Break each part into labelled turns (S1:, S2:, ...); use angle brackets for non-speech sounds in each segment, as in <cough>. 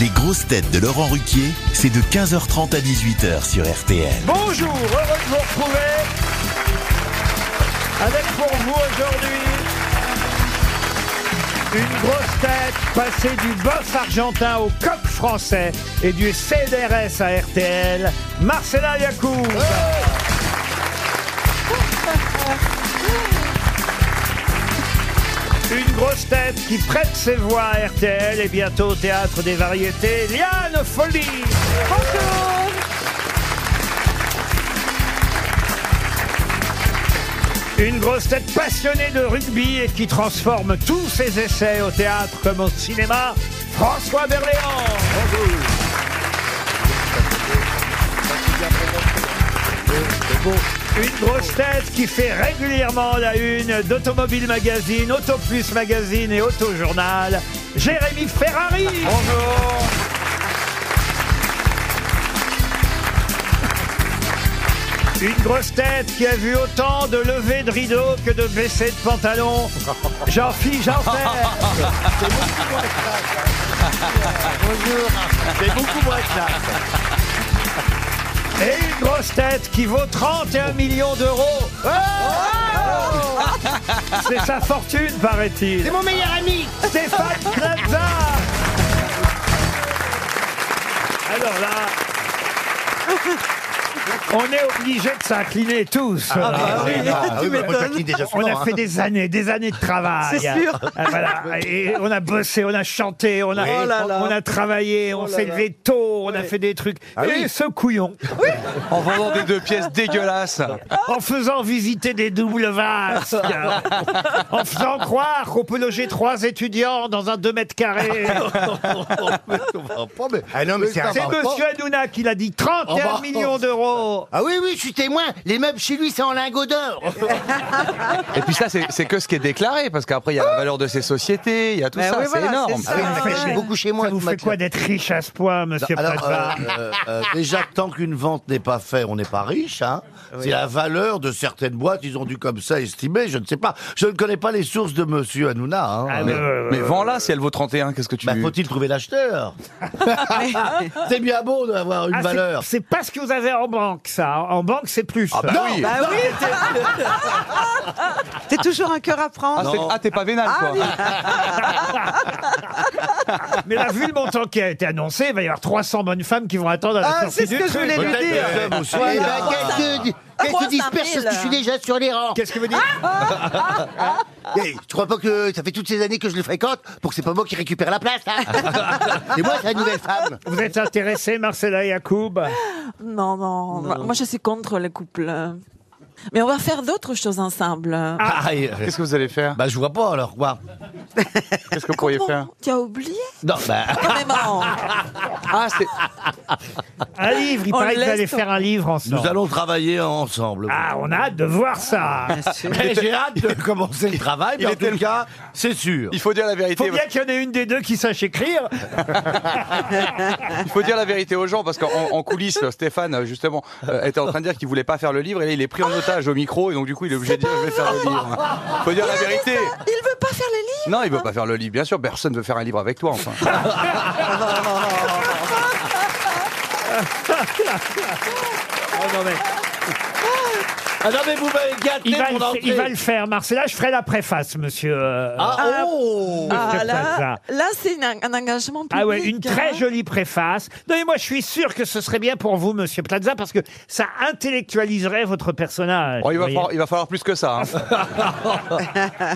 S1: Les grosses têtes de Laurent Ruquier, c'est de 15h30 à 18h sur RTL.
S2: Bonjour, heureux de vous retrouver avec pour vous aujourd'hui une grosse tête passée du bœuf argentin au coq français et du CDRS à RTL, Marcella Yacoub. Une grosse tête qui prête ses voix à RTL et bientôt au Théâtre des Variétés, Liane Folie. Une grosse tête passionnée de rugby et qui transforme tous ses essais au théâtre comme au cinéma, François Berléand. Une grosse tête qui fait régulièrement la une d'Automobile Magazine, Autoplus Magazine et Autojournal, Jérémy Ferrari. Bonjour. Une grosse tête qui a vu autant de levées de rideaux que de baissées de pantalon. J'en fiche, j'en hein. Bonjour. C'est beaucoup moins
S3: <laughs>
S2: Et une grosse tête qui vaut 31 millions d'euros. Oh C'est sa fortune, paraît-il.
S4: Oh. C'est mon meilleur ami
S2: Stéphane Plaza Alors là, on est obligé de s'incliner tous.
S5: Ah, bah
S2: Ah,
S5: tu m'étonnes.
S2: On a fait des années, des années de travail.
S5: hein. C'est sûr.
S2: Ah, voilà. Et on a bossé, on a chanté, on a,
S5: Oh là Oh là.
S2: on a travaillé, on s'est levé tôt, on a fait des trucs.
S5: Ah
S2: Et ce couillon,
S6: En vendant des deux pièces dégueulasses.
S2: en faisant visiter des doubles vasques, en faisant croire qu'on peut loger trois étudiants dans un 2 mètres
S5: <laughs>
S2: carrés.
S4: Ah non, mais c'est
S2: C'est monsieur Hanouna qui l'a dit, 31 millions d'euros.
S4: Ah oui, oui, je suis témoin. Les meubles chez lui, c'est en lingots
S2: <laughs>
S4: d'or.
S6: Et puis ça, c'est c'est que ce qui est déclaré, parce qu'après, il y a la valeur de ces sociétés, il y a tout
S5: Ben
S6: ça,
S5: oui,
S6: c'est
S5: voilà,
S6: énorme.
S5: c'est
S4: Ah oui,
S5: Ah,
S4: on a caché
S5: ouais.
S4: beaucoup chez moi.
S2: Ça vous
S4: tout
S2: fait
S4: matin.
S2: quoi d'être riche à ce point, monsieur
S3: Alors, euh,
S2: Plaza
S3: euh, euh, déjà, tant qu'une vente n'est pas faite, on n'est pas riche. hein. C'est la valeur de certaines boîtes, ils ont dû comme ça estimer, je ne sais pas. Je ne connais pas les sources de monsieur Hanouna. hein.
S2: Ah,
S3: Mais-
S2: euh,
S6: Mais vends-la si elle vaut 31,
S7: <laughs>
S6: qu'est-ce que tu
S3: bah, faut-il trouver l'acheteur euh, <laughs> C'est bien beau d'avoir une
S2: Ah, c'est-
S3: valeur.
S2: C'est pas ce que vous avez en banque, ça. En banque, c'est plus.
S3: Ah, bah oui.
S5: Bah oui,
S4: Ah,
S5: t'es- t'es toujours un cœur à
S6: Ah,
S5: prendre.
S6: c'est- ah, t'es pas vénal, quoi.
S2: <laughs> Mais là, vu le montant qui a été annoncé, il va y avoir 300 bonnes femmes qui vont attendre à la
S5: Ah,
S2: sortie
S5: c'est ce
S2: du
S5: que je
S2: truc.
S5: voulais lui
S3: Peut-être
S5: dire.
S3: des hommes aussi.
S4: Eh ben, qu'est-ce que- Qu'est-ce que tu dis, Perse, parce que je suis déjà sur les rangs.
S2: Qu'est-ce que vous dites
S4: Ah, Eh, je crois pas que ça fait toutes ces années que je le fréquente pour que c'est pas moi qui récupère la place.
S2: <laughs>
S4: hein. C'est moi, c'est la nouvelle femme.
S2: Vous êtes intéressé, Marcella Yacoub
S7: Non, non, moi- moi je suis contre les couples. Mais on va faire d'autres choses ensemble.
S3: Ah, et-
S6: Qu'est-ce que vous allez faire
S3: bah, je vois pas alors <laughs> quoi.
S6: Qu'est-ce que vous pourriez faire
S7: Tu as oublié
S3: Non, bah,
S7: Quand même, non.
S6: Ah, c'est.
S2: Un livre, il
S7: On
S2: paraît que vous
S7: laisse
S2: allez
S7: ton-
S2: faire un livre ensemble.
S3: nous allons travailler ensemble.
S2: Ah, on a hâte de voir
S3: Ah,
S2: ça
S3: Mais J'ai hâte de commencer le <laughs> travail, mais
S6: Il
S3: en
S6: était-
S3: tout cas, c'est sûr.
S6: Il faut dire la vérité.
S2: Faut bien qu'il y en ait une des deux qui sache écrire.
S6: Il faut dire la vérité aux gens parce qu'en en coulisses, Stéphane justement euh, était en train de dire qu'il voulait pas faire le livre et là il est pris en otage au micro et donc du coup il est obligé de dire je vais faire le livre. Faut dire la vérité.
S7: Il veut pas faire les livres.
S6: Non, il veut pas faire le livre, bien sûr. Personne veut faire un livre avec toi,
S7: <laughs>
S6: enfin.
S2: Oh, non, mais
S3: Ah non, mais vous m'avez gâté
S2: <laughs> il, va
S3: mon
S2: le, fa-
S3: entrée.
S2: il va le faire, Marcella. Je ferai la préface, monsieur. euh,
S3: Ah, oh
S7: Ah, là,
S2: Plaza.
S7: là c'est une- un engagement public.
S2: Ah ouais, une très
S7: hein.
S2: jolie préface. Non mais moi je suis sûr que ce serait bien pour vous, Monsieur Plaza, parce que ça intellectualiserait votre personnage.
S6: Bon, il, va
S2: vous voyez.
S6: falloir, il va falloir plus que ça. hein.
S7: <laughs>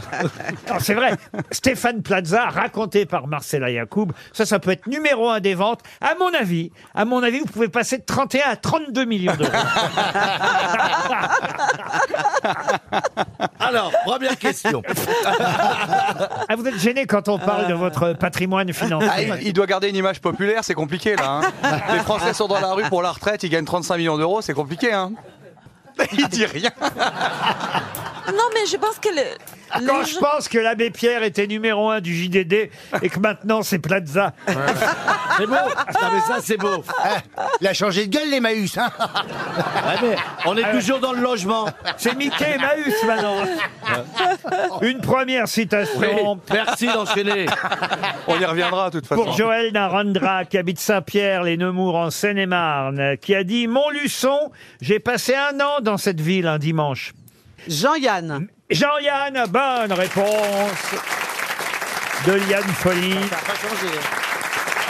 S2: Non, c'est vrai. Stéphane Plaza, raconté par Marcella Yacoub, ça, ça peut être numéro un des ventes. À mon avis, à mon avis, vous pouvez passer de 31 à 32 millions d'euros.
S3: Alors, première question.
S2: Ah, vous êtes gêné quand on parle de votre patrimoine
S6: Ah,
S2: financier.
S6: il, il doit garder une image populaire, c'est compliqué là. hein. Les Français sont dans la rue pour la retraite, ils gagnent 35 millions d'euros, c'est compliqué. Hein. Il dit rien.
S7: Non, mais je pense que le-
S2: Ah, Quand je pense que l'abbé Pierre était numéro un du JDD et que maintenant c'est Plaza. Ah.
S8: C'est beau. Non, mais ça, c'est beau.
S4: Il a changé de gueule, les Maüs.
S2: <laughs>
S4: Hein
S8: On est toujours dans le logement.
S2: C'est Mickey et Maüs maintenant. Une première citation
S8: Merci d'enchaîner.
S6: On y reviendra de toute façon.
S2: pour Joël Narandra, qui habite Saint-Pierre, les Nemours, en Seine-et-Marne, qui a dit Montluçon, j'ai passé un an dans cette ville un dimanche.
S5: Jean-Yann.
S2: Jean-Yann, bonne réponse de Liane Folly.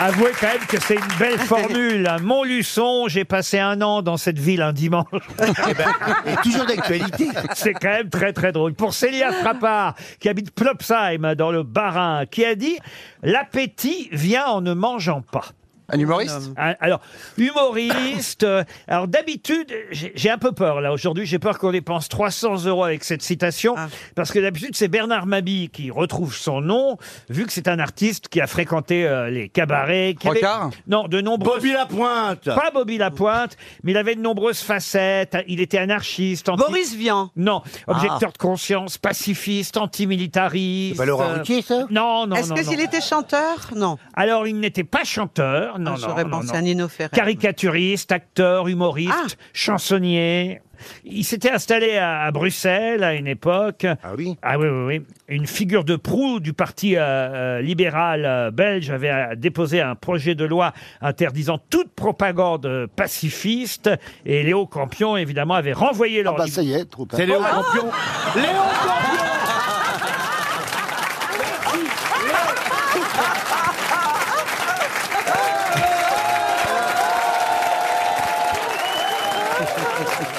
S2: Avouez quand même que c'est une belle formule. hein. Montluçon, j'ai passé un an dans cette ville un dimanche.
S4: Eh ben, Et toujours d'actualité.
S2: C'est quand même très très drôle. Pour Célia Frappard, qui habite Plopsheim dans le Bas-Rhin, qui a dit L'appétit vient en ne mangeant pas.
S6: Un humoriste
S2: Ah, Alors, humoriste. euh, alors, d'habitude, j'ai j'ai un peu peur, là, aujourd'hui. J'ai peur qu'on dépense 300 euros avec cette citation.
S5: Ah.
S2: Parce que d'habitude, c'est Bernard Mabie qui retrouve son nom, vu que c'est un artiste qui a fréquenté euh, les cabarets. qui avait-
S6: Rocard
S2: Non, de nombreux.
S3: Bobby Lapointe
S2: Pas Bobby Lapointe, mais il avait de nombreuses facettes. Il était anarchiste. anti-
S5: Boris Vian.
S2: Non, objecteur de conscience, pacifiste, antimilitariste.
S4: Bah, Laurent
S2: euh,
S4: Ruquier, ça
S2: Non, non,
S5: Est-ce
S2: non,
S5: que
S2: non.
S5: s'il était chanteur Non.
S2: Alors, il n'était pas chanteur. Non,
S5: Ah,
S2: non,
S5: J'aurais
S2: non,
S5: pensé
S2: non.
S5: à Nino Ferrer.
S2: Caricaturiste, acteur, humoriste,
S5: Ah.
S2: chansonnier. Il s'était installé à, à Bruxelles à une époque.
S4: Ah oui.
S2: Ah oui, oui, oui. Une figure de proue du parti euh, euh, libéral euh, belge avait euh, déposé un projet de loi interdisant toute propagande euh, pacifiste. Et Léo Campion, évidemment, avait renvoyé Oh leur...
S4: Bah, ça y est, trop tard.
S3: C'est Léo Campion Léo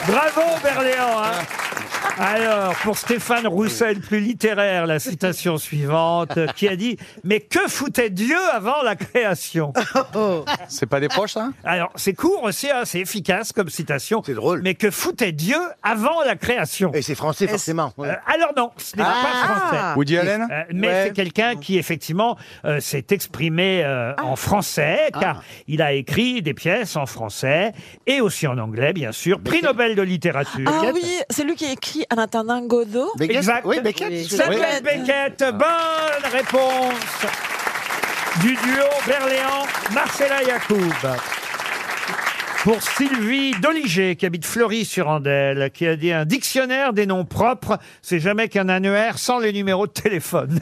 S2: Bravo, Berléand hein. Alors, pour Stéphane Roussel, plus littéraire, la citation suivante, euh, qui a dit « Mais que foutait Dieu avant la création ?»
S6: C'est pas des proches, ça
S2: Alors, c'est court aussi, hein, c'est efficace comme citation.
S4: hein C'est drôle.
S2: Mais que foutait Dieu avant la création
S4: Et c'est français, forcément.
S2: Euh, Alors non, ce n'est
S4: Ah.
S2: pas français.
S6: Ah. Woody Allen
S2: Euh,
S4: <laughs>
S2: mais c'est quelqu'un qui effectivement euh, s'est exprimé euh,
S6: Ah.
S2: en français, car il a écrit des pièces en français et aussi en anglais, bien sûr. Prix Nobel de littérature.
S7: Ah oui, c'est lui qui a écrit En attendant Godot.
S4: Beckett
S2: Exact.
S4: Oui, Beckett.
S2: Samuel
S7: Oui.
S2: Beckett, bonne réponse du duo Berléand, Marcella Yacoub. Pour Sylvie Doliger, qui habite Fleury-sur-Andelle, qui a dit un dictionnaire des noms propres, c'est jamais qu'un annuaire sans les numéros de
S6: <laughs>
S2: téléphone.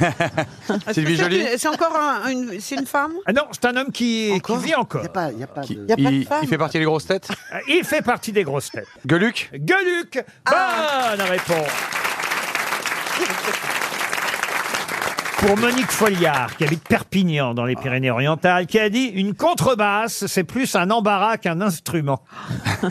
S5: Est-ce
S6: Sylvie
S5: que Ah, c'est
S6: Joly
S5: une- C'est encore un- une, c'est une femme
S2: Ah non, c'est un homme qui, qui vit encore. Euh,
S4: Il n'y a pas, y a pas de...
S5: Y a pas de
S6: il,
S5: femme.
S6: il fait partie des grosses têtes
S2: Il fait partie des grosses têtes.
S6: Gueluc
S2: Gueluc, bonne
S4: Ah.
S2: réponse. Pour Monique Folliard, qui habite Perpignan dans les Pyrénées-Orientales, qui a dit Une contrebasse, c'est plus un embarras qu'un
S6: <laughs>
S2: instrument.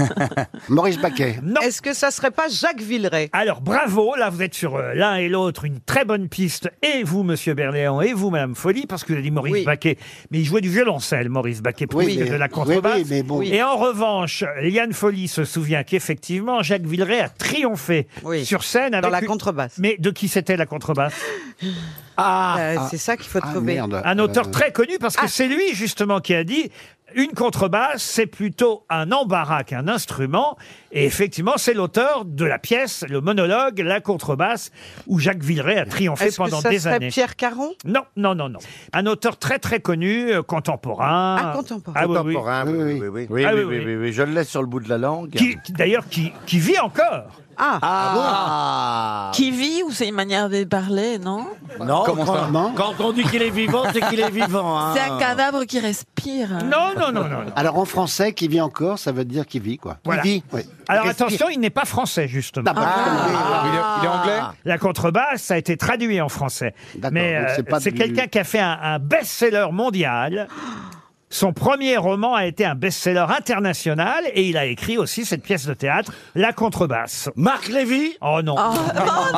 S9: <laughs>
S4: Maurice Baquet.
S2: Non.
S5: Est-ce que ça serait pas Jacques Villeray
S2: Alors bravo, là vous êtes sur euh, l'un et l'autre une très bonne piste, et vous Monsieur Berléand, et vous Madame Folly, parce que vous avez dit Maurice
S5: Oui.
S2: Baquet, mais il jouait du violoncelle Maurice Baquet, pour
S4: Oui,
S2: lui,
S4: mais-
S2: de la
S4: oui,
S2: contrebasse.
S4: oui, mais bon.
S2: Et en revanche, Liane Folly se souvient qu'effectivement Jacques Villeray a triomphé
S5: Oui.
S2: sur scène avec
S5: Dans la
S2: une-
S5: contrebasse.
S2: Mais de qui c'était la
S5: <laughs>
S2: contrebasse Ah.
S5: Euh, c'est ça qu'il faut
S4: Ah,
S5: trouver.
S4: merde.
S2: Un auteur
S4: Euh,
S2: très connu parce que
S5: Ah.
S2: c'est lui justement qui a dit une contrebasse, c'est plutôt un embarras qu'un instrument. Et effectivement, c'est l'auteur de la pièce, le monologue, la contrebasse, où Jacques Villeray a triomphé
S5: Est-ce que
S2: pendant
S5: ça
S2: des
S5: serait
S2: années.
S5: Pierre Caron
S2: Non, non, non, non. Un auteur très très connu, euh, contemporain.
S5: Ah, contemporain.
S2: Ah oui, oui.
S3: Contemporain, oui, oui, oui. oui. Oui,
S2: Ah,
S3: oui,
S2: oui,
S3: oui,
S2: oui.
S3: oui, oui, je le laisse sur le bout de la langue.
S2: Qui, qui- d'ailleurs, qui, qui vit encore.
S5: Ah,
S3: Ah,
S7: Qui vit ou c'est une manière de parler, non
S3: Non,
S6: Comment ça
S3: quand, quand on dit qu'il est vivant, c'est qu'il est vivant. hein.
S7: C'est un cadavre qui respire.
S2: Non, Oh, non, non, non. non.
S9: Alors en français, qui vit encore, ça veut dire qui vit, quoi.
S2: Voilà.
S4: Qui vit Oui.
S2: Alors
S4: Respire.
S2: attention, <laughs> il n'est pas français justement.
S9: Ah, bah,
S6: il, est, il est anglais
S2: La contrebasse, ça a été traduit en français.
S9: D'accord,
S2: Mais
S9: donc
S2: euh,
S9: c'est pas
S2: c'est
S9: du-
S2: quelqu'un qui a fait un, un best-seller mondial. Son premier roman a été un best-seller international et il a écrit aussi cette pièce de théâtre, La contrebasse.
S3: Marc Lévy
S2: Oh non.
S5: Ah.
S7: Oh, non,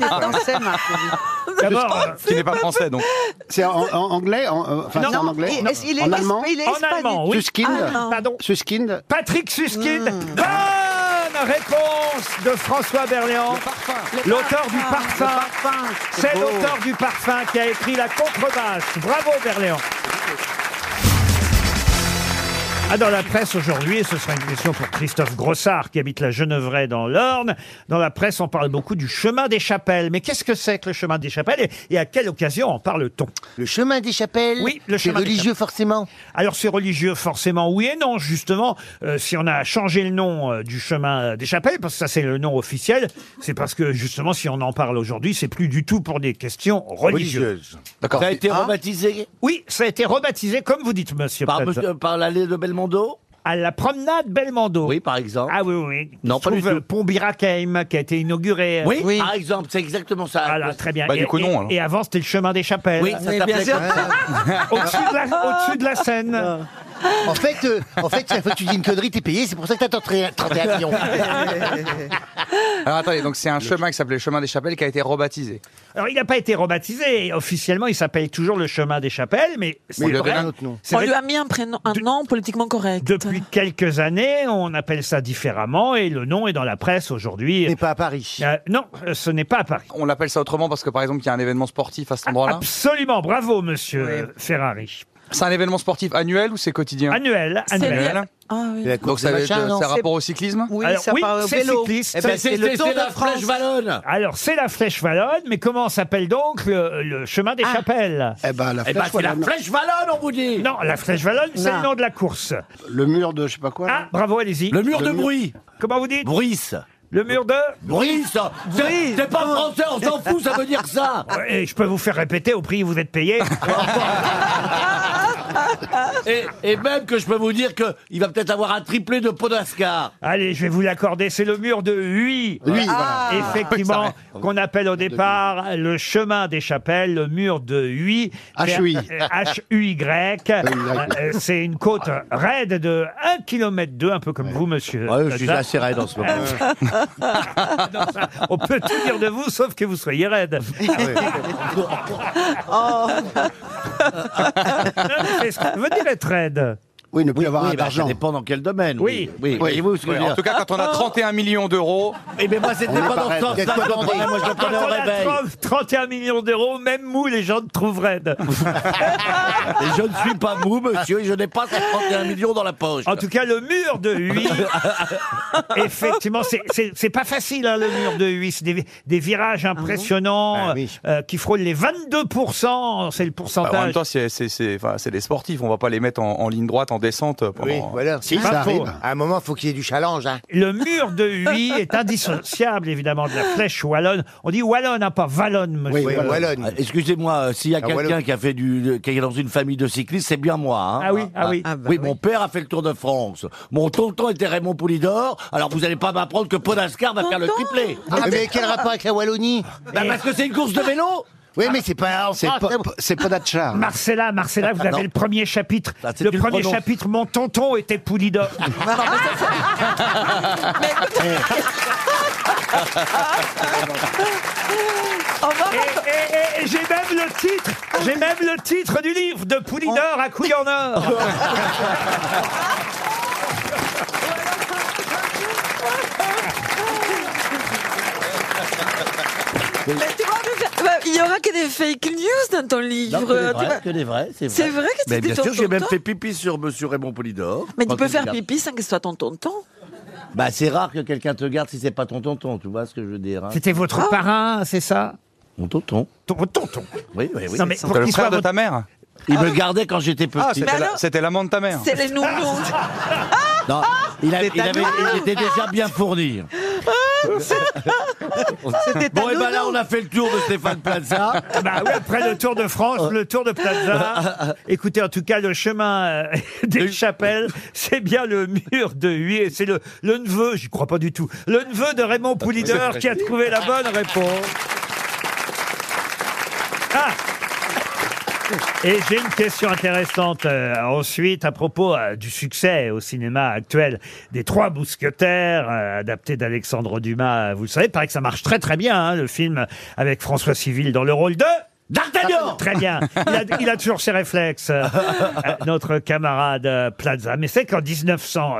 S2: <laughs>
S5: il est dansé <laughs> maintenant.
S2: D'abord, euh,
S6: Qui n'est pas français, donc.
S9: C'est en, en anglais, en, euh, enfin
S2: Non,
S9: c'est en anglais,
S5: il, est- il est,
S9: en allemand.
S5: il est
S2: en
S5: espagnol.
S2: allemand, oui.
S9: Suskind,
S7: Ah, non.
S2: Pardon.
S9: Suskind. Mm.
S2: Patrick Suskind. Bonne réponse de François Berléand, l'auteur du parfum. C'est l'auteur du parfum qui a écrit La contrebasse. Bravo Berléand. Ah, dans la presse aujourd'hui, et ce sera une question pour Christophe Grossard qui habite la Genevraie dans l'Orne, dans la presse on parle beaucoup du chemin des chapelles. Mais qu'est-ce que c'est que le chemin des chapelles et, et à quelle occasion en parle-t-on
S4: Le chemin des chapelles
S2: Oui, le
S4: C'est
S2: chemin des
S4: religieux forcément.
S2: Alors c'est religieux forcément, oui et non, justement, euh, si on a changé le nom euh, du chemin euh, des chapelles, parce que ça c'est le nom officiel, c'est parce que justement si on en parle aujourd'hui, c'est plus du tout pour des questions religieuses.
S6: D'accord.
S3: Ça a été
S6: Ah.
S3: rebaptisé
S2: Oui, ça a été rebaptisé, comme vous dites, monsieur.
S3: Hein par,
S2: Plaza.
S3: monsieur- par l'allée de Belmondo
S2: À la promenade Belmondo.
S3: Oui, par exemple.
S2: Ah oui, oui. oui.
S3: Non,
S2: Il se
S3: pas du
S2: trouve,
S3: tout.
S2: euh, Pont Birakeim, qui a été inauguré. euh,
S3: oui,
S5: Oui.
S3: par exemple, c'est exactement ça.
S2: Voilà, très bien.
S6: Bah, du
S2: et,
S6: coup,
S2: et-
S6: non, alors.
S2: et avant, c'était le chemin des chapelles.
S3: Oui, ça
S5: Mais bien
S3: s'appelait
S5: sûr.
S3: comme ça.
S2: <laughs> Au-dessus
S4: <laughs>
S2: de, la- au-dessus de la Seine.
S4: En fait, euh, en fait, chaque fois que tu dis une connerie, t'es payé, c'est pour ça que t'as ton tra- 31 millions.
S6: <laughs> Alors attendez, donc c'est un chemin qui s'appelait le chemin des chapelles qui a été rebaptisé.
S2: Alors, il n'a pas été rebaptisé. Officiellement, il s'appelle toujours le chemin des chapelles, mais c'est
S6: On lui a
S2: vrai-
S6: donné un
S4: autre nom.
S2: c'est
S7: On
S2: vrai
S7: lui a mis un prénom, un
S2: De-
S7: nom politiquement correct.
S2: Depuis quelques années, on appelle ça différemment et le nom est dans la presse aujourd'hui.
S4: pas à Paris.
S2: Euh, non, ce n'est pas à Paris.
S6: On l'appelle ça autrement parce que par exemple, il y a un événement sportif à cet endroit-là.
S2: Absolument, bravo monsieur euh, Ferrari.
S6: C'est un événement sportif annuel ou c'est quotidien
S2: Annuel,
S7: C'est
S2: annuel.
S7: le- Ah oui.
S6: Donc ça,
S4: des
S6: va être-
S4: machins,
S6: euh,
S4: non,
S6: c'est un
S5: c'est-
S6: rapport au cyclisme
S5: Oui,
S2: Alors,
S5: ça
S2: oui,
S5: part au
S2: c'est
S5: vélo.
S2: cycliste.
S5: Eh ben, c'est le Tour de
S3: la
S5: France.
S3: flèche wallonne.
S2: Alors c'est la flèche wallonne, mais comment s'appelle donc le, le chemin
S5: Ah.
S2: des chapelles
S9: Eh ben, la
S3: Eh
S9: flèche,
S3: ben, c'est la
S9: voilà,
S3: flèche wallonne, on vous dit.
S2: Non, la flèche wallonne, c'est
S5: Non.
S2: le nom de la course.
S9: le mur de je sais pas quoi.
S2: Ah,
S9: là.
S2: bravo, allez-y.
S3: Le mur
S9: Le
S3: de
S9: mur-
S3: bruit.
S2: Comment vous dites
S3: Bruce.
S2: Le mur de
S3: Bruce. C'est c'est pas français, on s'en fout, ça veut dire ça.
S2: Ouais, et je peux vous faire répéter au prix où vous êtes payé.
S5: <laughs>
S3: Et, et même que je peux vous dire qu'il va peut-être avoir un triplé de Podascar.
S2: Allez, je vais vous l'accorder. C'est le mur de Huy. Ah.
S9: Lui, voilà.
S3: Ah,
S2: Effectivement, qu'on appelle au départ le chemin des chapelles, le mur de Huy.
S9: H-U-I.
S3: <laughs>
S2: H-U-Y. Euh, C'est une côte raide de 1 km 2, un peu comme vous, monsieur. Plaza.
S3: raide en ce moment.
S2: Non, ça, <laughs> On peut tout dire de vous, sauf que vous soyez raide.
S4: Oh.
S3: Ah
S2: <laughs> Vous dire être raide.
S9: Oui, ne plus avoir
S3: Oui,
S9: un
S3: bah, ça
S9: d'argent.
S3: dépend dans quel domaine.
S2: Oui. Ah,
S3: Oui, voyez-vous ce que
S6: Ouais,
S3: je
S6: En
S3: veux dire. Ah,
S6: tout cas, quand on a 31 millions d'euros,
S3: Eh ben, moi, c'était
S9: est
S3: pas dans
S9: pareil.
S3: ce sens-là que j'entendais. Moi, je
S2: Quand
S3: l'entendais
S2: on
S3: au
S2: a
S3: réveil.
S2: 30 31 millions d'euros, même mou, les gens te trouvent raide.
S3: <laughs> Et je ne suis pas mou, monsieur, et je n'ai pas 51 millions dans la poche.
S2: En tout cas, le mur de
S3: <laughs>
S2: Huy, effectivement, c'est- c'est c'est pas facile, hein, le mur de Huy. C'est des, des virages impressionnants
S4: Ah oui.
S2: euh, qui frôlent les 22%, c'est le
S6: bah, en même
S2: pourcentage.
S6: temps, c'est c'est- c'est- enfin, c'est des sportifs, on va pas les mettre en, en ligne droite, en descente. euh, Pendant...
S4: Oui, voilà.
S2: C'est pas
S9: ça
S2: faux.
S9: arrive.
S4: <laughs> À un moment, faut qu'il y ait du challenge. Hein.
S2: Le mur de Huy est indissociable, évidemment, de la flèche wallonne. On dit wallonne, hein, pas vallonne, monsieur.
S9: Oui,
S4: Oui,
S9: voilà.
S3: Ah,
S4: Wallonne.
S3: Excusez-moi, euh, s'il y a
S4: Ah,
S3: quelqu'un
S4: voilà.
S3: qui a fait du, de- qui est dans une famille de cyclistes, c'est bien moi. hein.
S2: Ah oui, ah oui.
S5: Ah bah
S3: oui,
S5: oui.
S3: mon père a fait le Tour de France. Mon tonton était Raymond Poulidor. Alors vous n'allez pas m'apprendre que Podascar va faire le
S7: Tonton
S3: triplé.
S4: Mais, quel rapport avec la Wallonie
S3: Bah, parce que c'est une course de vélo.
S4: Oui, mais c'est pas en
S9: C'est
S4: France,
S9: pas-
S4: hein.
S9: c'est pas d'Atchar.
S2: Marcella, Marcella, vous avez le premier chapitre.
S3: Ça, c'est
S2: le
S3: une
S2: premier
S3: prononce.
S2: chapitre, mon tonton était Poulidor.
S7: Mais écoute-
S8: Oh,
S7: On va
S2: Et, et- et- et j'ai même le titre, j'ai même le titre du livre de Poulidor à couille en or.
S7: Mais tu vois, mais ça- bah, il y aura que des fake news dans ton livre.
S3: Non, que des
S7: tu
S3: vrais,
S7: vois.
S3: que des vrais, c'est vrai.
S7: C'est vrai que
S3: Mais
S7: c'était
S3: bien
S7: ton
S3: sûr, j'ai même
S7: tonton.
S3: fait pipi sur Monsieur Raymond Poulidor.
S7: Mais tu
S3: Quand
S7: peux
S3: il
S7: faire
S3: regarde-
S7: pipi sans que ce soit ton tonton.
S3: Bah, c'est rare que quelqu'un te garde si c'est pas ton tonton. Tu vois ce que je veux dire hein.
S2: C'était votre parrain, c'est ça
S3: Mon tonton.
S2: Ton- Votre tonton.
S3: Oui, oui, oui.
S2: non mais
S6: T'as
S2: pour
S6: Eh le
S2: qu'il soit
S6: frère de
S2: votre-
S6: ta mère
S3: Il me gardait quand j'étais
S6: Ah,
S3: petit.
S6: c'était
S7: Mais
S6: la-
S7: alors-
S6: c'était l'amant de ta mère.
S7: C'est les nounous.
S3: Non, il, a- il avait, il était déjà bien fourni.
S5: C'était
S3: Bon,
S5: un
S3: et ben là,
S5: nounou.
S3: on a fait le tour de Stéphane Plaza.
S2: Bah oui, après le Tour de France, le Tour de Plaza. Écoutez, en tout cas, le chemin euh, <laughs> des chapelles, c'est bien le mur de Huy et c'est le, le neveu, j'y crois pas du tout, le neveu de Raymond Poulidor qui a trouvé la bonne réponse. Ah et j'ai une question intéressante euh, ensuite à propos euh, du succès au cinéma actuel des Trois Mousquetaires, euh, adapté d'Alexandre Dumas. Vous le savez, il paraît que ça marche très très bien, hein, le film avec François Civil dans le rôle de...
S3: D'Artagnan
S2: Très bien. Il a, il a toujours ses réflexes, euh, euh, notre camarade euh, Plaza. Mais c'est qu'en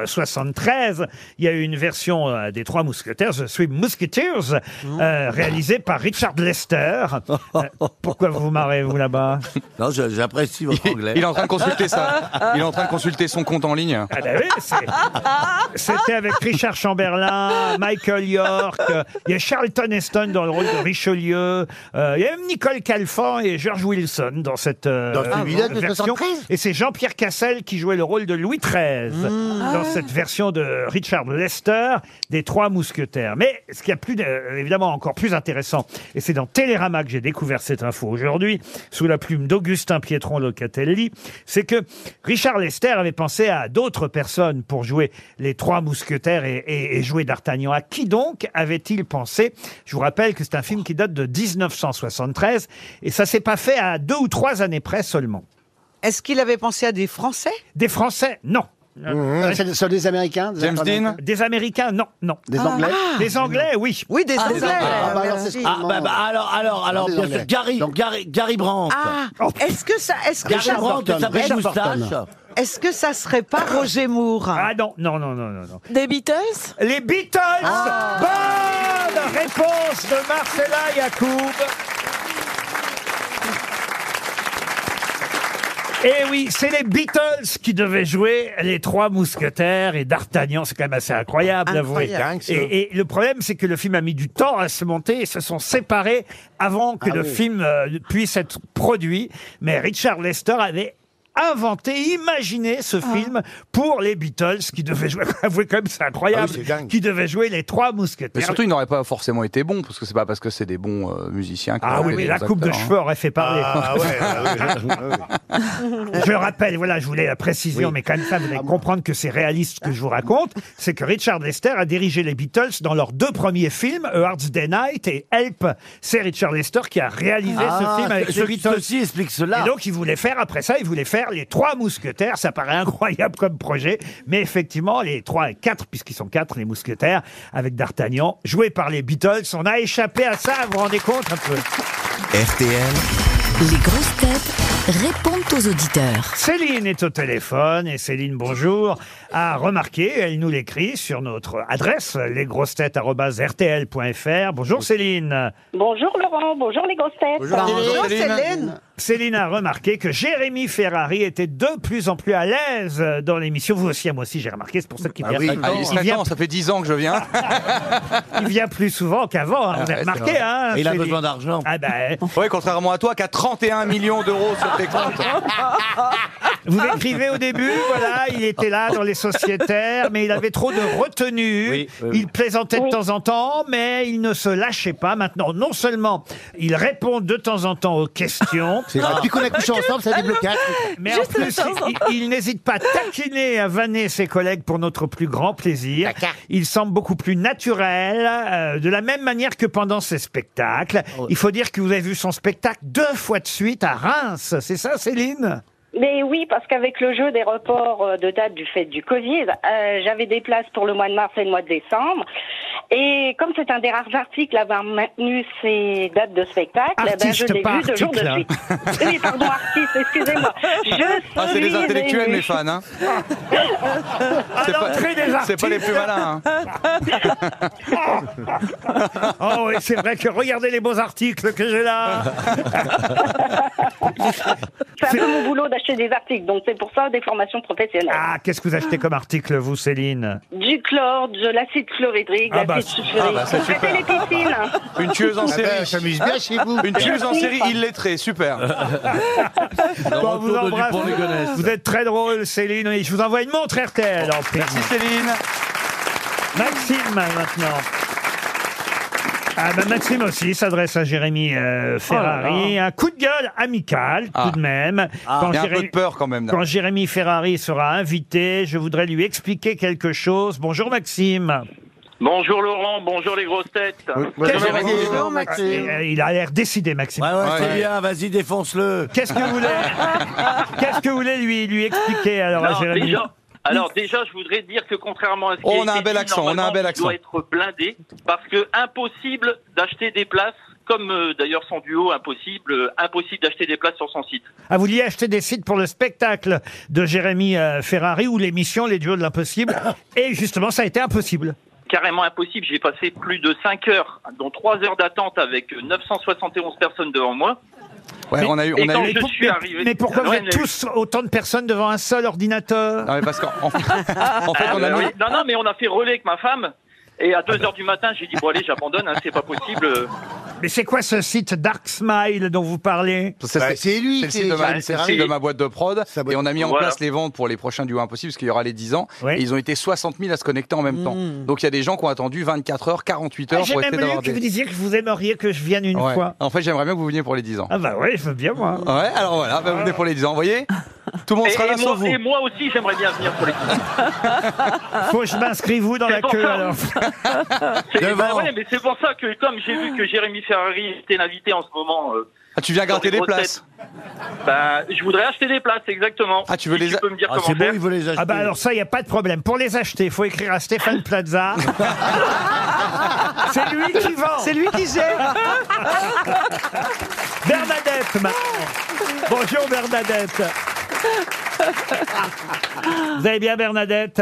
S2: 1973, il y a eu une version euh, des Trois Mousquetaires, The Three Musketeers, euh, réalisée par Richard Lester. Euh, pourquoi vous vous marrez, vous, là-bas
S3: Non, je- j'apprécie votre anglais.
S6: Il est en train de consulter
S3: <laughs>
S6: ça. Il est en train de consulter son compte en ligne.
S2: Ah ben oui, c'est- c'était avec Richard Chamberlain, Michael York, euh, il y a Charlton Heston dans le rôle de Richelieu, euh, il y a même Nicole Calfan et George Wilson dans cette euh,
S3: Dans celui-là de
S2: version.
S4: 73?
S2: Et c'est Jean-Pierre Cassel qui jouait le rôle de Louis XIII dans cette version de Richard Lester des Trois Mousquetaires. Mais ce qui a plus, de- euh, évidemment encore plus intéressant, et c'est dans Télérama que j'ai découvert cette info aujourd'hui, sous la plume d'Augustin Pietron Locatelli, c'est que Richard Lester avait pensé à d'autres personnes pour jouer les Trois Mousquetaires et, et- et jouer d'Artagnan. À qui donc avait-il pensé Je vous rappelle que c'est un film qui date de 1973 et ça s'est pas fait à deux ou trois années près seulement.
S5: Est-ce qu'il avait pensé à des Français
S2: Des Français, non. Euh,
S9: Mmh. C'est c'est des Américains des
S6: James
S9: Américains
S6: Dean
S2: Des Américains, non, non.
S9: Des Anglais
S2: Des Anglais, oui.
S5: Ah. Oui, des Anglais.
S9: Ah, bah, alors, c'est ce
S3: Ah,
S9: qu'on
S3: bah, bah,
S9: mange.
S3: alors, alors, alors,
S9: Ah,
S3: bien
S9: désolé.
S3: sûr. Gary,
S9: Donc-
S3: Gary, Gary Brandt.
S5: Ah, est-ce que ça, est-ce que
S3: Gary
S5: ça,
S3: Brandt,
S9: Burton,
S3: sa belle
S9: Richard
S3: moustache.
S9: Burton.
S5: est-ce que ça serait pas Roger Moore
S2: Ah non, non, non, non, non. non.
S7: Des Beatles
S2: Les Beatles
S5: Ah.
S2: Bonne réponse de Marcella Yacoub Et Eh oui, c'est les Beatles qui devaient jouer les trois mousquetaires et d'Artagnan. C'est quand même assez incroyable, d'avouer.
S5: Incroyable.
S2: Et, et le problème, c'est que le film a mis du temps à se monter. Ils se sont séparés avant que le film euh, puisse être produit. Mais Richard Lester avait inventé, imaginé ce film pour les Beatles qui devaient jouer, <laughs> avouez quand même, c'est incroyable,
S9: Ah oui, c'est dingue.
S2: qui devaient jouer les trois
S6: Mais
S2: mousquetaires.
S6: surtout, il n'aurait pas forcément été bon, parce que c'est pas parce que c'est des bons euh, musiciens.
S2: ah oui, mais la coupe
S6: hein.
S2: de cheveux aurait fait parler. euh, <laughs>
S3: Ah ouais,
S6: <laughs>
S3: ah ouais.
S2: Je rappelle, voilà, je voulais la précision, mais quand même ça, vous allez comprendre que c'est réaliste ce que je vous raconte, c'est que Richard Lester a dirigé les Beatles dans leurs deux premiers films, A Hard Day Night et Help. C'est Richard Lester qui a réalisé ce film avec
S3: ce-
S2: les Beatles.
S3: ceci explique
S2: Et
S3: cela.
S2: donc, il voulait faire, après ça, il voulait faire les trois mousquetaires. Ça paraît incroyable comme projet. Mais effectivement, les trois et quatre, puisqu'ils sont quatre, les mousquetaires, avec D'Artagnan, joué par les Beatles. On a échappé à ça, vous vous rendez compte un peu
S1: RTL,
S10: Les grosses têtes répondent aux auditeurs.
S2: Céline est au téléphone et Céline, bonjour, a remarqué, elle nous l'écrit sur notre adresse, lesgrossetêtes.rtl.fr. Bonjour Céline.
S11: Bonjour Laurent, bonjour les grosses têtes.
S5: Bonjour
S6: Céline.
S5: Céline.
S2: Céline a remarqué que Jérémy Ferrari était de plus en plus à l'aise dans l'émission. Vous aussi, moi aussi, j'ai remarqué, c'est pour ça qu'il
S3: Ah
S2: vient,
S3: oui.
S6: Ah, il
S2: il
S6: serait
S2: vient-
S6: temps, ça fait 10 ans que je viens.
S2: il vient plus souvent qu'avant, hein, vous avez
S6: ouais, c'est
S2: remarqué.
S6: vrai.
S2: Hein,
S3: Il a
S2: Céline
S3: besoin d'argent.
S2: Ah
S6: <laughs>
S2: ben,
S6: Ouais, contrairement à toi, qui a 31 millions d'euros sur tes comptes.
S2: <laughs> vous écrivez au début, voilà, il était là dans les sociétaires, mais il avait trop de retenue.
S8: Oui, oui, oui.
S2: Il plaisantait de
S11: Oui.
S2: temps en temps, mais il ne se lâchait pas. Maintenant, non seulement il répond de temps en temps aux questions,
S4: C'est grave. Depuis qu'on a couché ensemble, ça débloque. un truc.
S2: mais en
S7: Juste de
S2: plus,
S7: temps en
S2: il, il n'hésite pas à taquiner, à vanner ses collègues pour notre plus grand plaisir.
S4: D'accord.
S2: Il semble beaucoup plus naturel, euh, de la même manière que pendant ses spectacles.
S4: Oh.
S2: Il faut dire que vous avez vu son spectacle deux fois de suite à Reims. C'est ça, Céline
S11: Mais oui, parce qu'avec le jeu des reports euh, de date du fait du Covid, euh, j'avais des places pour le mois de mars et le mois de décembre. Et comme c'est un des rares articles à avoir maintenu ces dates de spectacle, eh ben, je
S2: Artiste, hein.
S11: l'ai
S2: pas
S11: vu deux jours de
S2: article, <laughs>
S11: suite. <laughs> oui, pardon, artiste, excusez-moi. Je
S6: Ah, c'est
S11: suis
S6: des intellectuels,
S11: émue.
S6: mes fans. Hein.
S2: À
S6: C'est pas-
S2: l'entrée des
S6: C'est
S2: artistes.
S6: pas les plus malins.
S2: <laughs>
S6: hein.
S2: Oh oui, c'est vrai que regardez les beaux articles que j'ai
S6: <laughs>
S2: là.
S11: <laughs> C'est un peu mon boulot d'acheter des articles, donc c'est pour ça des formations professionnelles.
S2: Ah, qu'est-ce que vous achetez comme article, vous, Céline
S11: Du chlore, de l'acide chlorhydrique,
S2: Ah
S11: de
S2: bah,
S11: l'acide sulfurique.
S6: ah bah, c'est
S11: Vous faites les piscines.
S6: Une tueuse en
S4: Ah ben,
S6: série.
S4: ça m'amuse bien chez vous.
S6: Une tueuse en série illettrée, super.
S2: <laughs> Bon, vous
S8: retour de
S2: embrasse.
S8: Dupont-Ligonnès.
S2: Vous êtes très drôle, Céline. Et je vous envoie une montre RTL en prime.
S6: Merci Céline.
S2: Maxime, maintenant. Ah ben Maxime aussi s'adresse à Jérémy euh, Ferrari. Un coup de gueule amical,
S6: Oh Ah.
S2: tout de même. Quand
S6: Il y a un peu
S2: Jérémy-
S6: de peur quand même. là.
S2: Quand Jérémy Ferrari sera invité, je voudrais lui expliquer quelque chose. Bonjour Maxime.
S12: Bonjour Laurent, bonjour les grosses têtes.
S2: Qu'est-ce que-
S5: Bonjour
S2: Et,
S5: Maxime.
S2: euh, Il a l'air décidé, Maxime.
S3: Ouais, ouais, c'est
S6: Ouais.
S3: bien, vas-y, défonce-le.
S2: Qu'est-ce que vous
S3: <laughs>
S2: voulez Qu'est-ce que vous voulez lui lui expliquer alors à
S12: Alors,
S2: Jérémy
S12: déjà, alors déjà, je voudrais dire que contrairement à ce qui
S6: Oh, On
S12: été
S6: a un bel
S12: dit,
S6: accent, on a un
S12: normalement,
S6: bel
S12: il
S6: accent.
S12: doit être blindé parce que impossible d'acheter des places comme euh, d'ailleurs son duo impossible, euh, impossible d'acheter des places sur son site.
S2: Ah, vous vouliez acheter des sites pour le spectacle de Jérémy euh, Ferrari ou l'émission Les Duos de l'Impossible.
S3: <laughs>
S2: Et justement, ça a été impossible.
S12: Carrément impossible, j'ai passé plus de 5 heures, dont 3 heures d'attente avec euh, 971 personnes devant moi.
S2: Mais-
S6: on a eu-
S12: Et
S6: on a
S12: quand
S6: eu-
S12: je
S6: Mais-
S12: suis
S2: mais-
S12: arrivé...
S2: Mais pourquoi
S12: Ah
S2: vous
S12: ouais,
S2: êtes
S12: on a eu-
S2: tous autant de personnes devant un seul ordinateur
S6: Non, mais parce qu'en en fait, en fait,
S12: Ah,
S6: on a
S12: bah
S6: mis-
S12: oui. Non, non, mais on a fait relais avec ma femme. Et à 2h du matin, j'ai dit, bon allez, j'abandonne, hein, c'est pas possible.
S2: Mais c'est quoi ce site Dark Smile dont vous parlez
S6: Ça,
S4: Bah,
S6: c'est le site de ma, c'est le site de ma boîte de prod. Et on a mis en
S2: Voilà.
S6: place les ventes pour les prochains duos impossibles, parce qu'il y aura les 10 ans.
S2: Ouais. Mmh.
S6: Et ils ont été 60 000 à se connecter en même temps. Donc il y a des gens qui ont attendu 24 heures, 48
S2: Ah,
S6: heures
S2: J'ai
S6: pour
S2: même
S6: essayer
S2: lu
S6: d'avoir
S2: que
S6: des.
S2: vous disiez que vous aimeriez que je vienne une
S6: Ouais.
S2: fois.
S6: En fait, j'aimerais bien que vous veniez pour les 10 ans.
S2: Ah bah oui, je veux bien moi.
S6: Ouais, alors voilà, bah, vous venez pour les 10 ans. Vous voyez Tout le monde
S12: Et-
S6: sera là
S12: et, moi,
S6: sauf vous.
S12: et moi aussi, j'aimerais bien venir pour les
S2: Faut que je m'inscris vous dans la queue alors.
S6: <laughs>
S12: C'est-
S2: Devant.
S12: bah ouais, mais c'est pour ça que comme j'ai vu que Jérémy Ferrari était l'invité en ce moment. euh,
S6: Ah, tu viens
S12: sur
S6: gratter
S12: les grosses
S6: des places.
S12: têtes, Bah, je voudrais acheter des places, exactement. Ah, tu veux les Tu peux me dire comment faire
S2: Ah bah alors ça, il n'y a pas de problème. Pour les acheter, il faut écrire à Stéphane
S6: <laughs>
S2: Plaza. C'est lui qui vend.
S5: C'est lui qui gère.
S2: Bernadette maintenant. Bonjour Bernadette. Vous allez bien Bernadette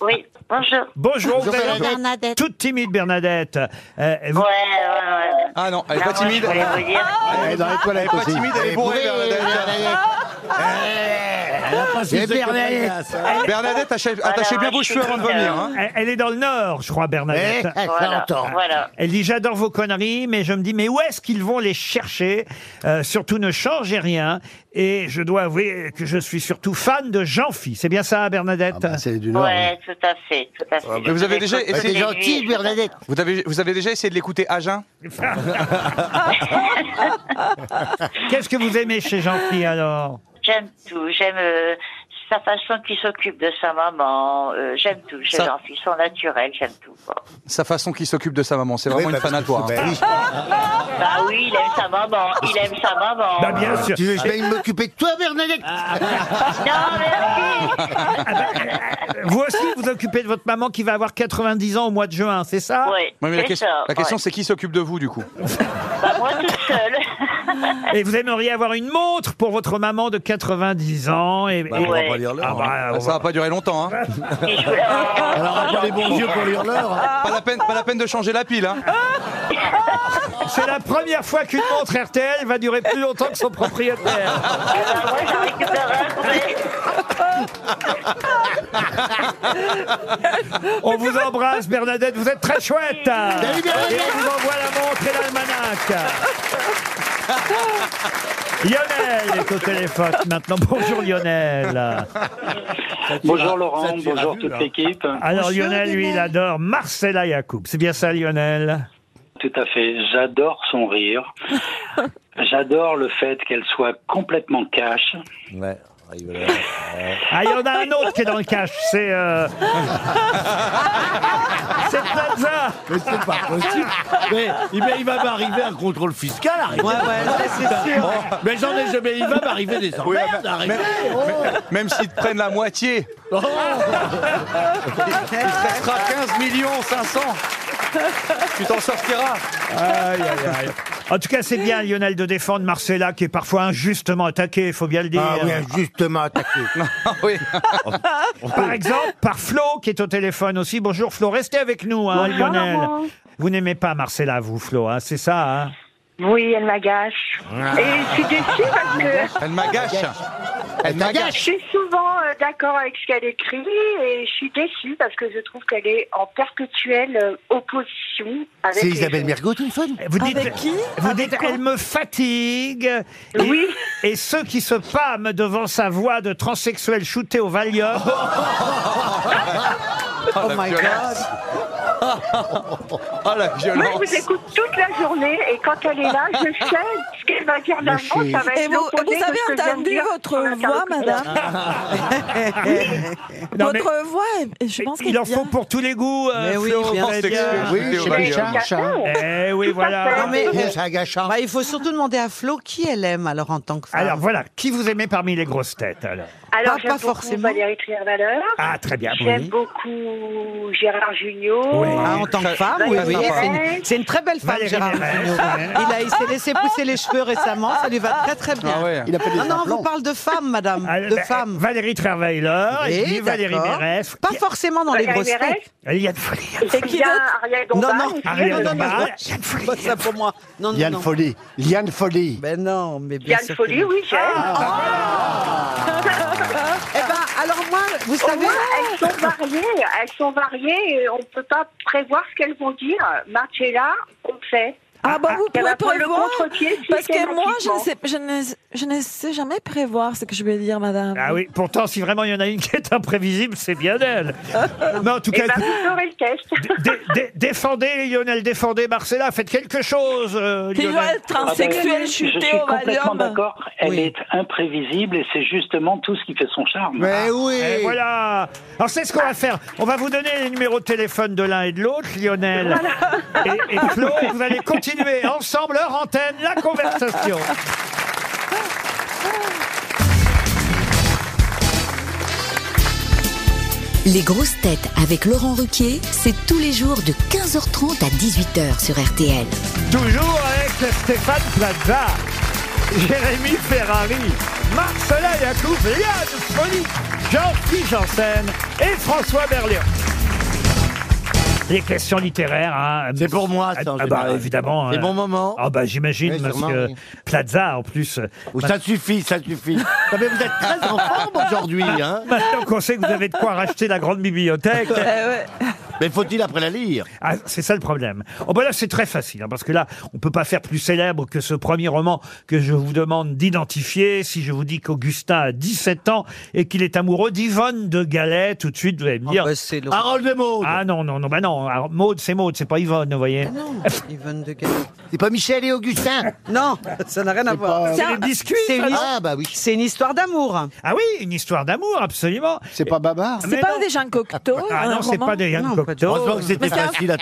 S13: Oui, bonjour.
S2: Bonjour, vous avez-
S13: Bernadette.
S2: Toute timide Bernadette. Euh, vous-
S6: Ah non, elle est
S13: Non,
S6: pas
S13: moi,
S6: timide.
S13: je voulais vous dire.
S6: Elle est dans les toilettes Elle est pas timide, elle est bourrée, euh, Bernadette. hein.
S2: Et Eh, Bernadette.
S6: Bernadette, attachez, attachez bien vos cheveux avant de venir. hein.
S2: Elle, elle est dans le Nord, je crois, Bernadette.
S6: Eh, ça Voilà, entend. voilà.
S2: Elle dit J'adore vos conneries, mais je me dis Mais où est-ce qu'ils vont les chercher Euh, Surtout, ne changez rien. Et je dois avouer que je suis surtout fan de Jean-Phi. C'est bien ça, Bernadette
S6: Ah bah,
S2: C'est du
S13: Ouais, tout à fait, tout à fait.
S6: Mais vous avez déjà
S13: C'est gentil,
S6: Bernadette. Vous avez, vous avez déjà essayé de l'écouter à jeun
S2: <laughs> Euh, Qu'est-ce que vous aimez chez Jean-Phi alors
S13: J'aime tout, j'aime euh, sa façon qu'il s'occupe de sa maman, euh, j'aime tout, j'ai
S6: Ça-
S13: l'enfie, son naturel, j'aime tout.
S6: Sa façon qu'il s'occupe de sa maman, c'est vraiment une fanatoire. hein.
S13: Bah oui, il aime sa maman, il aime sa maman.
S6: Bah, bien sûr.
S4: Ah, Tu veux que
S2: Ah.
S4: je vienne m'occuper de toi, Bernadette Ah,
S13: Non, merci.
S6: hein.
S2: Vous aussi, vous occupez de votre maman qui va avoir 90 ans au mois de juin, c'est ça
S13: Oui,
S6: Ouais, mais la, question- la question, c'est qui s'occupe de vous, du coup
S13: Bah, moi toute seule.
S2: <laughs> Et vous aimeriez avoir une montre pour votre maman de 90 ans et,
S6: Bah,
S2: et-
S6: on va pas lire l'heure,
S2: Ah bah,
S6: hein.
S2: on
S6: Ça va pas durer
S3: <laughs>
S6: longtemps. Hein. Pas la peine, pas la peine de changer la pile. Hein.
S2: <laughs> C'est la première fois qu'une montre RTL va durer plus longtemps que son propriétaire. On vous embrasse, Bernadette. Vous êtes très chouette. Et on vous envoie la montre et l'almanach. Lionel est au téléphone maintenant. Bonjour Lionel.
S12: Bonjour Laurent, bonjour toute l'équipe.
S2: Ah, Alors Lionel, lui, il adore Marcella Yacoub. C'est bien ça, Lionel
S14: Tout à fait. J'adore son rire. J'adore le fait qu'elle soit complètement cash. Ouais.
S2: Ah, il y en a un autre qui est dans le cash. C'est.
S3: <laughs>
S2: euh, C'est Plaza
S3: Mais c'est pas possible Mais, il- mais il va m'arriver un contrôle fiscal, arrêtez
S8: Ouais, ouais, ouais, c'est sûr.
S3: Mais j'en ai jamais, il va m'arriver des
S6: Oui,
S3: emmerdes,
S6: bah,
S3: arrêtez
S6: même, même- même s'ils te prennent la moitié,
S3: Oh.
S6: il te restera 15 millions 500. bah, Tu t'en sortiras.
S2: Aïe, aïe, aïe. En tout cas, c'est bien, Lionel, de défendre Marcella, qui est parfois injustement attaquée, il faut bien le dire.
S4: Ah oui, injustement attaqué.
S2: <laughs> Par exemple, par Flo, qui est au téléphone aussi. Bonjour Flo, restez avec
S6: Ah,
S2: nous, hein,
S15: Bonjour,
S2: Lionel.
S15: Laurent.
S2: Vous n'aimez pas Marcella, vous, Flo, hein, c'est ça hein
S15: Oui, elle m'agache. Et je suis déçue parce que.
S6: Elle m'agache. Elle
S15: Je suis souvent euh, d'accord avec ce qu'elle écrit et je suis déçue parce que je trouve qu'elle est en perpétuelle euh, opposition avec. les autres.
S2: Mergot, une fois Vous dites,
S15: Avec qui
S2: Vous dites, elle me fatigue. Et, Et ceux qui se pâment devant sa voix de transsexuel shooté au Valium.
S5: Ah,
S8: Oh my violence.
S6: <laughs> Oh la
S15: Moi, je vous écoute toute la journée et quand elle est là,
S5: <laughs>
S15: je sais ce qu'elle va dire d'avant. Ça va être
S7: Et vous,
S15: l'opposé
S7: vous
S15: de
S7: avez
S15: ce que vient de
S7: entendu
S15: dire son
S7: votre voix,
S15: interlocuteur.
S5: Ah,
S7: madame
S2: Non, mais-
S7: Votre voix, est- je pense qu'elle
S2: Il
S7: est
S2: en faut
S7: bien.
S2: pour tous les goûts. euh,
S7: Mais oui,
S2: Flo,
S7: bien
S2: très
S7: sûr.
S5: Oui,
S2: bien.
S5: chez les chats, chats.
S2: Eh oui, voilà.
S5: Non, mais, euh, bah, il faut surtout demander à Flo qui elle aime alors en tant que femme.
S2: Alors voilà, qui vous aimez parmi les grosses têtes alors
S15: Alors,
S5: Pas-
S15: j'aime
S5: pas
S15: beaucoup
S5: forcément.
S15: Valérie Trierweiler.
S2: Ah, très bien.
S15: J'aime
S2: Oui.
S15: beaucoup Gérard Junior.
S2: Oui.
S5: Ah, en tant que femme, oui, oui, c'est une- c'est une, très belle femme,
S2: Valérie
S5: Gérard
S2: Mérès.
S5: Jugnot. Il, a- il s'est laissé pousser les cheveux récemment, ça lui va très très bien.
S2: Ah ouais. Il a pas des
S5: non, non, on
S2: implants.
S5: vous parle de femmes, madame, de
S2: ben,
S5: femmes.
S2: Valérie Travailer, et
S5: Oui,
S2: puis Valérie
S5: d'accord.
S2: Mérès.
S5: Pas forcément dans les
S2: Valérie
S5: grosses
S2: Mérès.
S5: têtes.
S2: Il y a
S5: Et qui d'autre Non, non,
S2: Ariel
S5: non, non, non,
S2: Dombal.
S5: non, pas ça pour moi. Non, non,
S9: Liane
S5: non.
S9: Folie. Liane Folie.
S5: Ben non, mais
S9: bien
S5: sûr
S15: Folie, oui, j'aime.
S5: <laughs> Eh ben, alors moi, vous savez...
S15: Au moins, elles sont variées, elles sont variées et on ne peut pas prévoir ce qu'elles vont dire. Marcella, on sait.
S7: Ah bah vous
S15: Elle
S7: pouvez
S15: va prendre le
S7: prévoir
S15: contre-pied
S7: parce que moi je ne,
S15: systématiquement.
S7: sais, je, ne, je ne sais jamais prévoir ce que je vais dire madame.
S2: Ah oui, pourtant, si vraiment il y en a une qui est imprévisible, c'est bien
S15: <laughs>
S2: elle. Mais en tout
S15: Eh
S2: cas,
S15: ben,
S2: écoute-
S15: vous aurez le test.
S2: Dé- dé- défendez Lionel, défendez Marcella, faites quelque chose. euh,
S7: Tu
S2: Lionel.
S7: dois être
S14: Ah ben, Je suis complètement d'accord. Elle est imprévisible et c'est justement tout ce qui fait son charme.
S2: Et Ah, eh, voilà. Alors c'est ce qu'on va faire. On va vous donner les numéros de téléphone de l'un et de l'autre, Lionel et, et Flo. Et vous allez continuer ensemble, leur antenne, la conversation.
S10: Les grosses têtes avec Laurent Ruquier, c'est tous les jours de 15h30 à 18h sur RTL.
S2: Toujours avec Stéphane Plaza, Jérémy Ferrari, Marcella Yacoub, Yann Folie, Jean-Philippe Janssen et François Berléand. Les questions littéraires. C'est pour moi, ça. Ah, bah,
S3: général.
S2: évidemment.
S3: C'est
S2: euh,
S3: bon moment.
S2: Ah, bah, j'imagine,
S3: Oui,
S2: parce
S3: sûrement,
S2: que
S3: oui.
S2: Plaza, en plus.
S3: Ou ça suffit, ça
S2: <laughs>
S3: suffit.
S2: mais vous êtes très en forme aujourd'hui, hein. Maintenant qu'on sait que vous avez de quoi racheter la grande bibliothèque. Mais faut-il après la lire ah, C'est ça le problème. Oh ben là, c'est très facile, hein, parce que là, on peut pas faire plus célèbre que ce premier roman que je vous demande d'identifier. Si je vous dis qu'Augustin a 17 ans et qu'il est amoureux d'Yvonne de Galais, tout de suite, vous allez me dire... Harold de Maude Ah non, non, non, bah non, Har- Maude, c'est Maude, c'est pas Yvonne, vous voyez.
S5: <laughs> Yvonne de
S4: C'est pas Michel et Augustin
S5: <laughs> Non, ça n'a rien à voir.
S2: C'est les biscuits,
S5: C'est une,
S2: ça, non
S5: ah, bah oui. c'est une histoire d'amour.
S2: Ah oui, une histoire d'amour, absolument.
S9: C'est pas Babar
S7: C'est pas des gens Cocteau
S2: Ah non, c'est pas des Yann Cocteau.
S7: Mais c'est un- c'est un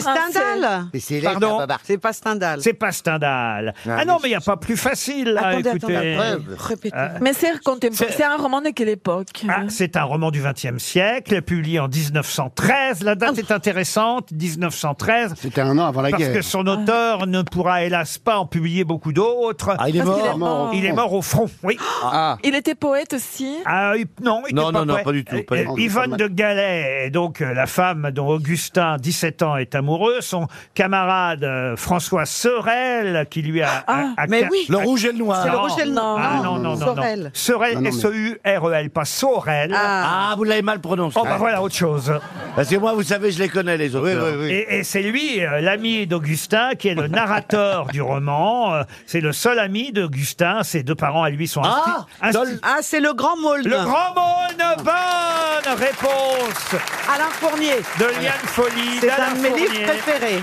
S7: français.
S5: Stendhal.
S4: C'est
S2: Pardon
S5: C'est pas Stendhal.
S2: C'est pas Stendhal. Ah non, mais il n'y a pas plus facile, là,
S7: Attendez,
S2: Ah, écoutez.
S7: attendez.
S2: Euh,
S7: Mais c'est contemporain. C'est un roman de quelle époque
S2: Ah, c'est un roman du XXe siècle, publié en 1913. La date est intéressante, 1913.
S9: C'était un an avant la
S2: parce
S9: guerre.
S2: que son auteur ne pourra hélas pas en publier beaucoup d'autres.
S9: Ah, il est Parce qu'il mort. est mort.
S2: Il est mort au front, oui.
S4: Ah.
S7: Il était poète aussi.
S2: Ah, il- non, il
S3: Non,
S2: était
S3: non, non,
S2: prêt.
S3: pas du tout, pas du
S2: Euh,
S3: tout.
S2: Yvonne de Galais est donc euh, la femme dont Augustin, 17 ans, est amoureux. Son camarade euh, François Sorel, qui lui a... a- a-
S5: Ah, mais oui.
S3: Le rouge et le noir.
S5: C'est le
S2: Non.
S5: rouge et le noir.
S2: Ah, non, non, non, non.
S5: Sorel.
S2: Sorel,
S3: Non, non, mais-
S2: S-E-U-R-E-L, E pas Sorel.
S3: Ah, vous l'avez mal prononcé.
S2: Oh, bah voilà autre chose.
S3: Parce que moi, vous savez, je les connais, les autres.
S2: Et, et c'est lui, euh, l'ami d'Augustin, qui est le narrateur du roman. Euh, c'est le seul ami d'Augustin. Ses deux parents à lui sont
S5: Ah,
S2: insti- insti-
S5: Ah, c'est le grand Molde.
S2: Le grand Maune, bonne réponse
S5: Alain Fournier.
S2: de Liane Folie.
S5: C'est
S2: d'Alain
S5: un de mes livres
S2: Fournier.
S5: préférés.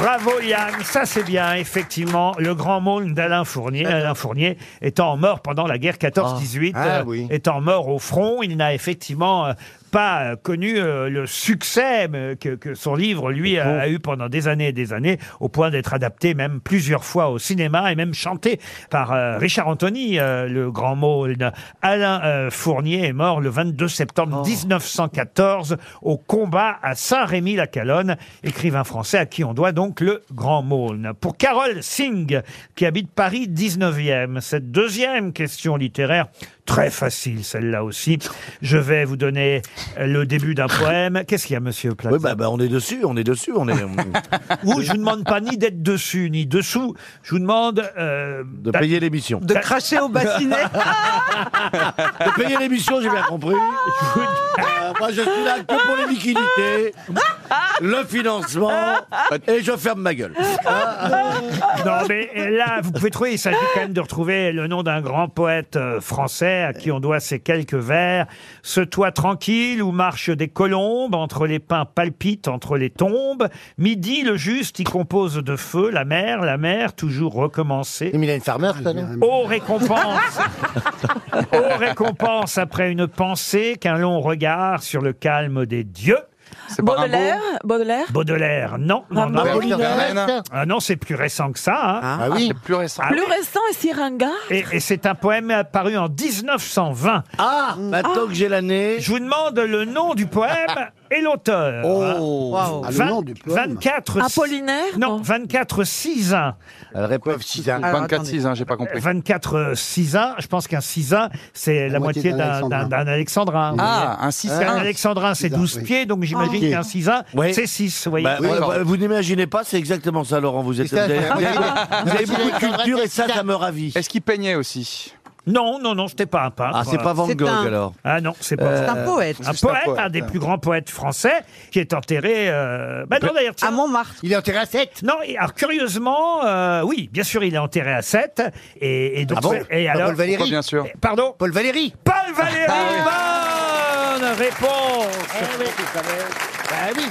S2: Bravo Yann, ça c'est bien, effectivement. Le grand monde d'Alain Fournier, Alain Fournier étant mort pendant la guerre 14-18,
S3: Eh Ah. Ah
S2: euh,
S3: oui.
S2: étant mort au front, il n'a effectivement euh, pas euh, connu euh, le succès euh, que, que son livre, lui, a, a eu pendant des années et des années, au point d'être adapté même plusieurs fois au cinéma et même chanté par euh, Richard Anthony, euh, le grand Maulne. Alain euh, Fournier est mort le 22 septembre 1914 au combat à Saint-Rémy-la-Calonne, écrivain français à qui on doit donc le grand Maulne. Pour Carole Singh, qui habite Paris 19e, cette deuxième question littéraire, très facile celle-là aussi, je vais vous donner euh, le début d'un poème. Qu'est-ce qu'il y a, monsieur Plaza
S3: Oui, bah, bah, on est dessus, on est dessus, on est.
S2: <laughs> Ou je vous demande pas ni d'être dessus ni dessous, je vous demande euh,
S3: De payer l'émission.
S5: De cracher au bassinet.
S2: <laughs>
S3: <laughs> De payer l'émission, j'ai bien compris. Euh, moi, je suis là que pour les liquidités, le financement, et je ferme ma gueule.
S2: Non, mais euh, là, vous pouvez trouver, il s'agit quand même de retrouver le nom d'un grand poète euh, français à qui on doit ces quelques vers. Ce toit tranquille où marchent des colombes, entre les pins palpitent, entre les tombes. Midi, le juste y compose de feu la mer, la mer toujours recommencée.
S4: Mylène Farmer, ça, non
S2: Oh, récompense Oh, récompense après une pensée qu'un long regard sur le calme des dieux.
S7: Baudelaire, Baudelaire.
S2: Baudelaire, non. non, non.
S7: Apollinaire.
S2: Ah non, c'est plus récent que ça. hein.
S7: Ah
S2: Ah,
S7: oui.
S2: c'est plus récent.
S7: Plus récent et Siringa.
S2: Et, et c'est un poème apparu
S7: Ah.
S4: bah,
S2: en 1920. Ah, maintenant que j'ai l'année. Je vous demande le nom du poème et l'auteur. Hein
S9: Oh. Wow. Ah, le
S2: Vingt-
S9: nom du poème.
S2: 24 Apollinaire Non, 24 6-1.
S3: Elle répond 6-1.
S6: 24 6 j'ai pas compris.
S2: 24 6-1, euh, je pense qu'un 6-1, c'est la moitié
S6: moitié
S2: d'un-
S6: d'un
S2: d'un d'un alexandrin.
S6: Ah,
S2: Vous
S6: un
S2: voyez
S6: 6-1.
S2: Un alexandrin, c'est
S3: Six-un,
S2: 12
S3: oui. Ah,
S2: pieds, donc j'imagine
S3: Ok.
S2: qu'un 6-1,
S3: Oui.
S2: c'est 6. Vous voyez
S3: Bah, ouais, bah, vous n'imaginez pas, c'est exactement ça, Laurent. Vous, êtes,
S2: C'est ça,
S3: vous avez,
S2: c'est la
S3: vous avez-
S2: moitié.
S3: vous
S2: La
S3: avez
S2: moitié
S3: beaucoup de
S2: d'un
S3: culture et ça, ça me ravit.
S6: Est-ce qu'il peignait aussi
S2: Non, non, non, c'était pas un peintre. hein.
S3: Ah, c'est pas Van C'est Gogh, un- alors.
S2: Ah non, c'est pas.
S3: C'est un poète.
S2: Un
S3: C'est un
S2: poète,
S3: poète, hein.
S2: un des
S3: ouais.
S2: plus grands poètes français, qui est enterré. euh, bah non, d'ailleurs.
S5: Ah,
S2: À
S5: Montmartre.
S2: Il est enterré à 7 Non, et alors curieusement, euh, oui, bien sûr, il est enterré à 7 Et, et donc,
S6: Ah bon
S2: et
S6: Par
S2: alors,
S6: Paul Valéry Pourquoi, bien sûr.
S2: Pardon
S4: Paul Valéry.
S2: Paul Valéry.
S4: Ah,
S2: Bonne réponse.
S4: Bah oui.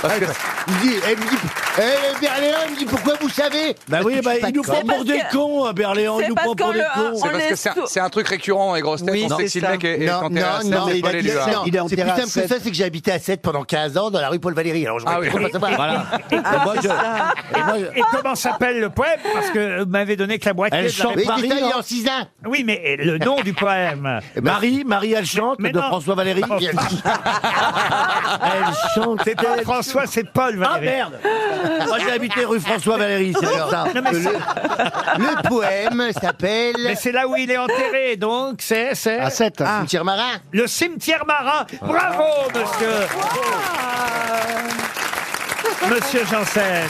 S6: Parce que-
S4: Il me dit, elle me dit, eh, Berléand, il me dit pourquoi vous savez
S3: Bah oui, bah, il nous prend pour des cons, hein, Berléand, il nous prend
S2: euh,
S3: pour des cons.
S6: C'est parce que c'est un- c'est un truc récurrent et grosse tête, on sait que si le mec est, est
S4: non,
S6: enterré à
S4: non,
S6: Sète,
S4: non,
S6: c'est
S4: mais il
S6: pas
S4: a
S6: les
S4: dit-
S6: lueurs.
S4: non, c'est plus simple que ça, c'est que j'ai habité à 7 pendant 15 ans dans la rue Paul Valéry. Alors je
S6: Ah
S4: voulais
S6: oui.
S4: pas savoir.
S6: Voilà.
S4: Et
S2: Ah,
S4: moi, je-
S2: Et,
S6: <laughs>
S2: et comment s'appelle le poème Parce que vous m'avez donné que la moitié
S4: Elle
S2: de la
S4: chante
S2: réponse.
S4: Paris, Oui, c'est ça,
S3: hein.
S4: il est en cisin.
S2: Oui, mais et le nom du
S4: <laughs>
S2: poème.
S3: Marie, Marie, elle chante de François Valéry. <laughs> Elle chante.
S2: Ah, C'est pas François, c'est Paul Valéry.
S3: Ah merde Moi j'ai habité rue François Valéry,
S2: <laughs>
S3: c'est pour ça.
S2: Non, mais
S3: Que
S2: c'est-
S3: le-
S4: Le poème s'appelle.
S2: Mais c'est là où il est enterré, donc c'est. c'est- Ah.
S9: À sept.
S4: Le cimetière marin. Ah.
S2: Le cimetière marin. Bravo, monsieur. Monsieur Janssen,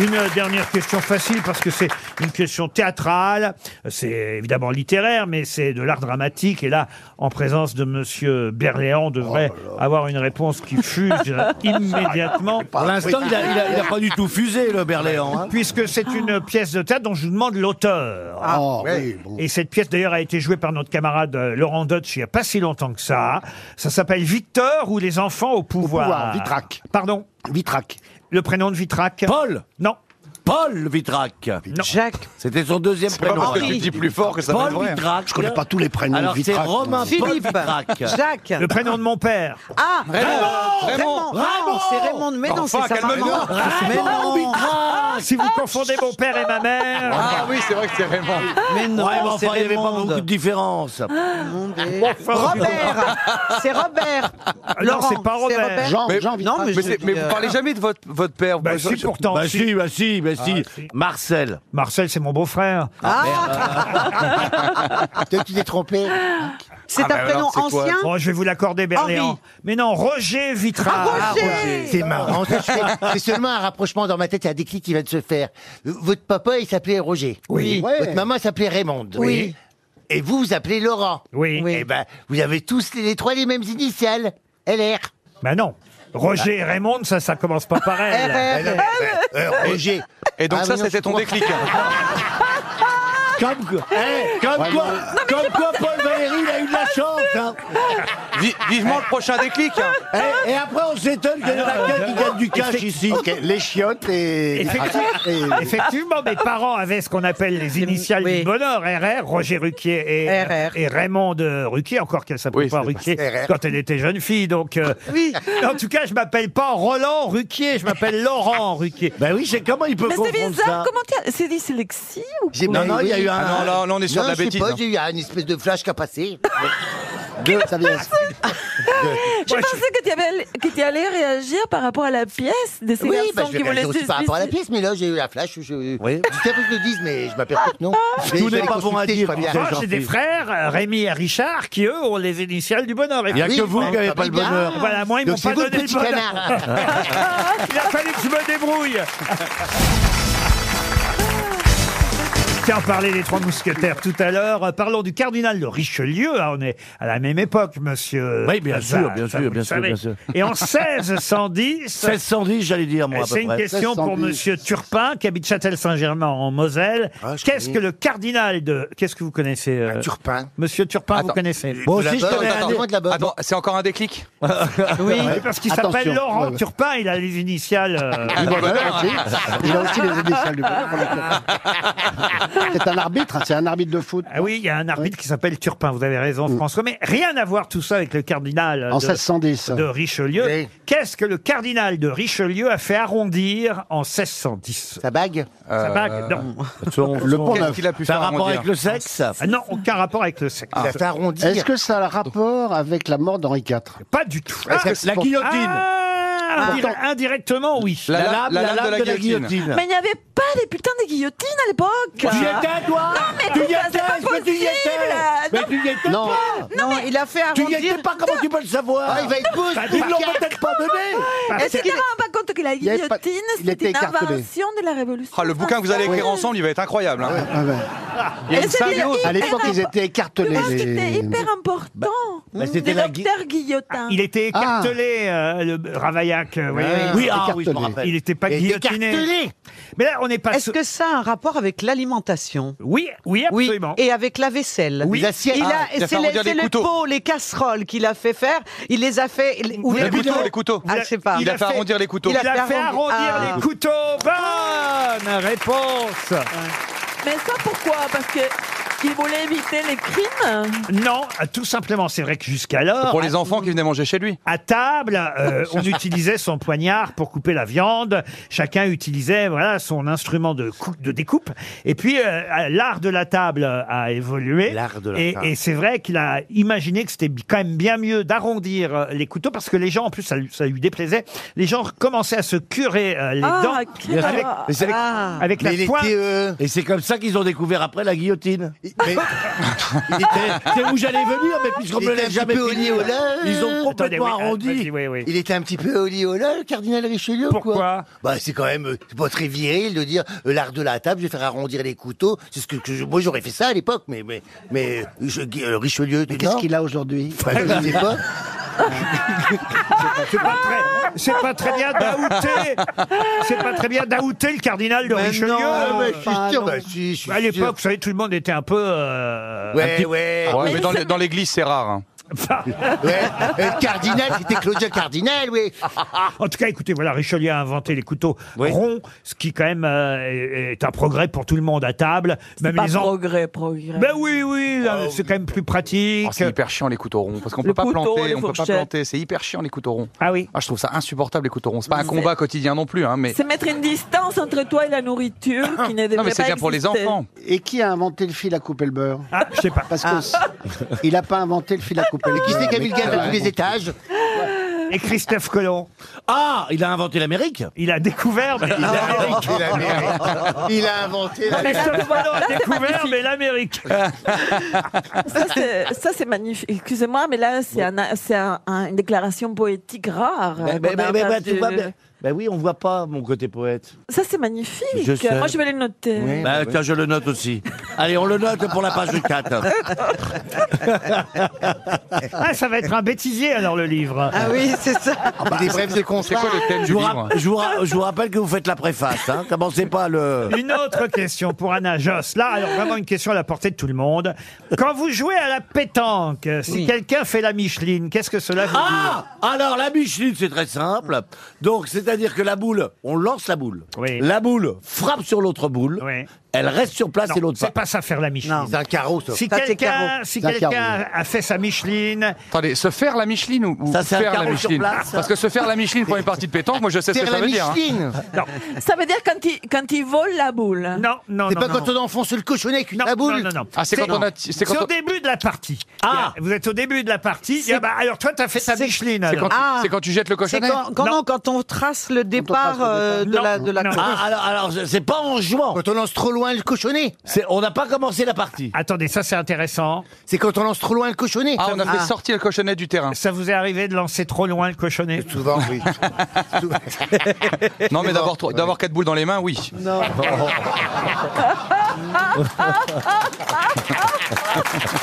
S2: une dernière question facile parce que c'est une question théâtrale, c'est évidemment littéraire, mais c'est de l'art dramatique. Et là, en présence de Monsieur Berléand, on devrait
S3: Oh
S2: avoir une réponse qui fuge
S3: <laughs>
S2: immédiatement.
S3: Pour l'instant, il a- il a- il a pas du tout fusé, le Berléand. hein.
S2: Puisque c'est une pièce de théâtre dont je vous demande l'auteur.
S3: Oh,
S9: Ah, oui, bon.
S2: Et cette pièce d'ailleurs a été jouée par notre camarade euh, Laurent Dodge il n'y a pas si longtemps que ça. Ça s'appelle Victor ou les enfants au pouvoir.
S9: pouvoir, Vitrac.
S2: Pardon
S9: Vitrac.
S2: Le prénom de Vitrac
S3: Paul
S2: Non.
S3: Paul Vitrac.
S5: Jacques.
S3: C'était son deuxième
S6: pas
S3: prénom.
S6: parce que tu dis plus fort que ça va
S3: Paul
S6: être vrai. hein.
S3: Vitrac.
S9: Je connais pas tous les prénoms
S3: Alors,
S9: de Vitrac.
S3: c'est Romain Paul
S5: Philippe.
S3: Vitrac.
S5: Jacques.
S2: Le prénom de mon père.
S5: Ah,
S6: Raymond,
S5: Raymond,
S6: Raymond.
S5: Raymond, c'est Raymond, mais non,
S6: Enfin,
S5: c'est sa
S6: calme-toi.
S5: maman. Ah, Mais non.
S2: Si vous confondez mon père et ma mère.
S6: Ah oui, c'est vrai que c'est vraiment.
S5: Mais non,
S3: Ouais, mais
S5: c'est
S3: enfin, il n'y avait pas
S5: Raymond.
S3: beaucoup de différence.
S5: Mon Dieu. Robert, c'est Robert.
S2: non,
S5: Laurent,
S2: c'est pas Robert.
S5: Jean,
S6: Mais-
S5: Jean Vitrac.
S6: mais, c'est- mais vous parlez jamais de votre, votre père.
S2: Bah
S6: vous-
S2: si,
S6: je-
S2: pourtant.
S3: Bah
S2: si. Ah,
S3: si, bah si, bah si. Marcel.
S2: Marcel, c'est mon beau-frère. <laughs>
S4: Peut-être tu t'es trompé.
S5: C'est
S6: Ah,
S5: un
S6: bah
S5: prénom
S6: alors, c'est quoi
S5: ancien.
S2: Oh, je vais vous l'accorder, Berléand.
S5: Henri.
S2: Mais non, Roger Vitrac.
S5: Ah, Roger.
S4: C'est marrant.
S2: <laughs>
S4: ça, je fais- C'est seulement un rapprochement dans ma tête, c'est un déclic qui vient de se faire. V- Votre papa, il s'appelait Roger.
S2: Oui.
S9: Ouais.
S4: Votre maman s'appelait Raymond.
S5: Oui.
S4: Et vous, vous appelez Laurent.
S2: Oui.
S4: Eh ben, vous avez tous les, les trois les mêmes initiales. LR.
S2: Bah non. Roger et Raymond, ça, ça commence pas pareil.
S4: Eh non, eh,
S3: Euh,
S4: eh, Roger.
S6: Et donc
S4: Ah,
S6: ça,
S4: mais non,
S6: c'était ton
S4: je
S6: déclic.
S2: hein.
S3: <laughs>
S6: hein.
S3: Comme quoi, eh, comme
S9: Ouais,
S3: quoi,
S9: non.
S3: comme quoi Paul Valéry, il a eu de la chance. hein.
S6: Vi- vivement le prochain déclic. hein.
S3: Eh, et après, on s'étonne qu'il y en a qu'un qui gagne du cash ici.
S9: Ok, les chiottes et.
S3: Ah,
S2: Effectivement,
S4: Ah,
S9: et-
S2: effectivement, mes parents avaient ce qu'on appelle les initiales
S5: oui.
S2: du bonheur, RR, Roger Ruquier et,
S5: RR.
S2: et Raymond de Ruquier, encore qu'elle s'appelait
S6: Oui,
S2: pas
S6: c'était
S2: Ruquier
S4: RR.
S2: quand elle était jeune fille.
S4: <laughs>
S2: Donc, euh,
S5: Oui.
S2: en tout cas, je m'appelle pas Roland Ruquier, je m'appelle Laurent Ruquier.
S3: Ben oui, c'est comment il peut
S7: Mais c'est
S3: confondre ça
S7: bizarre, comment t'as- C'est dyslexie ou
S4: J'ai-
S3: Non,
S4: Mais
S3: non, il y a
S4: oui.
S3: eu
S6: Ah non,
S3: un...
S6: là, là, on est sur
S4: Non,
S6: de la
S4: je sais
S6: bêtise.
S4: pas,
S6: hein.
S4: j'ai eu un espèce de flash qui a
S6: <laughs>
S4: passé.
S9: Deux, ça vient.
S7: Ah.
S4: euh,
S7: Je
S2: Moi, je-
S7: pensais que tu allais, que t'y allais réagir par rapport à la pièce de ces
S4: Oui,
S7: garçons
S4: bah, je
S7: qui voulaient
S4: vais aussi par rapport à la pièce, mais là, j'ai eu la flash. Je...
S3: Oui.
S4: Je sais pas que je le dise, mais je m'aperçois que non. Mais
S7: Ah.
S3: n'est
S4: je vais
S3: pas
S4: les
S3: bon à
S4: consulter,
S3: dire,
S4: je crois bien.
S3: c'est
S2: Moi, Ah, j'ai des frères, euh, Rémi et Richard, qui eux ont les initiales du bonheur.
S3: Il n'y a
S4: Oui,
S3: que vous qui
S4: oui,
S3: n'avez
S4: Ah, oui,
S3: pas le
S4: bien.
S3: bonheur.
S2: Voilà, moi, ils m'ont
S4: Donc
S2: pas
S4: c'est vous le
S2: donné
S4: petit
S2: le bonheur.
S4: canard.
S2: <laughs> Ah, Il a fallu que je me débrouille. Tiens, on parlait des trois mousquetaires tout à l'heure. Euh, Parlons du cardinal de Richelieu. hein, on est à la même époque, monsieur.
S3: Oui, bien
S2: Plaza,
S3: sûr, bien
S2: ça,
S3: sûr,
S2: vous
S3: bien
S2: le
S3: sûr,
S2: savez.
S3: bien sûr.
S2: Et en
S3: <laughs>
S2: 1610,
S3: 1610, j'allais dire, moi, à
S2: c'est
S3: peu
S2: une
S3: près.
S2: question pour
S9: 1610.
S2: monsieur Turpin, qui habite Châtel-Saint-Germain en Moselle.
S4: Ah, je
S2: Qu'est-ce
S4: connais.
S2: que le cardinal de. Qu'est-ce que vous connaissez euh,
S4: Turpin.
S2: Monsieur Turpin, vous
S6: Attends.
S2: connaissez
S3: Moi aussi, je
S4: Attends,
S3: connais
S4: attends,
S3: un...
S4: loin de la bonne.
S6: Attends, c'est encore un déclic
S9: <laughs>
S2: Oui, parce qu'il
S9: Attention.
S2: s'appelle Laurent
S9: Ouais, ouais.
S2: Turpin, il a les initiales. euh,
S9: Il a aussi les initiales du bonheur.
S2: <laughs>
S9: C'est un arbitre, hein, c'est un arbitre de foot. Mm.
S2: Ah oui, il y a un arbitre qui s'appelle Turpin, vous avez raison François, mais rien à voir tout ça avec le cardinal
S9: En
S2: de,
S9: 1610.
S2: de Richelieu. Qu'est-ce que le cardinal de Richelieu a fait arrondir en 1610 Sa bague Sa bague, non.
S9: Le pont Euh, Qu'est-ce Neuf. qu'il a pu
S2: Ça a
S9: faire
S2: rapport
S9: arrondir
S2: avec le sexe ah Non, aucun rapport avec le sexe.
S9: Est-ce que ça a un rapport avec la mort d'Henri IV
S2: Pas du tout.
S9: Ah, la guillotine.
S2: Ah, indi-
S9: Pourtant-
S2: indirectement, oui.
S9: La lame- la lame de la guillotine.
S7: Mais il n'y avait pas des putains de guillotines à l'époque Tu
S5: y étais, toi
S7: Non, mais
S5: Tu y
S7: c'est pas-
S5: étais,
S7: c'est pas
S5: mais tu y
S7: possible,
S5: étais.
S7: là.
S5: Mais
S7: Non,
S5: tu y étais
S7: non.
S5: pas.
S7: Non, mais-
S5: Il a fait
S7: Tu y
S5: arrondir.
S7: étais pas, comment tu peux le savoir
S5: Ah, il va être beau,
S7: Bah,
S5: ce
S7: ils l'ont
S5: bâtard.
S7: peut-être
S9: pas
S7: donné. Est-ce qu'il ne rend pas compte que la
S9: Il y avait
S7: guillotine,
S9: pas- il
S7: c'était
S9: était
S7: une
S9: écartelé.
S7: invention de la Révolution
S6: Ah, le bouquin que vous allez écrire ensemble, il va être incroyable. hein. Il y a
S7: Et
S6: une
S7: c'était
S6: symbiose.
S7: hyper
S9: À l'époque, ils étaient écartelés,
S7: Parce que
S9: les-
S7: C'était hyper important.
S9: bah,
S7: c'était
S9: c'était
S7: mm, le
S9: la
S7: docteur Guillotin.
S2: Ah, Il était
S9: Ah.
S2: écartelé, euh, le Ravaillac. euh, vous voyez,
S5: Ah,
S2: il
S5: oui,
S2: était
S5: ah,
S2: écartelé.
S5: oui, je me rappelle.
S2: Il n'était pas
S5: Il était
S2: guillotiné.
S5: écartelé.
S2: Mais là, on n'est pas.
S5: Est-ce que ça a un rapport avec l'alimentation
S2: Oui, oui, absolument.
S5: Et avec la vaisselle.
S2: Oui.
S5: Il
S2: Les
S5: a,
S2: assiettes. Ah, il a fait
S5: c'est les,
S2: arrondir
S5: c'est
S2: les
S5: le
S2: couteaux.
S5: pot, les casseroles qu'il a fait faire. Il les a fait. il- ou
S6: Les couteaux, les couteaux.
S5: Ah, je sais pas.
S6: Il a fait arrondir les couteaux.
S2: Il a fait arrondir
S5: Ah.
S2: les couteaux. Bonne réponse.
S7: Mais ça, pourquoi Parce que il voulait éviter les crimes
S2: Non, euh, tout simplement, c'est vrai que jusqu'alors.
S6: Pour les enfants qui venaient manger chez lui.
S2: À table, euh,
S6: <laughs>
S2: on utilisait son poignard pour couper la viande. Chacun utilisait voilà son instrument de, cou- de découpe. Et puis euh, l'art de la table a évolué. L'art
S3: de la
S2: et,
S3: table.
S2: Et c'est vrai qu'il a imaginé que c'était bi- quand même bien mieux d'arrondir euh, les couteaux parce que les gens, en plus, ça, lui- ça lui déplaisait. Les gens commençaient à se curer euh, les
S7: Ah,
S2: dents
S7: quel
S2: avec,
S7: horreur.
S2: mais c'est avec-
S7: Ah.
S2: avec la pointe.
S4: euh,
S3: Ah. Et c'est comme ça qu'ils ont découvert après la guillotine.
S9: C'est où j'allais venir, mais puisqu'on
S4: Il
S9: me
S4: était un
S9: l'a
S4: petit
S9: jamais
S4: peu au
S9: fini.
S2: euh,
S4: lit au lait.
S9: Ils ont
S4: Attendez, oui, euh,
S3: euh,
S9: complètement arrondi.
S4: vas-y, Il était un petit peu au lit au lait, le cardinal Richelieu, Pourquoi Bah, c'est quand même euh, c'est pas très viril de dire euh, l'art de la table, je vais faire arrondir les couteaux. C'est ce que, que je- moi j'aurais fait ça à l'époque, mais mais mais euh, je- euh, Richelieu.
S9: Mais qu'est-ce qu'il a aujourd'hui
S4: Bah, je sais pas.
S2: <laughs> C'est pas très, c'est pas très bien d'outer, c'est pas très bien d'outer le cardinal de
S4: Mais
S2: Richelieu.
S4: non, Ah,
S2: Euh,
S4: mais je suis
S2: bah
S4: sûr,
S2: non.
S4: bah si, je suis
S2: à l'époque,
S4: sûr.
S2: vous savez, tout le monde était un peu. euh,
S4: Ouais,
S2: un petit-
S4: ouais.
S6: Ah ouais,
S4: Mais
S6: mais dans
S4: ça-
S6: les- dans l'église, c'est rare. hein.
S4: <laughs> Ouais, euh, cardinal, c'était Claudia Cardinal, oui.
S2: <laughs> En tout cas, écoutez, voilà, Richelieu a inventé les couteaux ronds, ce qui quand même euh, est est un progrès pour tout le monde à table, même
S7: Pas
S2: les en-
S7: progrès, progrès.
S2: <laughs> Ben oui, oui,
S4: Oh,
S2: là, c'est quand même plus pratique.
S6: Oh, c'est hyper chiant les couteaux ronds parce qu'on
S2: Le
S6: peut pas
S2: couteau, les
S6: planter, on peut pas
S2: fourchettes.
S6: planter, c'est hyper chiant les couteaux ronds.
S2: Ah oui.
S6: Ah, je trouve ça insupportable les couteaux ronds. C'est pas un
S7: C'est-
S6: combat quotidien non plus hein, mais
S7: C'est mettre une distance entre toi et la nourriture qui ne devrait
S6: Non, mais c'est
S7: pas
S6: bien pour les
S7: exister.
S6: enfants.
S9: Et qui a inventé le fil à couper le beurre
S2: Ah, je sais pas.
S9: Parce que il a pas inventé le fil à couper le beurre.
S4: Qui c'est qui a mis le gaz à
S9: mais-
S4: tous les étages
S2: Et Christophe Colomb,
S3: Ah, il a inventé l'Amérique.
S2: il a découvert mais l'Amérique.
S4: Il a inventé la
S2: Christophe Colomb
S7: Là,
S2: a
S7: c'est
S2: découvert
S7: magnifique.
S2: mais
S6: <laughs>
S2: l'Amérique.
S7: Ça, c'est- Ça, c'est magnifique. Excusez-moi, mais là, c'est un- c'est un- un- une déclaration poétique rare.
S3: Ben, ben,
S7: qu'on a
S3: ben, ben,
S7: perdue.
S3: tu vois, ben- ben oui, on voit pas mon côté poète.
S7: Ça, c'est magnifique.
S3: Je sais.
S7: Moi, je vais les noter.
S3: Bah, tiens, je le note <laughs> aussi. Allez, on le note pour la page 4.
S2: <laughs> Ah, ça va être un bêtisier alors le livre.
S5: Ah oui, c'est ça.
S3: bah,
S4: Des brèves de contrat.
S3: je, vous rapp- je vous ra- je vous rappelle que vous faites la préface. Hein. Commencez pas le.
S2: Une autre question pour Anna Joss. Là, alors vraiment une question à la portée de tout le monde. Quand vous jouez à la pétanque, si quelqu'un fait la Micheline, qu'est-ce que cela veut dire
S3: Ah Alors, la Micheline, c'est très simple. Donc, c'est-à-dire que la boule, on lance la boule.
S2: Oui.
S3: La boule frappe sur l'autre boule.
S2: Oui.
S3: Elle reste sur place
S2: Non,
S3: et l'autre
S2: c'est pas ça faire la Micheline.
S4: C'est un carreau, ça.
S2: Si
S5: Ça, c'est
S2: quelqu'un
S5: carreau.
S2: si
S9: C'est un
S2: quelqu'un
S9: carreau.
S2: a fait sa Micheline,
S6: Attendez, se faire la Micheline ou, ou
S3: Ça, c'est un
S6: faire la
S3: carreau sur
S6: Micheline
S3: place.
S6: Parce que se faire la Micheline pour une partie de pétanque, moi je sais ce que
S4: Faire
S6: ça
S4: la
S6: veut dire. hein.
S2: euh,
S4: Micheline.
S7: Ça veut dire quand ils quand ils volent la boule.
S2: non, non,
S4: C'est
S2: non,
S4: pas
S2: non.
S4: quand on enfonce le cochonnet avec une
S2: Non,
S4: taboule.
S2: non, non, non.
S6: Ah, c'est quand on a- c'est quand
S2: au
S6: on-
S2: début de la partie.
S3: Ah.
S2: Vous êtes au début de la partie. Ah bah, alors toi, t'as fait ta Micheline.
S6: C'est quand,
S2: alors.
S5: Ah.
S6: c'est quand tu jettes le
S5: C'est
S6: cochonnet.
S5: quand, quand- non, quand on trace le
S2: Ah,
S5: départ
S9: le départ.
S5: euh, de,
S2: Non,
S5: la, de la
S2: non.
S5: course.
S3: Ah, alors, alors, c'est pas en jouant.
S4: Quand on lance trop loin le cochonnet.
S3: C'est- On n'a pas commencé la partie.
S2: Attendez, ça c'est intéressant.
S4: C'est quand on lance trop loin le cochonnet.
S6: Ah, on a fait
S5: Ah.
S6: sortir le cochonnet du terrain.
S2: Ça vous est arrivé de lancer trop loin le cochonnet
S4: Souvent,
S2: <laughs>
S4: oui.
S6: Non, mais d'avoir trois- d'avoir quatre boules dans les mains, oui. <laughs>
S4: <laughs>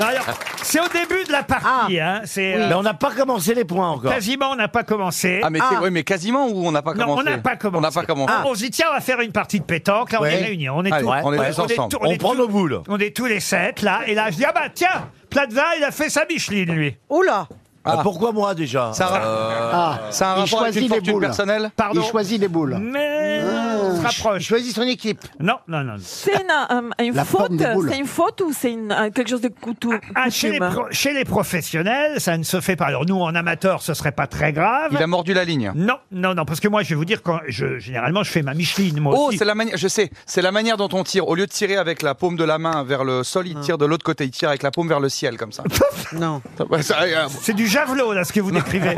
S2: Non, alors, c'est au début de la partie. hein. C'est euh,
S3: Mais on n'a pas commencé les points encore.
S2: quasiment on n'a pas commencé.
S6: Ah, mais, c'est- ouais, mais quasiment ou on n'a pas
S2: Non,
S6: commencé
S2: on n'a pas commencé. Ah,
S6: On n'a pas commencé.
S2: On se dit, tiens, on va faire une partie de pétanque. Là, on
S4: Ouais.
S2: est réunis. On est,
S6: Allez,
S2: tous,
S6: on est
S2: ouais,
S6: tous ensemble.
S2: tous-
S3: On
S2: est
S3: prend
S2: tous-
S3: nos boules.
S2: On est tous les sept, là. Et là, je dis, ah bah tiens, Plaza, il a fait sa Micheline, lui.
S5: Oula
S3: Ah, Pourquoi moi déjà
S6: Ça a un rapport-
S9: Ah,
S6: Euh, ça a un
S9: il
S6: rapport avec
S9: choisit
S6: une
S9: les
S6: fortune
S9: boules.
S6: personnelle
S2: Pardon.
S9: Il choisit les boules.
S2: Mais... rapproche.
S4: Choisis son équipe.
S2: Non, non, non. non.
S7: C'est une, euh, une
S2: La forme
S7: faute,
S2: des boules.
S7: c'est une faute ou c'est une- euh, quelque chose de couteau
S2: Ah, chez, les pro- chez les professionnels, ça ne se fait pas. Alors nous, en amateur, ce serait pas très grave.
S6: Il a mordu la ligne.
S2: Non, non, non, parce que moi, je vais vous dire, quand je, généralement, je fais ma Micheline, moi
S6: Oh,
S2: aussi.
S6: c'est la manière, je sais, c'est la manière dont on tire. Au lieu de tirer avec la paume de la main vers le sol,
S2: Ah.
S6: il tire de l'autre côté, il tire avec la paume vers le ciel,
S2: <laughs>
S6: comme ça.
S5: non.
S2: C'est du javelot, là, ce que vous décrivez.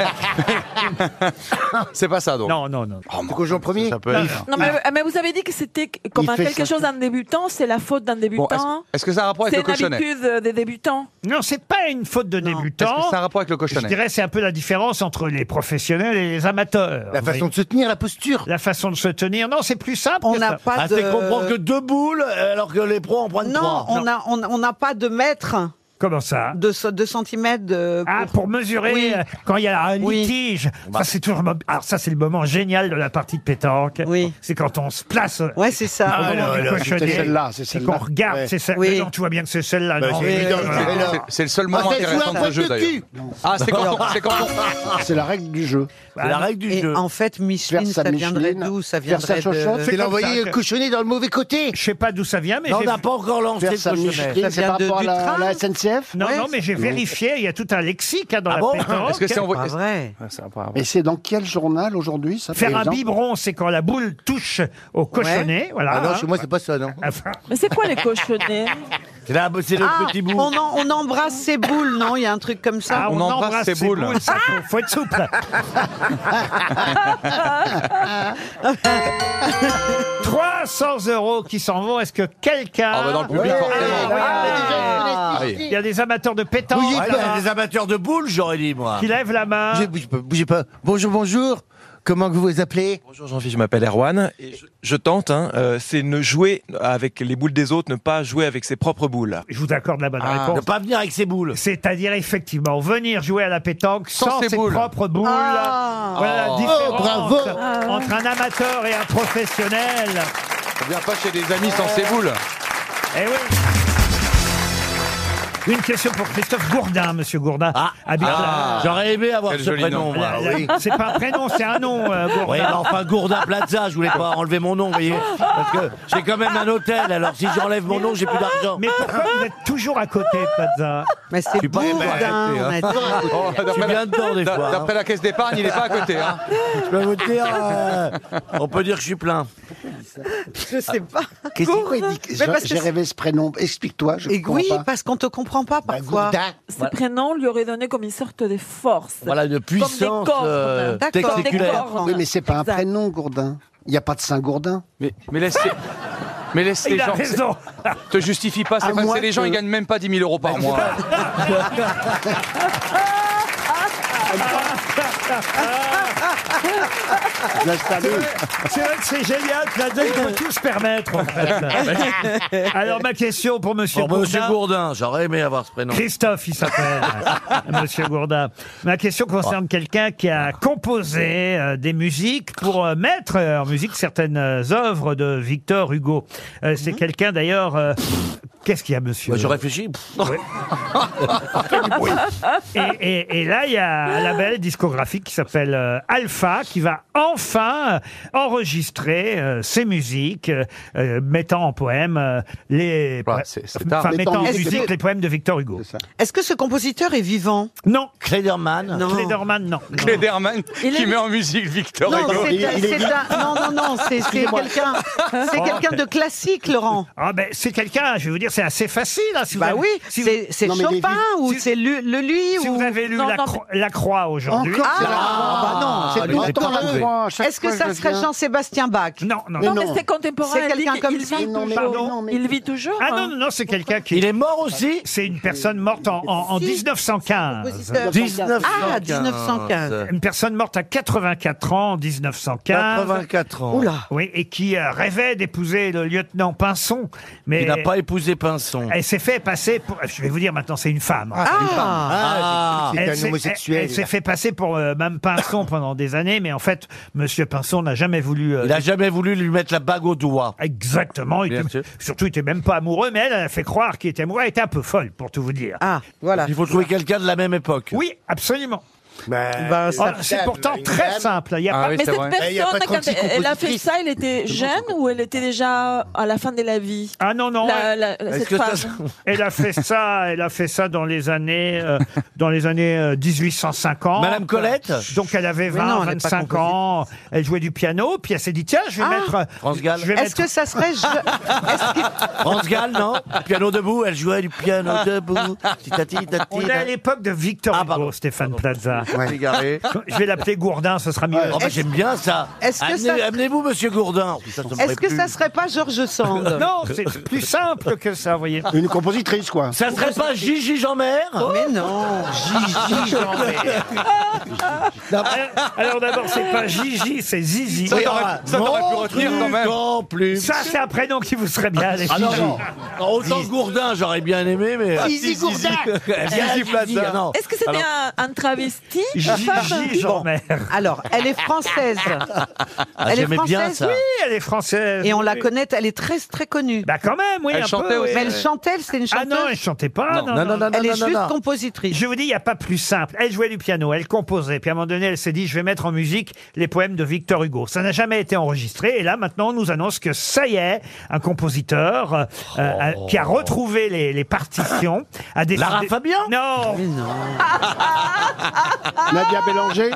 S6: c'est pas ça, donc. Oh,
S2: Non, non, non.
S4: en premier
S7: Non, mais, mais vous avez dit que c'était comme
S6: Il
S7: un
S6: fait
S7: quelque
S6: ça.
S7: chose d'un débutant, c'est la faute d'un
S6: Bon,
S7: débutant.
S6: est-ce, est-ce que ça a un rapport avec
S7: c'est
S6: le
S7: une
S6: cochonnet
S7: habitude euh, des débutants.
S2: Non, c'est pas une faute de débutant.
S6: Est-ce que ça a un rapport avec le
S2: Je
S6: cochonnet
S2: dirais c'est un peu la différence entre les professionnels et les amateurs.
S6: La façon
S2: de se tenir, la posture. La façon de se tenir, non, c'est plus simple.
S5: On
S2: que
S5: n'a
S2: ça.
S5: pas Ah, c'est de- qu'on prend que
S2: deux boules alors que les pros en prennent
S5: Non, on n'a on, on n'a pas de mètre.
S2: Comment ça
S5: De 2 centimètres euh, de.
S2: Ah, pour mesurer
S5: Oui.
S2: euh, quand il y a un
S5: Oui.
S2: litige. Ça, c'est toujours. mo- Alors, ça, c'est le moment génial de la partie de pétanque. C'est quand on se place.
S5: Ouais, c'est ça.
S2: au
S5: Ah,
S2: moment
S5: là,
S2: du
S5: là,
S2: cochonnet.
S5: c'est celle-là, c'est
S2: Et
S5: celle-là.
S2: qu'on regarde,
S5: Ouais.
S2: c'est celle
S5: Oui.
S2: Mais non, tu vois bien que c'est celle-là.
S5: Bah,
S2: non,
S5: c'est
S2: mais-
S5: évident,
S2: non,
S5: c'est Ah,
S2: non.
S5: là.
S6: C'est- c'est le seul moment intéressant de ce jeu, d'ailleurs. Ah, <laughs> c'est quand
S5: <laughs>
S6: on- c'est quand
S9: <laughs>
S6: on-
S9: C'est la règle du jeu.
S2: Bah,
S5: C'est la règle du Et jeu. en fait, Micheline,
S9: Faire sa
S5: ça viendrait
S9: Micheline,
S5: d'où Ça
S9: faire sa
S5: viendrait de-
S9: chochotte,
S5: C'est
S9: comme ça
S5: l'envoyer
S9: que-
S4: cochonner dans le mauvais côté.
S2: Je sais pas d'où ça vient, Ah, mais
S9: Non,
S2: j'ai
S9: on n'a
S2: vu-
S9: pas encore lancé Faire le sa cochonnet. Micheline, Ça c'est vient par de- rapport à du la- train la SNCF
S2: Non,
S9: Ouais.
S2: non, mais j'ai
S9: Non.
S2: vérifié, il y a tout un lexique hein, dans
S9: Ah
S2: la
S9: bon
S2: pétanque.
S9: Est-ce que c'est envoyé-
S2: <laughs>
S9: C'est pas
S5: vrai.
S9: Et c'est dans quel journal aujourd'hui ça
S2: Faire
S9: par
S2: un
S9: exemple
S2: biberon, c'est quand la boule touche au cochonnet. Voilà.
S9: Ah non,
S2: hein.
S9: chez moi, c'est pas
S4: ça,
S2: <laughs>
S4: non.
S7: Mais c'est quoi les cochonnets
S2: Bah, C'est là,
S5: Ah, On, en- on embrasse ses boules, non Il y a un truc comme ça.
S2: Ah, on, embrasse, ses boules. ça, faut, faut être souple.
S5: Ah.
S2: 300 euros qui s'en vont. Est-ce que quelqu'un.
S6: Ah, bah, dans le public, forcément.
S2: Ah,
S6: oui.
S2: Il y a des amateurs de pétanque.
S3: Ouais, il y a des amateurs de boules, j'aurais dit, moi.
S2: Qui lève la main.
S4: Bougez, bougez pas, bougez pas. Bonjour, bonjour. Comment que vous vous appelez
S16: Bonjour Jean-Philippe, je m'appelle Erwan et je, je tente, hein, euh, c'est ne jouer avec les boules des autres, ne pas jouer avec ses propres boules.
S2: Je vous accorde la bonne
S16: Ah.
S2: réponse.
S16: Ne
S2: pas venir avec ses boules. C'est-à-dire, effectivement, venir jouer à la pétanque sans,
S16: Sans ses
S2: ses,
S16: boules.
S2: propres boules.
S16: Ah.
S2: Voilà la
S16: Oh,
S2: différence
S16: bravo.
S2: entre un amateur et un professionnel.
S6: On vient pas chez des amis sans ses boules.
S2: Eh oui. Une question pour Christophe Gourdin, monsieur Gourdin. habite la-
S3: Ah. J'aurais aimé avoir Quel ce joli prénom, nom. moi,
S2: La- la-
S3: oui.
S2: C'est pas un prénom, c'est un nom, euh, Gourdin.
S3: Oui, mais enfin, Gourdin Plaza, je voulais pas enlever mon nom, vous voyez. Parce que j'ai quand même un hôtel, alors si j'enlève mon nom, j'ai plus d'argent.
S2: Mais pourquoi vous êtes toujours à côté, Plaza
S5: Mais
S3: Je suis pas- hein. Gourdin, on a <laughs> dit.
S6: Oh,
S3: Je suis
S6: d'après la-
S3: bien dedans, des
S6: d'a-
S3: fois, hein.
S6: D'après la caisse d'épargne, il est pas à côté. Hein.
S3: Je peux vous dire, euh, on peut dire que je suis plein.
S5: Je sais pas.
S9: Qu'est-ce qu'il-
S5: Gourdin. Mais parce
S9: J'ai
S5: que
S9: j'ai rêvé ce prénom. Explique-toi, je
S5: Et
S9: comprends
S5: oui,
S9: pas.
S5: parce qu'on te comprend pas
S2: Bah,
S5: parfois.
S7: Ce prénom lui aurait donné comme une sorte de force.
S9: Voilà,
S5: une
S7: Comme
S9: puissance,
S7: des cordes.
S9: euh,
S7: D'accord. Des cordes.
S9: Oui, mais c'est pas un prénom, Gourdin. Il n'y a pas de Saint-Gourdin.
S6: Mais, mais laisse, mais laisse
S9: Il
S6: les
S9: a
S6: gens.
S9: raison.
S6: <laughs> Te justifie pas,
S9: À
S6: c'est pas
S9: moins
S6: c'est les gens,
S9: que-
S6: ils gagnent même pas 10 000
S2: <laughs>
S6: euros par mois.
S2: C'est vrai- C'est vrai que c'est génial, Plaza, il peut tout se permettre. en
S3: <laughs>
S2: fait. Alors, ma question pour monsieur
S3: Bon, bah, Monsieur
S2: Gourdin.
S3: Gourdin, j'aurais aimé avoir ce prénom.
S2: Christophe, il
S3: <laughs>
S2: s'appelle, Monsieur Gourdin. Ma question
S3: Ah.
S2: concerne quelqu'un qui a composé euh, des musiques pour euh, mettre euh, en musique certaines euh, œuvres de Victor Hugo. Euh, c'est quelqu'un d'ailleurs. euh, Qu'est-ce qu'il y a, monsieur
S3: Mhm. Bah, je
S2: <laughs>
S3: réfléchis.
S2: Ouais. et, et- et là, il y a un label discographique qui s'appelle euh, Alpha, qui va enfin euh, enregistrer euh, ses musiques, euh, euh, mettant en poème euh, les,
S3: Ah,
S5: tard.
S2: enfin, mettant en
S5: Est-ce que-
S2: musique les poèmes de Victor Hugo.
S5: Est-ce que ce compositeur est vivant
S2: Non.
S3: Klederman
S5: Non.
S2: Klederman,
S6: <laughs>
S2: non.
S6: Klederman
S5: Il
S6: qui
S5: est-
S6: met en musique Victor
S5: Non,
S6: Hugo.
S5: c'est un- c'est un- non, non, non, c'est c'est
S2: Excusez-moi.
S5: quelqu'un c'est quelqu'un de classique, Laurent.
S2: Oh. Ah ben, c'est quelqu'un, je vais vous dire, c'est assez facile. hein, si vous
S5: Bah
S2: avez-
S5: oui,
S2: si
S5: c'est-
S2: vous-
S5: c'est
S2: Non, mais les
S5: Chopin
S2: vi-
S5: ou
S2: si-
S5: c'est le, le lui
S2: Si
S5: ou...
S2: vous avez lu la, Cro- La Croix aujourd'hui. Ah,
S5: Encore, c'est la Croix. Ah, Bah non,
S2: vous
S5: c'est
S2: l'avez
S5: longtemps
S2: pas
S5: la
S2: trouvé.
S5: Croix. Est-ce que ça serait Jean-Sébastien Bach
S2: Non, non,
S7: Non, mais c'est contemporain.
S5: C'est
S7: elle dit
S5: quelqu'un
S7: qu'il
S5: comme
S7: vit
S5: ça. Non, mais-
S7: toujours.
S5: non, mais-
S7: Il vit toujours.
S2: Ah
S7: hein.
S2: non, non, non, c'est quelqu'un qui. Il
S3: est mort aussi
S2: C'est une personne morte en, en- en 1915.
S5: Compositeur. 1915. Ah, 1915.
S2: Une personne morte à 84 ans en 1915.
S3: 84 ans.
S5: Oula.
S2: Oui, et qui euh, rêvait d'épouser le lieutenant Pinson. Mais
S3: Il n'a pas épousé Pinson.
S2: Elle s'est fait passer pour. Je vais vous dire maintenant, c'est une femme. hein.
S3: Ah, c'est une femme. Ah, j'ai cru que c'était
S2: Elle
S3: un
S2: s'est-
S3: homosexuel.
S2: Elle, elle s'est fait passer pour euh, Mme Pinson pendant des années, mais en fait, Monsieur Pinson n'a jamais voulu. euh,
S3: Il n'a jamais voulu lui mettre la bague au doigt.
S2: Exactement. il était- surtout, il était même pas amoureux, mais elle, elle a fait croire qu'il était amoureux. Elle était un peu folle, pour tout vous dire.
S5: Ah, voilà.
S3: Il faut trouver quelqu'un de la même époque.
S2: Oui, absolument. Ben, ça- c'est pourtant très simple. Il y a
S3: Ah
S2: pas-
S7: mais cette personne, quand elle- elle a fait ça, elle était jeune ou elle était déjà à la fin de la vie
S2: Ah non, non.
S7: La,
S2: elle-
S7: la- euh, cette femme.
S2: <laughs> Elle a fait ça, elle a fait ça dans les années, euh, dans les années euh, 1850.
S3: Madame Colette
S2: Donc elle avait
S3: Mais
S2: 20,
S3: non, elle est pas
S2: 25 ans. Elle jouait du piano, puis elle s'est dit tiens, je vais
S3: Ah
S2: mettre.
S3: France Gall.
S2: je vais
S3: Est-ce
S2: mettre-
S3: que ça
S2: <laughs>
S3: serait France Gall, non Piano debout, elle jouait du piano debout. Ah, Titati, tati,
S2: On est à l'époque de Victor Hugo, Stéphane Plaza.
S3: Ouais. Égaré.
S2: Je vais l'appeler Gourdin, ce sera mieux.
S3: Oh, bah, J'aime bien ça.
S5: Est-ce que
S3: Amenez-
S5: ça-
S3: Amenez-vous, monsieur Gourdin. Putain, ça me ferait
S5: Est-ce que
S3: plus.
S5: ça serait pas George Sand
S2: <laughs> Non, c'est plus simple que ça, vous voyez.
S9: <laughs> Une compositrice, quoi.
S3: Ça serait pas Gigi Jean-Mère
S5: Oh, Mais
S3: <laughs>
S5: non,
S3: Gigi Jean-Mère.
S2: Alors d'abord, c'est pas Gigi, c'est Zizi.
S3: Ça, t'aurais- ça, t'aurais pu retenir quand même. Montre-lui plume.
S2: Ça, c'est un prénom qui vous serait bien, les
S3: Ah non,
S2: Gigi.
S3: non. Autant Gourdin, j'aurais bien aimé, mais. Eh
S7: Ah, Zizi
S3: <laughs>
S7: Gourdin.
S3: Zizi Plaza. Non.
S7: Est-ce que c'était un, un travesti la femme
S2: Gigi Jean-Mère.
S5: Alors, elle est française.
S8: Ah,
S5: elle est
S2: Ah, j'aimais
S5: française,
S2: bien ça. Oui, elle est française.
S5: Et on la
S2: Oui.
S5: connaît, elle est très très connue.
S2: Bah quand même, oui,
S5: Elle
S2: un
S5: chantait
S2: peu.
S5: aussi,
S2: oui.
S5: Mais elle chantait, elle, c'est une
S2: Ah non,
S5: chanteuse
S2: elle chantait pas.
S5: Non, non, non, non, Elle non, est non, juste non. compositrice.
S2: Je vous dis, il n'y a pas plus simple. Elle jouait du piano, elle composait. Puis à un moment donné, elle s'est dit, je vais mettre en musique les poèmes de Victor Hugo. Ça n'a jamais été enregistré. Et là, maintenant, on nous annonce que ça y est, un compositeur euh, euh, qui a retrouvé les, les partitions a décidé.
S3: Oh. Lara Fabian
S2: Non.
S9: Nadia
S6: <laughs>
S9: Bélanger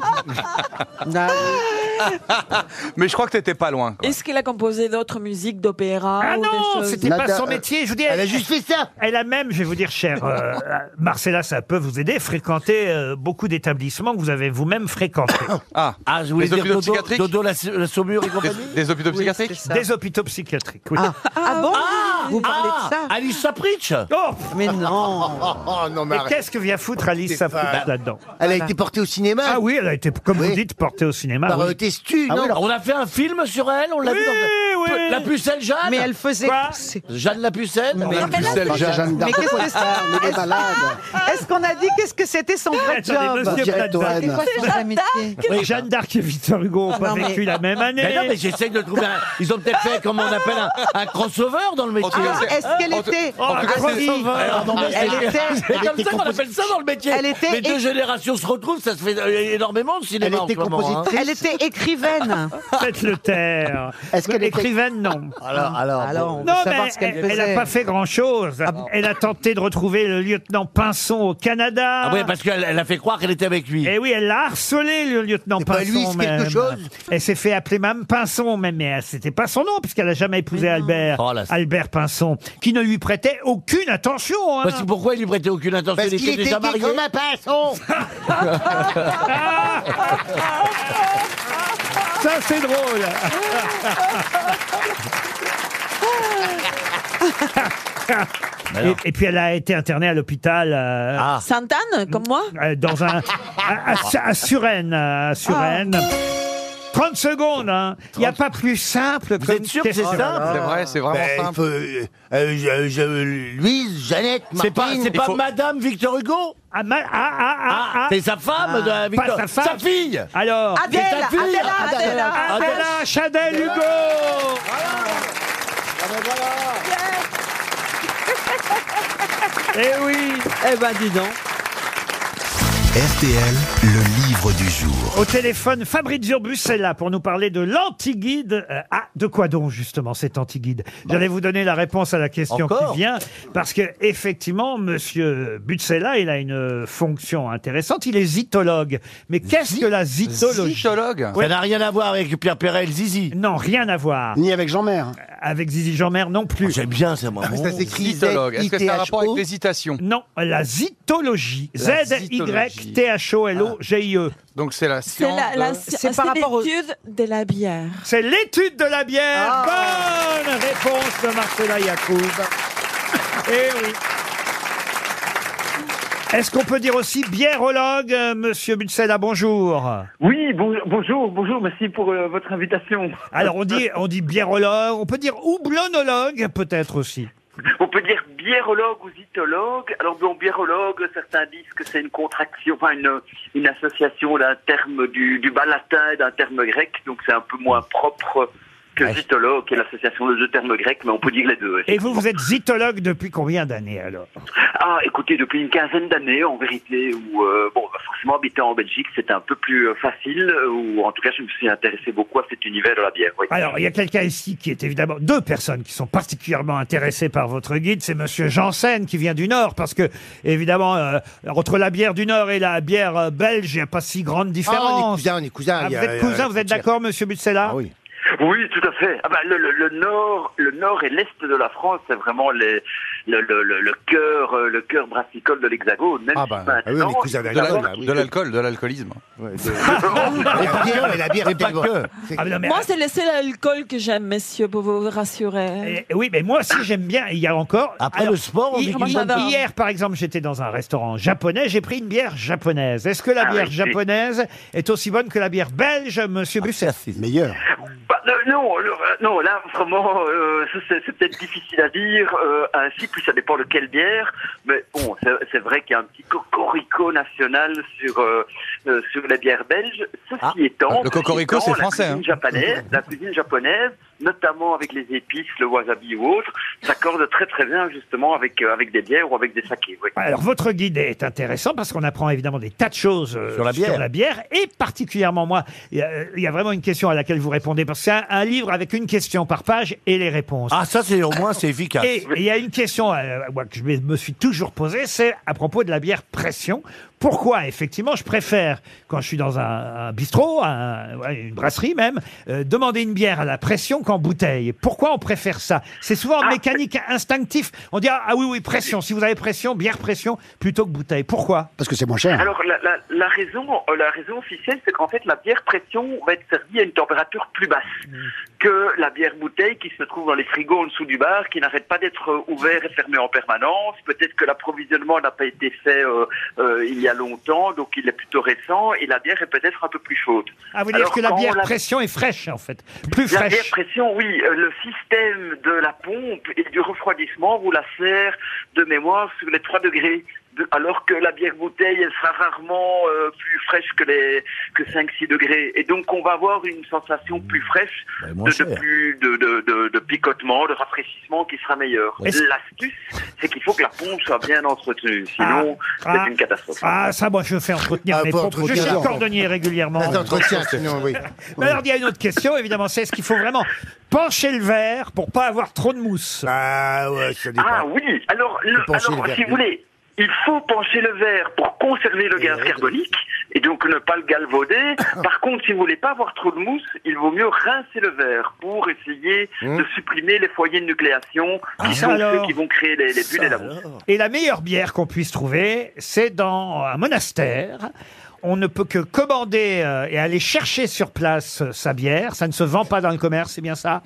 S6: Mais je crois que t'étais pas loin. quoi.
S7: Est-ce qu'il a composé d'autres musiques d'opéra
S2: Ah
S7: ou des
S2: non,
S7: choses
S2: c'était pas son métier. Je vous dis, elle, a juste fait ça. Elle a même, je vais vous dire, cher
S6: <laughs>
S2: euh, Marcella, ça peut vous aider, fréquenter euh, beaucoup d'établissements que vous avez vous-même fréquentés.
S6: <coughs> Ah,
S3: Ah, je voulais
S6: Les
S3: dire
S6: hôpitaux
S3: Dodo,
S6: psychiatriques
S3: Dodo la, la Saumure et compagnie
S6: Des hôpitaux psychiatriques
S2: Des hôpitaux psychiatriques, oui.
S5: Ah bon Vous parlez
S3: Ah,
S5: de ça
S3: Alice Sapritch
S2: Oh
S5: Mais non
S2: Mais qu'est-ce que vient
S6: Bah,
S2: foutre Alice Sapin là-dedans
S4: Elle a été portée au cinéma.
S2: Ah oui, elle a été, comme vous dites, portée au cinéma.
S4: Par
S2: Ah oui.
S4: euh, Testu, non
S3: On a fait un film sur elle, on l'a vu dans
S2: Oui, oui.
S3: La pucelle Jeanne
S5: Mais elle faisait.
S2: Quoi
S5: c'est-
S3: Jeanne la pucelle
S5: Mais la pucelle
S9: Jeanne. Jeanne
S5: Mais
S9: d'Arc.
S5: qu'est-ce que
S9: Ah, mais
S5: c'est
S9: des
S5: Est-ce-
S9: malades.
S5: Est-ce qu'on a dit qu'est-ce que c'était son vrai
S2: Attendez,
S5: job
S2: monsieur Plaza.
S9: Direct au N.
S5: C'est quoi son vrai métier
S2: Oui, Jeanne d'Arc et Victor Hugo n'ont pas
S5: Non, mais-
S2: vécu la même année.
S3: Ah, <laughs> Mais non, mais j'essaye de trouver un... Ils ont peut-être fait, comme on appelle, un, un crossover dans le métier.
S6: tout cas,
S5: Ah,
S6: c'est-
S5: Est-ce qu'elle
S6: en tout-
S5: était
S2: en tout cas, c'est-
S5: Hardy
S3: Alors, non, mais
S5: Elle
S3: c'est-
S5: était-
S3: <laughs> c'est comme ça qu'on appelle ça dans le métier.
S5: Elle était-
S3: Les deux générations se retrouvent, ça se fait euh, énormément le cinéma
S9: Elle était
S3: en ce moment, hein.
S9: compositrice.
S5: Elle
S2: <laughs>
S5: était écrivaine.
S2: Faites-le taire.
S9: Est-ce qu'elle était-
S2: Écrivaine, non.
S3: Alors, alors,
S5: Ah. Alors, on veut
S2: Non,
S5: savoir
S2: mais
S5: ce qu'elle
S2: elle
S5: faisait. Ah
S2: n'a pas fait grand-chose. Elle a tenté de retrouver le lieutenant Pinson au Canada.
S3: Ah oui, parce qu'elle elle a fait croire qu'elle était avec lui.
S2: Et Eh oui, elle l'a harcelé, le lieutenant
S4: pas
S2: Pinson.
S4: lui, c'est quelque
S2: même.
S4: chose
S2: Elle s'est fait appeler même Pinson, même, mais euh, c'était pas son nom, puisqu'elle a jamais épousé Albert.
S3: Oh là, c'est-
S2: Albert Pinson, qui ne lui prêtait aucune attention. hein.
S3: Parce que Bah, pourquoi il lui prêtait aucune
S4: <laughs>
S3: attention
S4: Parce
S3: Il
S4: qu'il
S3: était
S4: était
S3: déjà
S4: gay
S3: marié.
S4: comme un pinson
S2: Ça, c'est drôle.
S3: Ben
S2: Et, et puis elle a été internée à l'hôpital euh,
S3: Ah.
S7: Santane, comme moi
S2: euh, dans un à, à, à Suresnes, à Suresnes.
S7: Ah.
S2: 30 secondes, hein. Il n'y a pas plus simple
S3: Vous
S2: comme
S3: êtes sûr que c'est
S2: question.
S3: simple
S6: C'est vrai, c'est vraiment
S4: Ben, il
S6: simple.
S4: faut, euh, euh, je- je- Louise, Jeannette,
S3: C'est pas,
S4: Martine.
S3: c'est pas
S6: faut-
S3: Madame Victor Hugo
S2: Ah, ma- ah, ah, ah, ah.
S3: C'est sa femme, de Victor.
S2: Pas sa femme.
S3: fille
S2: Alors,
S3: C'est
S5: Adèle,
S3: sa fille
S5: Adèle, Adèle,
S2: Adela Chadel Hugo Eh oui
S5: Eh ben, dis donc.
S1: RTL, le livre du jour.
S2: Au téléphone, Fabrizio Bussella pour nous parler de l'anti-guide. Euh, ah, de quoi donc justement cet anti-guide
S6: Bah.
S2: J'allais vous donner la réponse à la question
S3: Encore
S2: qui vient, parce que effectivement, Monsieur Bussella, il a une fonction intéressante. Il est zytologue. Mais qu'est-ce que la zytologie
S6: Psychologue
S3: Ça n'a rien à voir avec Pierre Perel, Zizi.
S2: Non, rien à voir. Euh,
S9: Ni avec Jean-Mère.
S2: Avec Zizi Jean-Mère non plus.
S3: Oh, J'aime bien
S6: Ah,
S3: ça, moi.
S4: Ça s'écrit
S6: Psychologue. Est-ce que ça a un rapport avec l'hésitation
S2: Non, la zytologie.
S6: La
S2: Z-Y-T-H-O-L-O-G-I-E.
S6: Donc c'est la
S7: C'est
S6: science.
S7: la, la-
S6: de-
S5: C'est par rapport au-
S7: l'étude de la bière.
S2: C'est l'étude de la bière. Bonne réponse de Marcela Yacoub. Eh oui. Est-ce qu'on peut dire aussi biérologue, euh, monsieur Butsela, bonjour
S17: Oui, bon- bonjour, bonjour, merci pour euh, votre invitation.
S2: Alors on dit, on dit biérologue, on peut dire houblonnologue peut-être aussi.
S17: On peut dire biérologue ou zytologue. Alors, bon, biérologue, certains disent que c'est une contraction, enfin, une, une association d'un terme du, du bas latin et d'un terme grec, donc c'est un peu moins propre que zytologue, qui est l'association de deux termes grecs, mais on peut dire les deux.
S2: Et vous, vous êtes zytologue depuis combien d'années alors
S17: Ah, écoutez, depuis une quinzaine d'années, en vérité, où, euh, bon, bah, forcément, habiter en Belgique, c'était un peu plus euh, facile, ou en tout cas, je me suis intéressé beaucoup à cet univers de la bière, oui.
S2: Alors, il y a quelqu'un ici qui est évidemment deux personnes qui sont particulièrement intéressées par votre guide. C'est Monsieur Janssen qui vient du Nord, parce que évidemment euh, entre la bière du Nord et la bière euh, belge, il n'y a pas si grande différence.
S4: on est cousins, on est cousins,
S2: Ah,
S4: il y
S2: vous
S4: a- il
S2: êtes
S4: y a-
S2: cousins, vous êtes d'accord, Monsieur Butsella
S4: oui.
S17: Oui, tout à fait. Ah bah, le, le- le nord, le nord et l'est de la France, c'est vraiment les, le, le, le, le cœur, euh, le cœur brassicole de l'Hexagone. Même
S6: Ah
S17: si
S6: bah,
S17: maintenant-
S6: ah oui, on est cousins De d'Algol, la- là, oui. de l'alcool, de l'alcoolisme. <laughs>
S2: Ah
S4: la bière, c'est tellement- c'est-
S7: Moi, c'est laisser l'alcool que j'aime, messieurs, pour vous rassurer.
S2: Et eh, oui, mais moi aussi j'aime bien. Il y a encore. Après
S7: le sport, on dit
S2: hier,
S7: qu'il faut-
S2: hier, hier, par exemple, j'étais dans un restaurant japonais, j'ai pris une bière japonaise. Est-ce que la
S17: Ah
S2: bière
S17: oui, c'est-
S2: japonaise est aussi bonne que la bière belge, Monsieur
S7: Ah,
S2: Busset C'est meilleur.
S17: Bah, euh, non, le- euh, non, là vraiment, euh, ça, c'est c'est peut-être difficile à dire. euh, ainsi, puis ça dépend de quelle bière. Mais bon, c'est c'est vrai qu'il y a un petit cocorico national sur euh, euh, sur les bières belges. Ceci étant,
S6: Ah, le cocorico,
S17: ceci étant,
S6: c'est français,
S17: La
S6: hein.
S17: cuisine japonaise, la cuisine japonaise, notamment avec les épices, le wasabi ou autre, s'accorde très très bien justement avec euh, avec des bières ou avec des sakés. oui.
S2: Alors, votre guide est intéressant parce qu'on apprend évidemment des tas de choses euh,
S17: Sur la bière.
S2: bière. et particulièrement moi, il y, a- euh, il y a vraiment une question à laquelle vous répondez parce que c'est un, un livre avec une question par page et les réponses.
S3: Ah, ça, c'est au moins, c'est efficace.
S2: Et et il y a une question euh, moi, que je me me suis toujours posée, c'est à propos de la bière pression. Pourquoi, effectivement, je préfère, quand je suis dans un, un bistrot, un- ouais, une brasserie même, euh, demander une bière à la pression qu'en bouteille Pourquoi on préfère ça C'est souvent
S17: Ah.
S2: en mécanique instinctif. On dit, ah ah oui, oui, pression. Si vous avez pression, bière pression, plutôt que bouteille. Pourquoi
S9: Parce que c'est moins cher.
S17: Alors la, la, la raison, euh, la raison officielle, c'est qu'en fait la bière pression va être servie à une température plus basse
S2: Mm.
S17: que la bière bouteille qui se trouve dans les frigos en dessous du bar, qui n'arrête pas d'être euh, ouvert et fermé en permanence. Peut-être que l'approvisionnement n'a pas été fait euh, euh, il y a longtemps, donc il est plutôt récent et la bière est peut-être un peu plus chaude.
S2: Ah, vous dire
S17: Alors,
S2: que la
S17: quand
S2: bière pression est fraîche, en fait. Plus
S17: la
S2: fraîche.
S17: bière pression, oui. Euh, Le système de la pompe et du refroidissement vous la sert de mémoire sur les 3 degrés. De- alors que la bière bouteille, elle sera rarement euh, plus fraîche que les que 5-6 degrés. Et donc, on va avoir une sensation plus fraîche
S2: Ben,
S3: moins
S17: de, de
S3: cher.
S17: plus, de, de, de- de picotement, de rafraîchissement qui sera meilleur.
S2: Est-ce-
S17: L'astuce, c'est qu'il faut que la pompe soit bien entretenue. Sinon,
S2: Ah.
S17: c'est une catastrophe.
S2: Ah, ça, moi, je fais entretenir
S17: Ah,
S2: mes
S17: pas
S2: propres. Je
S17: entretien,
S2: suis
S17: non.
S2: cordonnier régulièrement.
S4: Ah, t'entretiens, sinon, oui.
S2: Mais alors, il y a une autre question, évidemment, c'est est-ce qu'il faut vraiment pencher le verre pour pas avoir trop de mousse
S4: Ah, ouais,
S17: Ah oui, alors, le-
S4: pencher
S17: alors,
S4: le verre. Eh
S17: si vous voulez, il faut pencher le verre pour conserver le gaz carbonique et donc ne pas le galvauder.
S4: <laughs>
S17: Par contre, si vous voulez pas avoir trop de mousse, il vaut mieux rincer le verre pour essayer
S4: Hmm.
S17: de supprimer les foyers de nucléation
S2: Ah,
S17: qui
S2: ça
S17: sont
S2: alors.
S17: ceux qui vont créer les, les bulles et la mousse.
S2: Et la meilleure bière qu'on puisse trouver, c'est dans un monastère. On ne peut que commander euh, et aller chercher sur place euh, sa bière. Ça ne se vend pas dans le commerce, c'est bien ça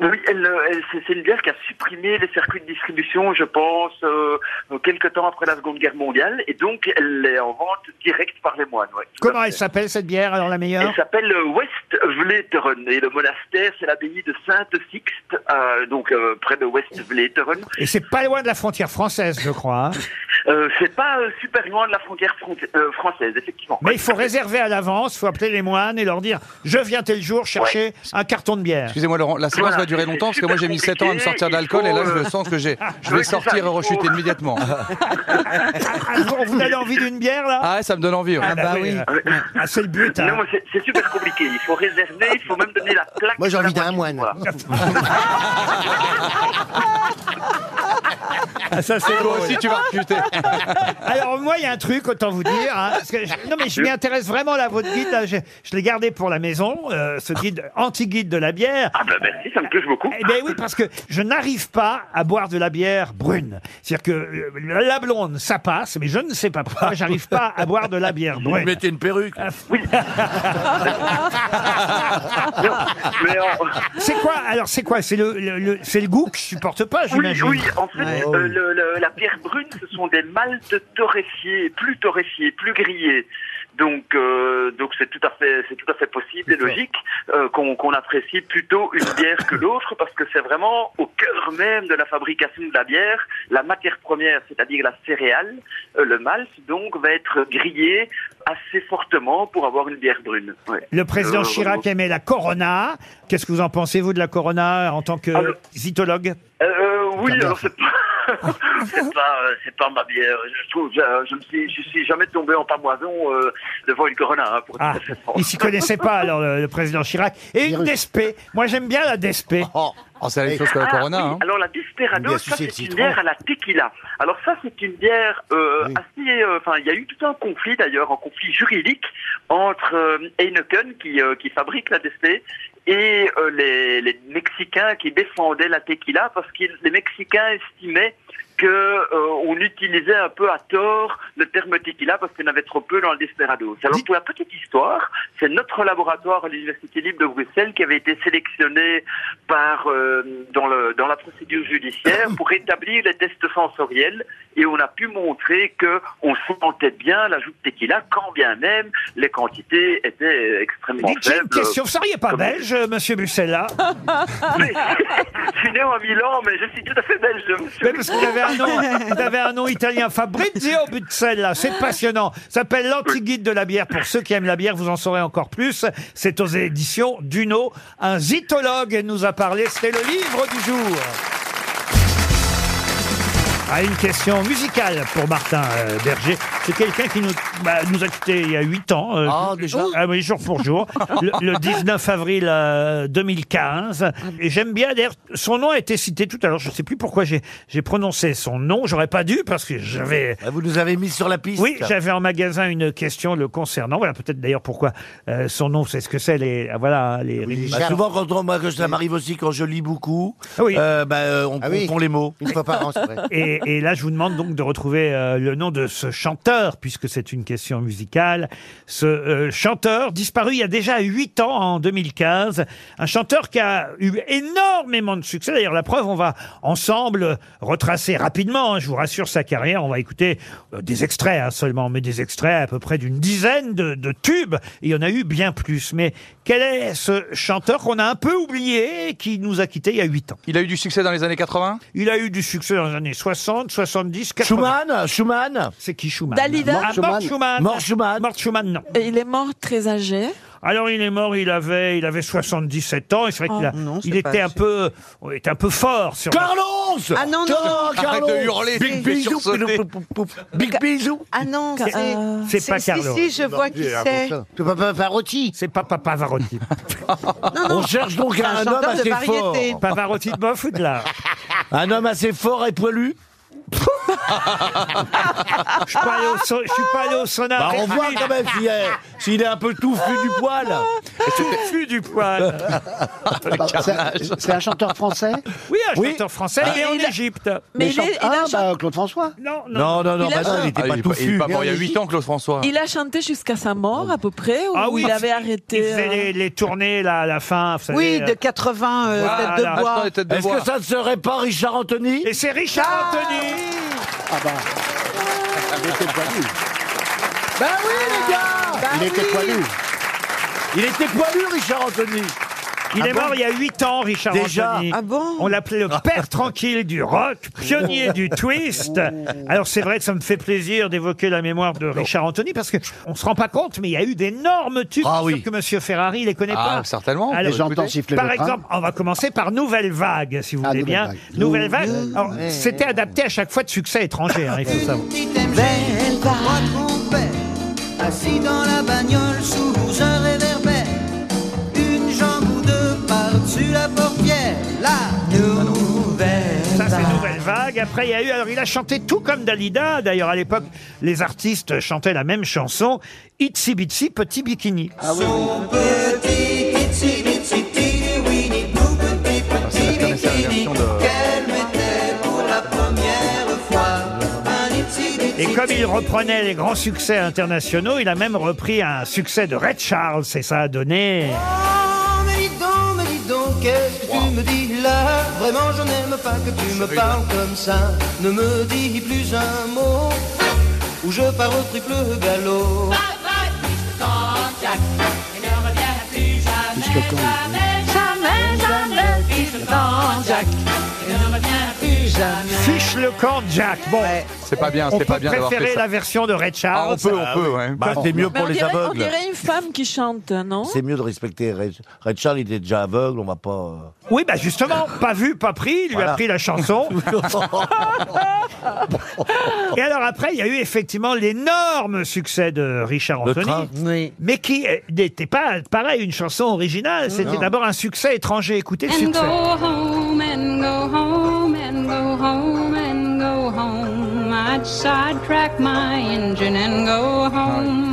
S17: Oui, elle, euh, elle- c'est- c'est une bière qui a supprimé les circuits de distribution, je pense, euh, quelques temps après la Seconde Guerre mondiale, et donc elle est en vente directe par les moines. ouais, tout à
S2: Comment
S17: fait.
S2: elle s'appelle cette bière alors la meilleure
S17: Elle s'appelle euh, West Vleteren et le monastère c'est l'abbaye de Sainte-Sixte, euh, donc euh, près de West Vleteren.
S2: Et c'est pas loin de la frontière française, je crois. hein.
S17: Euh, c'est pas euh, super loin de la frontière fron- euh, française, effectivement.
S2: Mais il faut réserver à l'avance, il faut appeler les moines et leur dire je viens tel jour chercher un carton de bière.
S6: Excusez-moi Laurent, la séance va durer longtemps parce que moi j'ai mis 7 ans à me sortir d'alcool et là je sens que j'ai, je vais sortir et rechuter <laughs> immédiatement.
S2: Ah, vous- vous avez envie d'une bière là
S6: Ah ouais, ça me donne envie. ouais.
S2: Ah, bah oui. Ah, c'est le but. hein.
S17: Non, mais c'est- c'est super compliqué. Il faut réserver, il faut même donner la plaque.
S4: Moi, j'ai envie d'un moine.
S2: Ah, ça, c'est
S6: Toi
S2: drôle.
S6: aussi tu vas rechuter.
S2: Alors moi, il y a un truc, autant vous dire. hein, parce que je- non, mais je m'y intéresse vraiment là, votre guide. là, je je l'ai gardé pour la maison, euh, ce guide anti-guide de la bière.
S17: Ah bah merci, ça me touche beaucoup.
S2: Eh bien oui, parce que je n'arrive pas à boire de la bière brune. C'est-à-dire que euh, la blonde, ça passe, mais je ne sais pas pourquoi, j'arrive pas à boire de la bière
S3: Vous
S2: brune.
S3: mettez une perruque.
S2: Euh, <laughs> C'est quoi Alors c'est quoi C'est le, le- le- c'est le goût que je supporte pas,
S17: Oui,
S2: j'imagine.
S17: oui, en fait, euh, le- le- la pierre brune, ce sont des maltes torréfiés, plus torréfiés, plus grillés. Donc, euh, donc c'est tout à fait, c'est tout à fait possible et logique euh, qu'on qu'on apprécie plutôt une bière que l'autre parce que c'est vraiment au cœur même de la fabrication de la bière, la matière première, c'est-à-dire la céréale, euh, le malt, donc va être grillé assez fortement pour avoir une bière brune. Ouais.
S2: Le président
S17: Euh,
S2: Chirac aimait la Corona. Qu'est-ce que vous en pensez, vous, de la Corona en tant que zytologue
S17: Euh, euh, oui, alors c'est pas. <laughs> c'est pas, euh, c'est pas ma bière. Je trouve, je, je me suis, je suis jamais tombé en pamoison euh, devant une Corona. hein, pour
S2: Ah,
S17: être très franc.
S2: il s'y connaissait pas, alors, le, le président Chirac. Et une DSP. Moi, j'aime bien la DSP.
S6: Oh, c'est la hein. même chose
S17: Ah, oui,
S2: hein
S17: Alors la Desperado,
S2: Bien
S17: ça
S2: sucée de
S17: c'est une
S2: citron.
S17: bière à la tequila. Alors ça c'est une bière euh, assez. euh, Enfin, il y a eu tout un conflit d'ailleurs, un conflit juridique entre euh, Heineken qui euh, qui fabrique la Despe et euh, les, les Mexicains qui défendaient la tequila parce que les Mexicains estimaient que euh, on utilisait un peu à tort le terme tequila parce qu'il y en avait trop peu dans le Desperado. Alors pour la petite histoire, c'est notre laboratoire à l'Université libre de Bruxelles qui avait été sélectionné par euh, dans le dans la procédure judiciaire pour établir les tests sensoriels et on a pu montrer que on sentait bien l'ajout de tequila quand bien même les quantités étaient extrêmement
S2: Dites, j'ai
S17: faibles.
S2: une question. Vous seriez pas
S17: euh, Comme-
S2: belge, euh, monsieur Bussella
S17: <laughs> Mais- <laughs> Je suis né en Milan, mais je suis tout à fait belge. monsieur.
S2: Mais parce que vous avez un nom, vous avez un nom italien, Fabrizio Buzzella, c'est passionnant. Ça s'appelle l'anti-guide de la bière. Pour ceux qui aiment la bière, vous en saurez encore plus. C'est aux éditions Duno. Un zytologue nous a parlé, c'était le livre du jour. Ah, une question musicale pour Martin euh, Berger. C'est quelqu'un qui nous, bah, nous a quittés il y a 8 ans. euh, ah oui, jour pour jour. le, le 19 avril euh, 2015. Et j'aime bien, d'ailleurs, son nom a été cité tout à l'heure. Je ne sais plus pourquoi j'ai j'ai prononcé son nom. J'aurais pas dû parce que j'avais...
S3: Bah, Vous nous avez mis sur la piste.
S2: Oui, j'avais en magasin une question le concernant. Voilà, peut-être d'ailleurs pourquoi euh, son nom, c'est ce que c'est, les, ah, voilà, les
S3: Bah, souvent, quand on, moi, que ça m'arrive aussi quand je lis beaucoup, euh, bah, euh, on
S2: Ah oui.
S3: confond les mots.
S2: Une fois par an, c'est vrai. Ah Et,
S3: <laughs>
S2: et là, je vous demande donc de retrouver euh, le nom de ce chanteur, puisque c'est une question musicale. Ce euh, chanteur disparu il y a déjà 8 ans, en 2015. Un chanteur qui a eu énormément de succès. D'ailleurs, la preuve, on va ensemble retracer rapidement, hein, je vous rassure, sa carrière. On va écouter euh, des extraits hein, seulement, mais des extraits à peu près d'une dizaine de, de tubes. Et il y en a eu bien plus. Mais quel est ce chanteur qu'on a un peu oublié, et qui nous a quittés il y a 8 ans
S6: Il a eu du succès dans les années 80
S2: il a eu du succès dans les années 60, 70, 80. Schumann Schumann C'est qui Schumann
S7: Dalida
S2: Mort
S7: Mort
S2: Schumann.
S7: Schumann.
S2: Mort Schumann. Mort Schumann, non.
S7: Et il est mort très âgé.
S2: Alors il est mort, il avait, il avait 77 ans, et c'est vrai qu'il a-
S7: Oh, non, c'est
S2: il
S7: pas
S2: était un
S7: assez.
S2: peu, on était un peu fort sur.
S3: Carlos
S5: Ah non, non,
S3: Car- Carlos Big bisou Big bisou
S5: Ah non,
S2: Ca-
S5: c'est.
S2: C'est pas
S5: si,
S2: Carlos.
S5: Si, je vois qui c'est.
S2: C'est pas Pavarotti. C'est pas Pavarotti. <laughs>
S3: On cherche donc
S5: C'est un
S3: un,
S5: chanteur
S3: homme
S5: de
S3: assez fort.
S5: variété.
S2: Pavarotti de bof ou de là
S3: Un homme assez fort et poilu
S2: Je suis pas allé au, so- je suis pas allé au sauna.
S3: Bah, on voit
S2: Oui.
S3: quand même s'il est, s'il est un peu touffu du poil.
S2: Touffu du
S3: <laughs>
S2: poil.
S9: C'est c'est un chanteur français
S2: Oui, un chanteur français, il est en Égypte.
S9: Mais
S7: Mais il est-
S9: chante-
S7: il
S9: Ah,
S7: a un chante-
S9: bah, Claude François
S2: Non,
S3: Non, non, non,
S7: Il a-
S3: bah non, il était
S6: Ah,
S3: pas
S6: il est pas-
S3: touffu.
S6: il est pas mort il y a 8 ans, hein, Claude François.
S7: Il a chanté jusqu'à sa mort à peu près, ou il avait arrêté.
S2: Ah Il faisait
S7: euh,
S2: les, les tournées là, à la fin. vous
S5: Oui,
S2: savez,
S5: de
S2: euh,
S5: 80, euh,
S2: Voilà.
S5: tête de bois.
S2: Attends, les têtes de
S3: Est-ce
S2: bois.
S3: que ça ne serait pas Richard Anthony
S2: Et c'est Richard Anthony
S9: Ah bah. Il était poilu.
S3: Ben oui, les gars Bah
S9: Il était poilu.
S3: Il était poilu, Richard Anthony
S2: Il
S3: Ah
S2: est
S3: bon
S2: mort il y a 8 ans, Richard
S3: Déjà
S2: Anthony.
S3: Ah
S5: bon
S2: On l'appelait le
S3: <laughs>
S2: père <laughs> tranquille du rock, pionnier du twist. Alors c'est vrai que ça me fait plaisir d'évoquer la mémoire de Richard Anthony parce que on se rend pas compte, mais il y a eu d'énormes tubes Je suis sûr que Monsieur Ferrari les connaît
S6: Ah,
S2: pas.
S6: certainement.
S2: Alors,
S9: Et j'entends
S2: écoutez,
S9: siffler
S2: Par
S9: le train.
S2: exemple, on va commencer par Nouvelle Vague, si vous voulez
S9: Nouvelle
S2: bien.
S9: Vague.
S2: Nouvelle Vague. Alors, C'était adapté à chaque fois de succès étranger, hein, il faut savoir.
S8: Belle trois trompettes, assis dans la bagnole sous un réverbère, une jambe ou deux par-dessus la portière, la nouvelle.
S2: Ça, c'est Nouvelle Vague. Après, il y a eu. Alors, il a chanté tout comme Dalida. D'ailleurs, à l'époque, les artistes chantaient la même chanson. Itsy Bitsy Petit Bikini.
S8: Son petit itsy bitsy tiny weeny tout petit petit bikini qu'elle mettait pour la première fois. Un itsy bitsy
S2: Et comme il reprenait les grands succès internationaux, il a même repris un succès de Red Charles. Et ça a donné.
S8: Oh, mais dis donc, mais dis donc, qu'est-ce que tu me dis là Vraiment, je n'aime pas que tu me parles comme ça. Ne me dis plus un mot, ou je pars au triple galop.
S18: Pâques et ne revienne plus jamais, jamais, jamais, jamais, fiche le camp, Jack, et ne revienne plus jamais.
S2: Fiche le camp, Jack. Bon,
S6: C'est pas bien,
S2: on
S6: c'est
S2: peut
S6: pas bien d'avoir
S2: préférer
S6: fait ça.
S2: la version de Ray Charles.
S6: Ah, on peut, on peut, ouais.
S3: Bah, c'est mieux
S7: Mais
S3: pour
S7: on
S3: les
S7: dirait-
S3: aveugles.
S7: On dirait une femme qui chante, non
S3: Hein? C'est mieux de respecter Red, Red Charles, il était déjà aveugle, on va pas. euh,
S2: Oui, bah justement, pas vu, pas pris, il lui
S3: Voilà.
S2: a pris la
S3: <laughs>
S2: chanson. Et alors après, il y a eu effectivement l'énorme succès de Richard Anthony, mais qui euh, n'était pas, pareil, une chanson originale. C'était
S18: Non.
S2: d'abord un succès étranger. Écoutez le
S18: And go
S2: succès.
S18: home and go home and go home and go home. I'd sidetrack my engine and go
S8: Ah,
S18: home.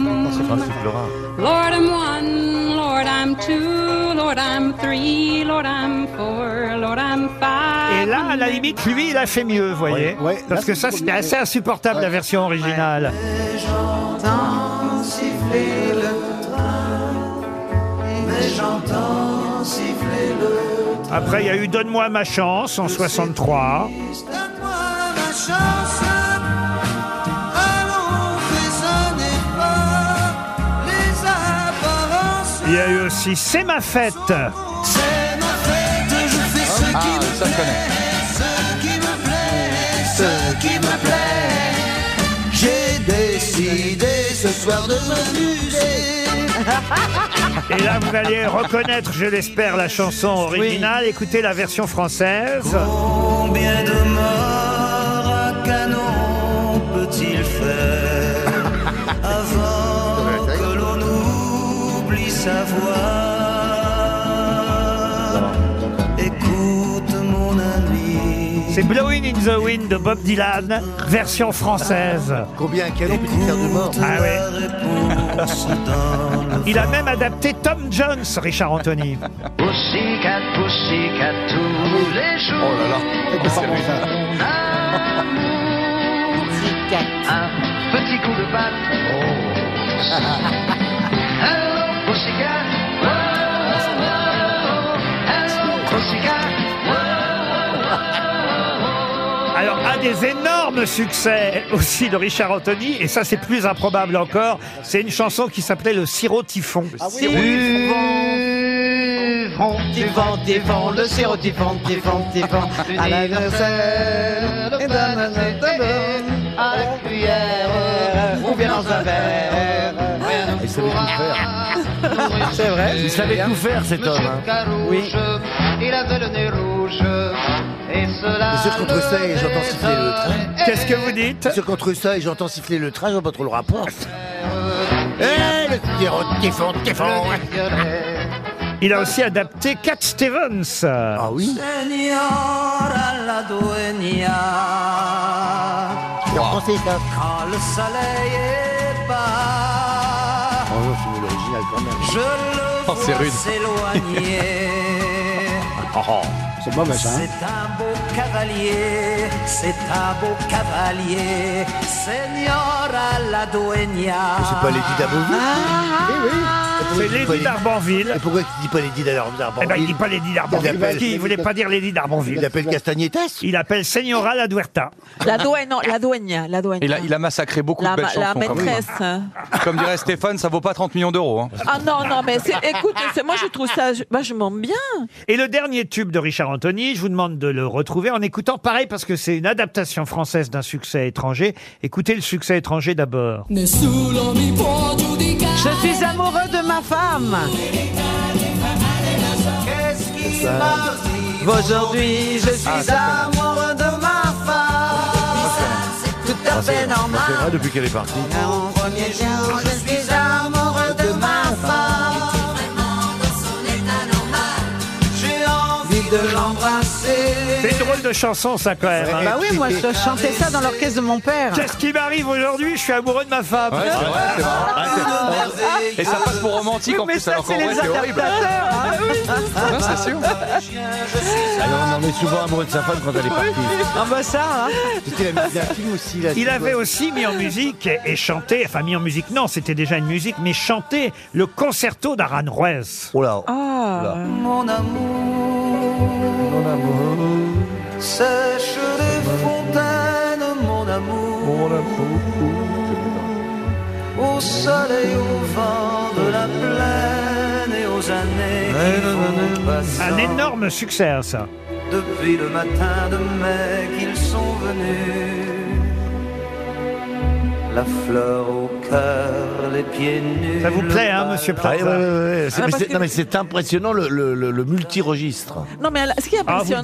S18: Lord, I'm one, Lord, I'm two, Lord, I'm three, Lord, I'm four, Lord, I'm five.
S2: Et E là, Ah, à la limite, lui, il a fait mieux, vous voyez. Parce que ça, c'était assez insupportable, la version originale.
S8: J'entends siffler le train, mais j'entends siffler le train.
S2: Après, il y a eu Donne-moi ma chance en 63.
S8: Donne-moi ma chance, allons faisons un effort, les apparences.
S2: Il y a eu aussi C'est ma fête.
S8: C'est ma fête, je fais ce qui me
S6: Ah, ça, je connais.
S8: ce qui me plaît, ce qui me plaît. J'ai décidé ce soir de
S6: <laughs>
S8: m'amuser.
S2: Et là, vous allez reconnaître, je l'espère, la chanson originale. Écoutez la version française.
S8: Combien de morts à canon peut-il faire avant que l'on oublie sa voix Écoute mon ami.
S2: C'est Blowing in the Wind de Bob Dylan, version française. Combien un canon peut faire de mort Ah ouais. Il a même adapté Tom Jones, Richard Anthony.
S8: Pussycat, pussycat, tous les jours. Oh là là, <laughs> Un petit coup de patte. Hello, pussycat. Oh, oh, oh. Hello,
S2: Alors, un des énormes succès aussi de Richard Anthony, et ça c'est plus improbable encore, c'est une chanson qui s'appelait Le sirop typhon.
S6: Ah
S8: Typhon, typhon, typhon, le sirop typhon, typhon,
S6: <laughs>
S8: typhon, à Eh l'anniversaire, et à la cuillère, ou bien dans un verre, rien ne
S3: Il savait tout
S8: pourra nourrir
S3: C'est vrai,
S8: ses
S3: il savait
S8: liens.
S3: tout faire, cet
S8: Monsieur
S3: homme, hein.
S8: Carouge,
S3: Oui.
S8: il avait le nez rouge, et cela
S4: Monsieur Contresset, j'entends siffler le train.
S2: Qu'est-ce que vous dites
S4: Monsieur Contresset, j'entends siffler le train, je vois pas trop le rapport. Eh, le sirop de typhon, typhon.
S2: Oh, Il a aussi adapté Cat Stevens. Ah oui
S8: Señora la dueña. Quand le soleil est bas,
S4: Oh non, c'est l'original quand même.
S8: je le
S4: Oh, c'est
S8: vois
S4: rude.
S8: s'éloigner.
S4: Oh,
S9: C'est mauvais, ça. hein.
S8: C'est un beau cavalier, c'est un beau cavalier, Señora la dueña.
S4: C'est pas Lady D'Arbanville
S8: Ah,
S2: Ah. C'est Lady D'Arbanville.
S4: Et pourquoi tu dis pas Lady D'Ar-
S2: Eh
S4: D'Arbanville
S2: ben, il dit pas Lady D'Arbanville.
S4: Il appelle-
S2: Parce qu'il voulait pas dire Lady D'Arbanville.
S4: Il appelle
S2: Castagnetas Il appelle Senora La Duerta.
S7: La douane, non, la douane, la douane.
S6: Il a, il a massacré beaucoup
S7: la,
S6: de belles
S7: ma- la
S6: chansons. quand même.
S7: maîtresse.
S6: Comme dirait Stéphane, ça vaut pas 30 millions d'euros. hein.
S7: Ah non, non, mais c'est- écoute, c'est- moi je trouve ça, je- moi je m'en bien.
S2: Et le dernier tube de Richard Anthony, je vous demande de le retrouver en écoutant pareil parce que c'est une adaptation française d'un succès étranger. Écoutez le succès étranger d'abord.
S5: Je suis amoureux de ma femme.
S8: Qu'est-ce qui Ah,
S5: Ça.
S8: m'arrive
S5: Aujourd'hui, je suis
S8: Je suis amoureux de ma femme. C'est tout à fait
S3: Ah, C'est
S8: normal.
S3: vrai, depuis qu'elle est partie.
S8: Mon premier jour, je suis amoureux de ma femme. J'ai envie de l'embrasser.
S2: C'est une drôle de chanson, ça, quand même. hein.
S5: Bah oui, moi je chantais ça dans l'orchestre de mon père.
S2: Qu'est-ce qui m'arrive aujourd'hui Je suis amoureux de ma femme. Ah,
S6: Ouais, c'est vrai, Ah, c'est vrai. Et ça passe pour romantique en
S5: Mais
S6: plus,
S5: ça,
S6: alors qu'en
S5: c'est
S6: vrai,
S5: les
S6: c'est horrible.
S5: adaptateurs. hein.
S6: Non, c'est sûr.
S3: Alors, on en est souvent amoureux de sa femme quand elle est partie.
S5: Ah bah ça, hein.
S4: C'était la musique d'un film aussi, là.
S2: Il avait aussi mis en musique et, et chanté, enfin mis en musique, non, c'était déjà une musique, mais chanté le concerto d'Aranjuez.
S3: Oh là.
S8: Mon amour,
S3: Mon amour,
S8: sèche les fontaines, mon amour.
S3: mon amour.
S8: Au au soleil, au vent de la plaine et aux années qui vont
S2: Un
S8: passant.
S2: énorme succès, hein, ça.
S8: Depuis le matin de mai qu'ils sont venus, la fleur au cœur, les pieds nus.
S7: hein,
S8: le bal-
S3: Ouais, ouais, ouais, ouais. C'est-
S7: Ah,
S3: mais
S7: parce
S3: c'est-
S7: que-
S3: Non, mais c'est impressionnant le, le, le- le multiregistre.
S7: Non, mais alors, ce qui est
S3: Ah,
S7: impressionnant.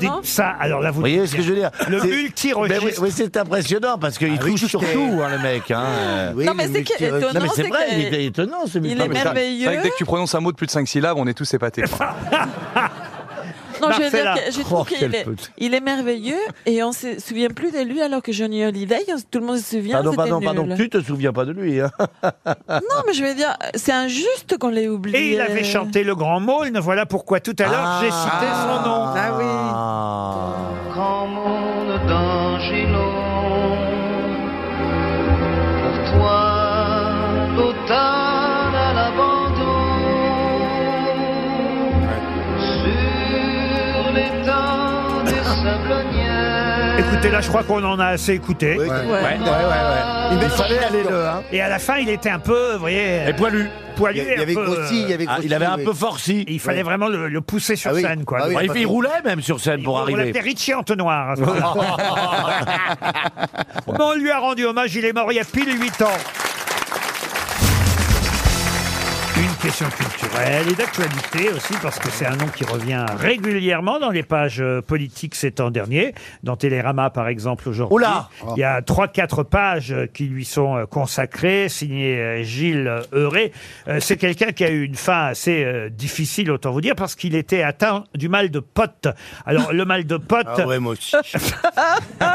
S3: vous voyez ce que je veux dire
S7: Le
S3: C'est-
S7: multiregistre.
S3: Ben oui, oui, c'est impressionnant parce qu'il
S7: Ah oui,
S3: touche sur
S7: c'est-
S3: tout, hein, le mec. Hein.
S7: Non, mais c'est que- étonnant,
S3: Non, mais c'est
S7: c'est
S3: vrai,
S7: que-
S3: il est étonnant ce
S7: Il est
S3: multiregistre.
S7: merveilleux.
S6: C'est vrai que dès que tu prononces un mot de plus de 5 syllabes, on est tous
S5: <laughs>
S6: épatés. quoi.
S7: Non, je veux dire
S6: Marcella.
S7: que je
S6: Oh,
S7: trouve qu'il
S6: quel
S7: est,
S6: pute.
S7: il est merveilleux et on se souvient plus de lui alors que Johnny Hallyday, on- tout le monde se souvient.
S3: Pardon,
S7: c'était
S3: pardon,
S7: nul.
S3: pardon, tu te souviens pas de lui. <laughs> Hein.
S7: Non, mais je veux dire, c'est injuste qu'on l'ait oublié.
S2: Et il avait chanté Le Grand Maulne, voilà pourquoi tout à l'heure j'ai cité son nom.
S7: Ah oui.
S3: Ah.
S8: Grand monde d'un gilet. Pour toi, l'automne à l'abandon. Sur les temps des sablonnières.
S2: Écoutez, là, je crois qu'on en a assez écouté.
S8: Ouais. Ouais, ouais, ouais. Il fallait aller le, hein.
S2: Et à la fin, il était un peu, vous voyez. Et poilu. Poilu.
S3: Il y
S2: et un
S3: avait
S2: peu,
S3: grossi, il y avait Ah, il grossi, avait un oui. peu forci.
S2: Il fallait
S3: Ouais.
S2: vraiment le, le pousser sur
S3: Ah oui.
S2: scène, quoi.
S3: Ah oui, Bah, il il a fait- pas- il roulait même sur scène pour
S2: roulait.
S3: arriver.
S2: C'était Richie Entonnoir. à ce moment-là.
S3: <laughs>
S2: Mais on lui a rendu hommage, il est mort il y a pile 8 ans. Une question culturelle et d'actualité aussi, parce que c'est un nom qui revient régulièrement dans les pages euh, politiques ces temps derniers. Dans Télérama, par exemple, aujourd'hui,
S3: Oula
S2: il y a 3-4 pages euh, qui lui sont euh, consacrées, signées euh, Gilles Heuré. Euh, C'est quelqu'un qui a eu une fin assez euh, difficile, autant vous dire, parce qu'il était atteint du mal de pote. Alors, le mal de pote...
S4: Ah ouais, moi
S2: <laughs>
S4: aussi.
S2: Vous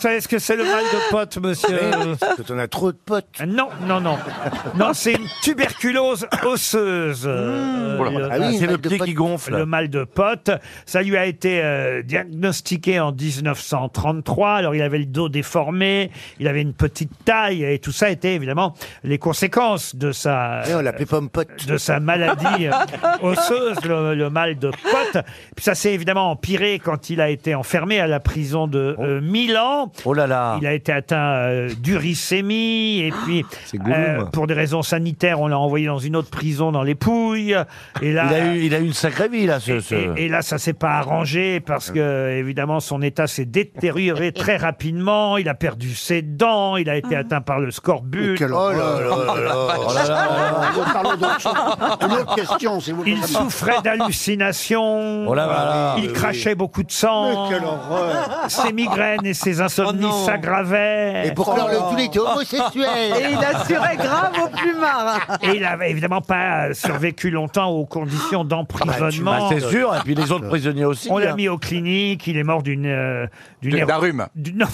S2: savez ce que c'est le mal de pote, monsieur
S4: Parce que t'en as trop de potes.
S2: Non, non, non. Non, c'est une tuberculose osseuse. euh,
S3: Oula. Ah oui, C'est le le mal de pied pote. qui gonfle.
S2: Le mal de pote. Ça lui a été euh, diagnostiqué en 1933. Alors, il avait le dos déformé, il avait une petite taille, et tout ça était évidemment les conséquences de sa.
S4: Et on l'appelait pomme pote.
S2: De sa maladie euh,
S4: <laughs>
S2: osseuse, le, le mal de pote. Puis ça s'est évidemment empiré quand il a été enfermé à la prison de euh, Milan.
S3: Oh là là.
S2: Il a été atteint euh, d'uricémie
S4: Ah,
S2: et puis euh,
S3: gloom.
S2: pour des raisons sanitaires, on l'a envoyé dans une autre prison dans les Pouilles. Et là,
S3: Il a eu, il a eu une sacrée vie là, ce.
S2: et-
S3: ce-
S2: Et, là, ça s'est pas arrangé parce que évidemment son état s'est
S5: <laughs>
S2: détérioré très rapidement. Il a perdu ses dents. Il a
S5: Ah.
S2: été atteint par le scorbut.
S4: Oh là là là là.
S2: Oh là
S7: Ah,
S2: là.
S9: Parlons d'autre chose. Une autre question, s'il vous plaît.
S2: Il souffrait d'hallucinations.
S3: Oh là là là.
S2: Il
S3: Mais
S2: crachait beaucoup de sang.
S9: Mais quelle horreur.
S2: Ses migraines et ses
S3: Oh
S2: insomnies s'aggravaient.
S4: Et pour faire le tout, il était homosexuel.
S5: Et il assurait grave au plumard.
S2: Et il n'avait évidemment pas euh, survécu longtemps aux conditions d'emprisonnement.
S3: Bah, c'est sûr, et puis les autres prisonniers aussi.
S2: On l'a
S3: hein.
S2: mis aux cliniques, il est mort d'une... euh, d'une
S6: D'un
S2: hémor-
S6: rhume.
S2: <laughs> d'une- non.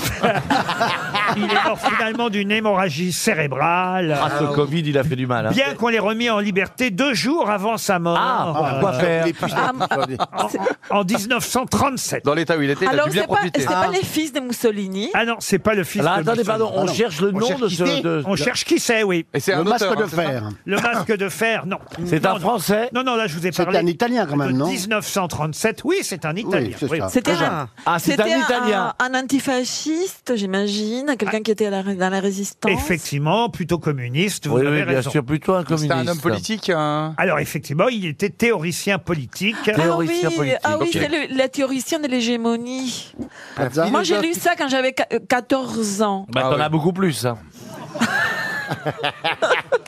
S2: il est mort finalement d'une hémorragie cérébrale. Euh,
S3: Ah, ce Covid, il a fait du mal. hein.
S2: Bien qu'on l'ait remis en liberté deux jours avant sa mort. Euh,
S3: Ah, quoi faire
S2: en,
S3: ah,
S2: en 1937.
S6: Dans l'état où il était, il a
S7: Alors,
S6: dû bien
S7: c'est pas,
S6: profiter.
S7: c'est pas les fils de Mussolini.
S2: Ah non, c'est pas le fils
S3: Là,
S2: de
S3: attendez,
S2: Mussolini.
S3: pardon, on
S2: Ah non.
S3: cherche le
S2: On
S3: nom
S2: cherche
S3: de
S2: qui
S3: ce-
S2: c'est
S3: de-
S2: On cherche qui c'est, oui.
S6: Et c'est un
S3: Le masque
S6: auteur, hein,
S3: de
S6: c'est ça
S3: fer.
S2: Le masque de fer, non.
S3: <laughs> C'est un
S2: Non,
S3: Français
S2: Non, non, là, je vous ai
S9: C'était
S2: parlé.
S9: un Italien, quand même,
S2: de
S9: non
S2: 1937, oui, c'est un Italien.
S9: c'est
S2: oui.
S9: ça.
S7: C'était
S9: Déjà.
S7: un,
S3: Ah, c'est
S7: c'était
S3: un Italien.
S7: Un, antifasciste, j'imagine, quelqu'un qui était à la- dans la résistance.
S2: Effectivement, plutôt communiste, vous
S3: Oui,
S2: avez
S3: oui, bien
S2: raison.
S3: sûr, plutôt un communiste.
S6: C'était un homme politique. un-
S2: Alors, effectivement, il était théoricien politique.
S7: Ah oui,
S3: Théoricien politique.
S7: ah oui
S3: Ok.
S7: c'est le, la théoricienne de l'hégémonie.
S9: Plaza.
S7: Moi, j'ai lu ça quand j'avais qu- euh, 14 ans.
S6: Ah
S3: Bah, t'en as beaucoup plus. hein.
S6: <laughs>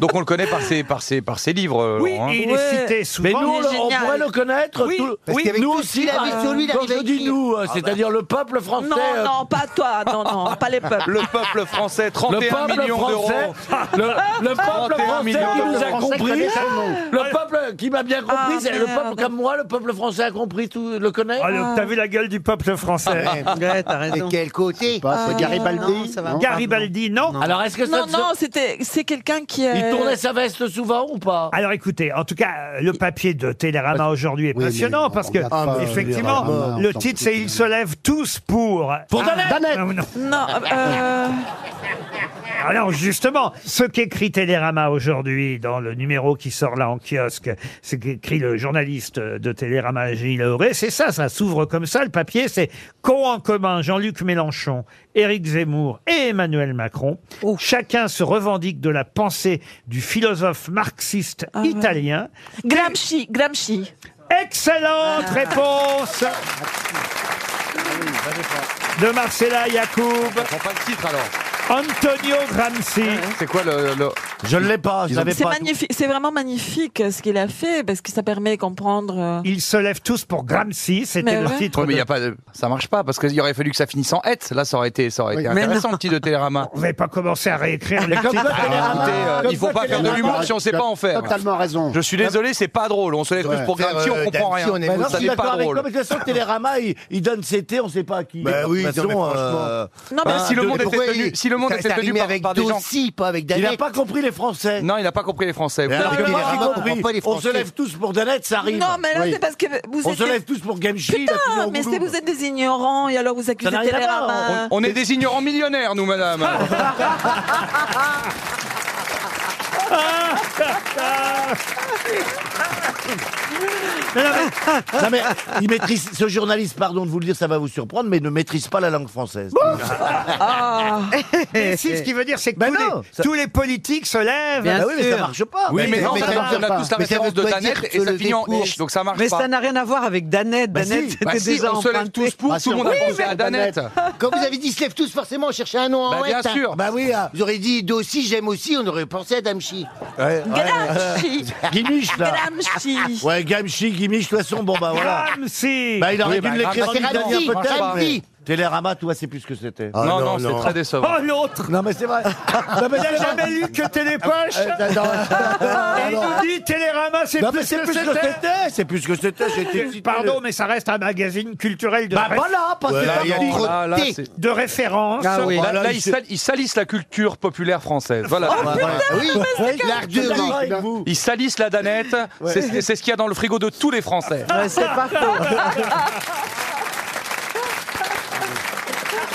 S6: Donc on le connaît par ses, par ses, par ses livres. euh,
S2: Oui,
S6: Laurent, hein.
S2: et il
S7: Ouais.
S2: est cité
S3: Mais
S2: souvent.
S3: nous, on,
S7: il est
S3: on
S7: génial.
S3: pourrait le connaître.
S2: Oui,
S3: tout-
S4: parce qu'avait
S3: nous
S4: tout ce
S3: aussi.
S4: qu'il avait
S3: par-
S4: sur lui, il
S3: quand
S4: arrivait
S3: je
S4: à
S3: dis
S4: écrire.
S3: nous, euh, c'est-à-dire le peuple français.
S7: Non,
S3: euh,
S7: non, pas toi. Non,
S3: <laughs>
S7: non, pas les peuples.
S6: Le peuple français, 31
S3: Le peuple
S6: millions d'euros.
S3: français, le, le peuple
S6: 31
S3: français
S6: millions
S3: qui
S6: d'euros.
S3: nous a
S9: Français
S3: compris,
S9: connaît son nom.
S3: le peuple qui m'a bien compris,
S7: Ah,
S3: c'est le
S7: merde.
S3: peuple comme moi, le peuple français a compris tout, le connaît. Ah,
S2: Ah, le- T'as vu la gueule du peuple français
S5: Ouais, t'as raison.
S4: De Ah, quel côté
S9: Pas, Ah,
S7: Euh,
S9: c'est Garibaldi
S5: non, ça va
S9: non
S2: Garibaldi, non.
S3: Alors est-ce que ça
S7: Non,
S3: se-
S7: non, c'était, c'est quelqu'un qui.
S3: il
S7: euh,
S3: tournait sa veste souvent ou pas
S2: Alors écoutez, en tout cas, le papier de Télérama aujourd'hui est
S9: mais
S2: passionnant
S9: on
S2: parce que,
S9: regarde pas
S2: effectivement,
S9: Télérama,
S2: le
S9: on
S2: titre
S9: s'en
S2: c'est
S9: fout.
S2: Ils se lèvent tous pour. Ah,
S3: Pour Danette
S9: Danette
S2: Non, non.
S7: Non,
S2: ah.
S7: euh,
S2: Alors justement, ce qu'écrit Télérama aujourd'hui dans le numéro qui sort là en kiosque, ce qu'écrit le journaliste de Télérama Gilles Auré, c'est ça, ça s'ouvre comme ça, le papier, c'est qu'ont en commun Jean-Luc Mélenchon, Éric Zemmour et Emmanuel Macron. Chacun se revendique revendique de la pensée du philosophe marxiste italien.
S7: Gramsci, Gramsci. Ah.
S2: Excellente réponse de Marcella Yacoub.
S6: Pas le titre alors.
S2: Antonio Gramsci.
S6: C'est quoi le. le-
S3: Je ne l'ai pas, je l'avais
S7: C'est
S3: pas.
S7: magnifique, c'est vraiment magnifique euh, ce qu'il a fait parce que ça permet de comprendre. euh,
S2: Ils se lèvent tous pour Gramsci, c'était
S7: Mais
S2: le
S7: ouais.
S2: titre.
S6: Ouais, mais
S2: de-
S6: y a pas de- ça marche pas parce qu'il aurait fallu que ça finisse en hête. Là, ça aurait été, ça aurait
S2: Oui.
S6: été
S2: Mais
S6: intéressant
S2: non.
S6: le titre de Télérama.
S2: Vous n'avez pas commencé à réécrire les
S6: Mais comme
S2: titres.
S6: ça, Télérama- Ah, écoutez, euh, comme il faut ça, pas faire de Télérama- l'humour si on sait pas en faire.
S9: Totalement raison.
S6: Je suis désolé, c'est pas drôle. On se lève tous pour
S3: Faire,
S6: Gramsci,
S3: euh,
S6: on comprend
S3: Gramsci,
S6: rien.
S3: on est-
S6: Ça
S3: Bah non, je
S6: n'est
S3: suis
S6: pas
S3: d'accord avec
S6: drôle.
S3: toi, mais de toute façon, Télérama, il, il donne ses thés, on ne sait pas à qui.
S6: Bah
S3: De toute
S6: oui, non,
S3: façon,
S6: mais franchement.
S3: bah,
S6: Ah, si le monde était tenu- si le monde était tenu par- par des gens-
S3: Il n'a pas compris les Français.
S6: Non, il n'a pas compris les Français.
S3: Mais
S6: Vous
S3: alors,
S6: avez
S3: comment
S6: compris.
S3: il comprend pas les Français On se lève tous pour Danette, ça arrive.
S7: Non, mais là,
S3: Oui.
S7: c'est parce que vous
S3: On
S7: êtes.
S3: se lève tous pour Gamchi. il a
S7: Putain,
S3: toujours
S7: mais
S3: Gouloub.
S7: c'est vous êtes des ignorants et alors vous accusez
S3: n'a rien à voir. hein.
S7: Télérama.
S6: On est des ignorants millionnaires, nous,
S3: <laughs>
S6: madame.
S3: Non, mais il maîtrise, ce journaliste, pardon de vous le dire, ça va vous surprendre, mais il ne maîtrise pas la langue française. <laughs> Ah.
S2: Mais si, ce qui veut dire, c'est que tous, les, tous les politiques se lèvent.
S3: Bien Bah oui, mais ça sûr. marche pas.
S6: Oui, mais,
S3: Mais-
S6: non,
S3: mais
S6: ça
S3: ça
S6: marche.
S3: marche
S6: on a
S3: pas.
S6: tous la
S3: Mais ça veut
S6: référence de
S3: pas dire
S6: Danette
S3: se
S6: et ça
S3: lever
S6: finit en
S3: pour.
S6: ish, donc ça marche
S5: Mais
S6: pas.
S5: ça n'a rien à voir avec Danette.
S6: Bah
S5: Danette,
S6: si.
S5: c'était
S6: Bah si,
S5: déjà
S6: on se lève
S5: emprunté.
S6: tous pour, Bah tout le si, monde on a pensé à Danette.
S4: Quand vous avez dit se lève tous, forcément, on cherchait un nom en
S6: Bah, bien
S4: ouest, hein.
S6: sûr.
S4: Bah oui, hein. Vous auriez dit d'aussi, j'aime aussi, on aurait pensé à Damchi.
S7: Gramsci.
S3: Guimiche, là.
S7: Gramsci.
S3: Ouais, Gamchi, Guimiche, de toute façon, bon, bah voilà.
S2: Gramsci
S3: Bah, il aurait
S6: Oui,
S3: dû
S6: bah,
S3: l'écrire en
S6: Gramsci,
S3: italien,
S6: Gramsci,
S3: peut-être.
S6: Gramsci.
S3: mais Télérama, toi, c'est plus ce que c'était.
S6: Ah, Non, non, non, c'est non. très décevant.
S2: Oh, l'autre
S3: Non, mais
S2: <laughs>
S3: c'est vrai. Non, mais
S2: Il n'a
S3: c'est vrai.
S2: jamais lu que Télépoche
S3: Euh, euh, non.
S2: <laughs> Et il nous dit Télérama, Ah, c'est
S3: Non,
S2: plus,
S3: mais c'est
S2: c'est
S3: plus ce que c'était. C'est plus ce que c'était. j'ai été cité.
S2: Pardon, mais ça reste un magazine culturel de
S3: Bah
S2: ré-
S3: voilà, parce que Ouais, là, il y a parti. trop
S6: de thé.
S2: de référence.
S6: Là, là, ils, sal- ils salissent la culture populaire française. Voilà.
S2: Oh, putain,
S5: Ah,
S4: Oui, l'art de rue.
S6: Ils salissent la danette. C'est- C'est c'est ce qu'il y a dans le frigo de tous les Français.
S5: Ouais, Ah, c'est pas
S3: <laughs>
S5: faux.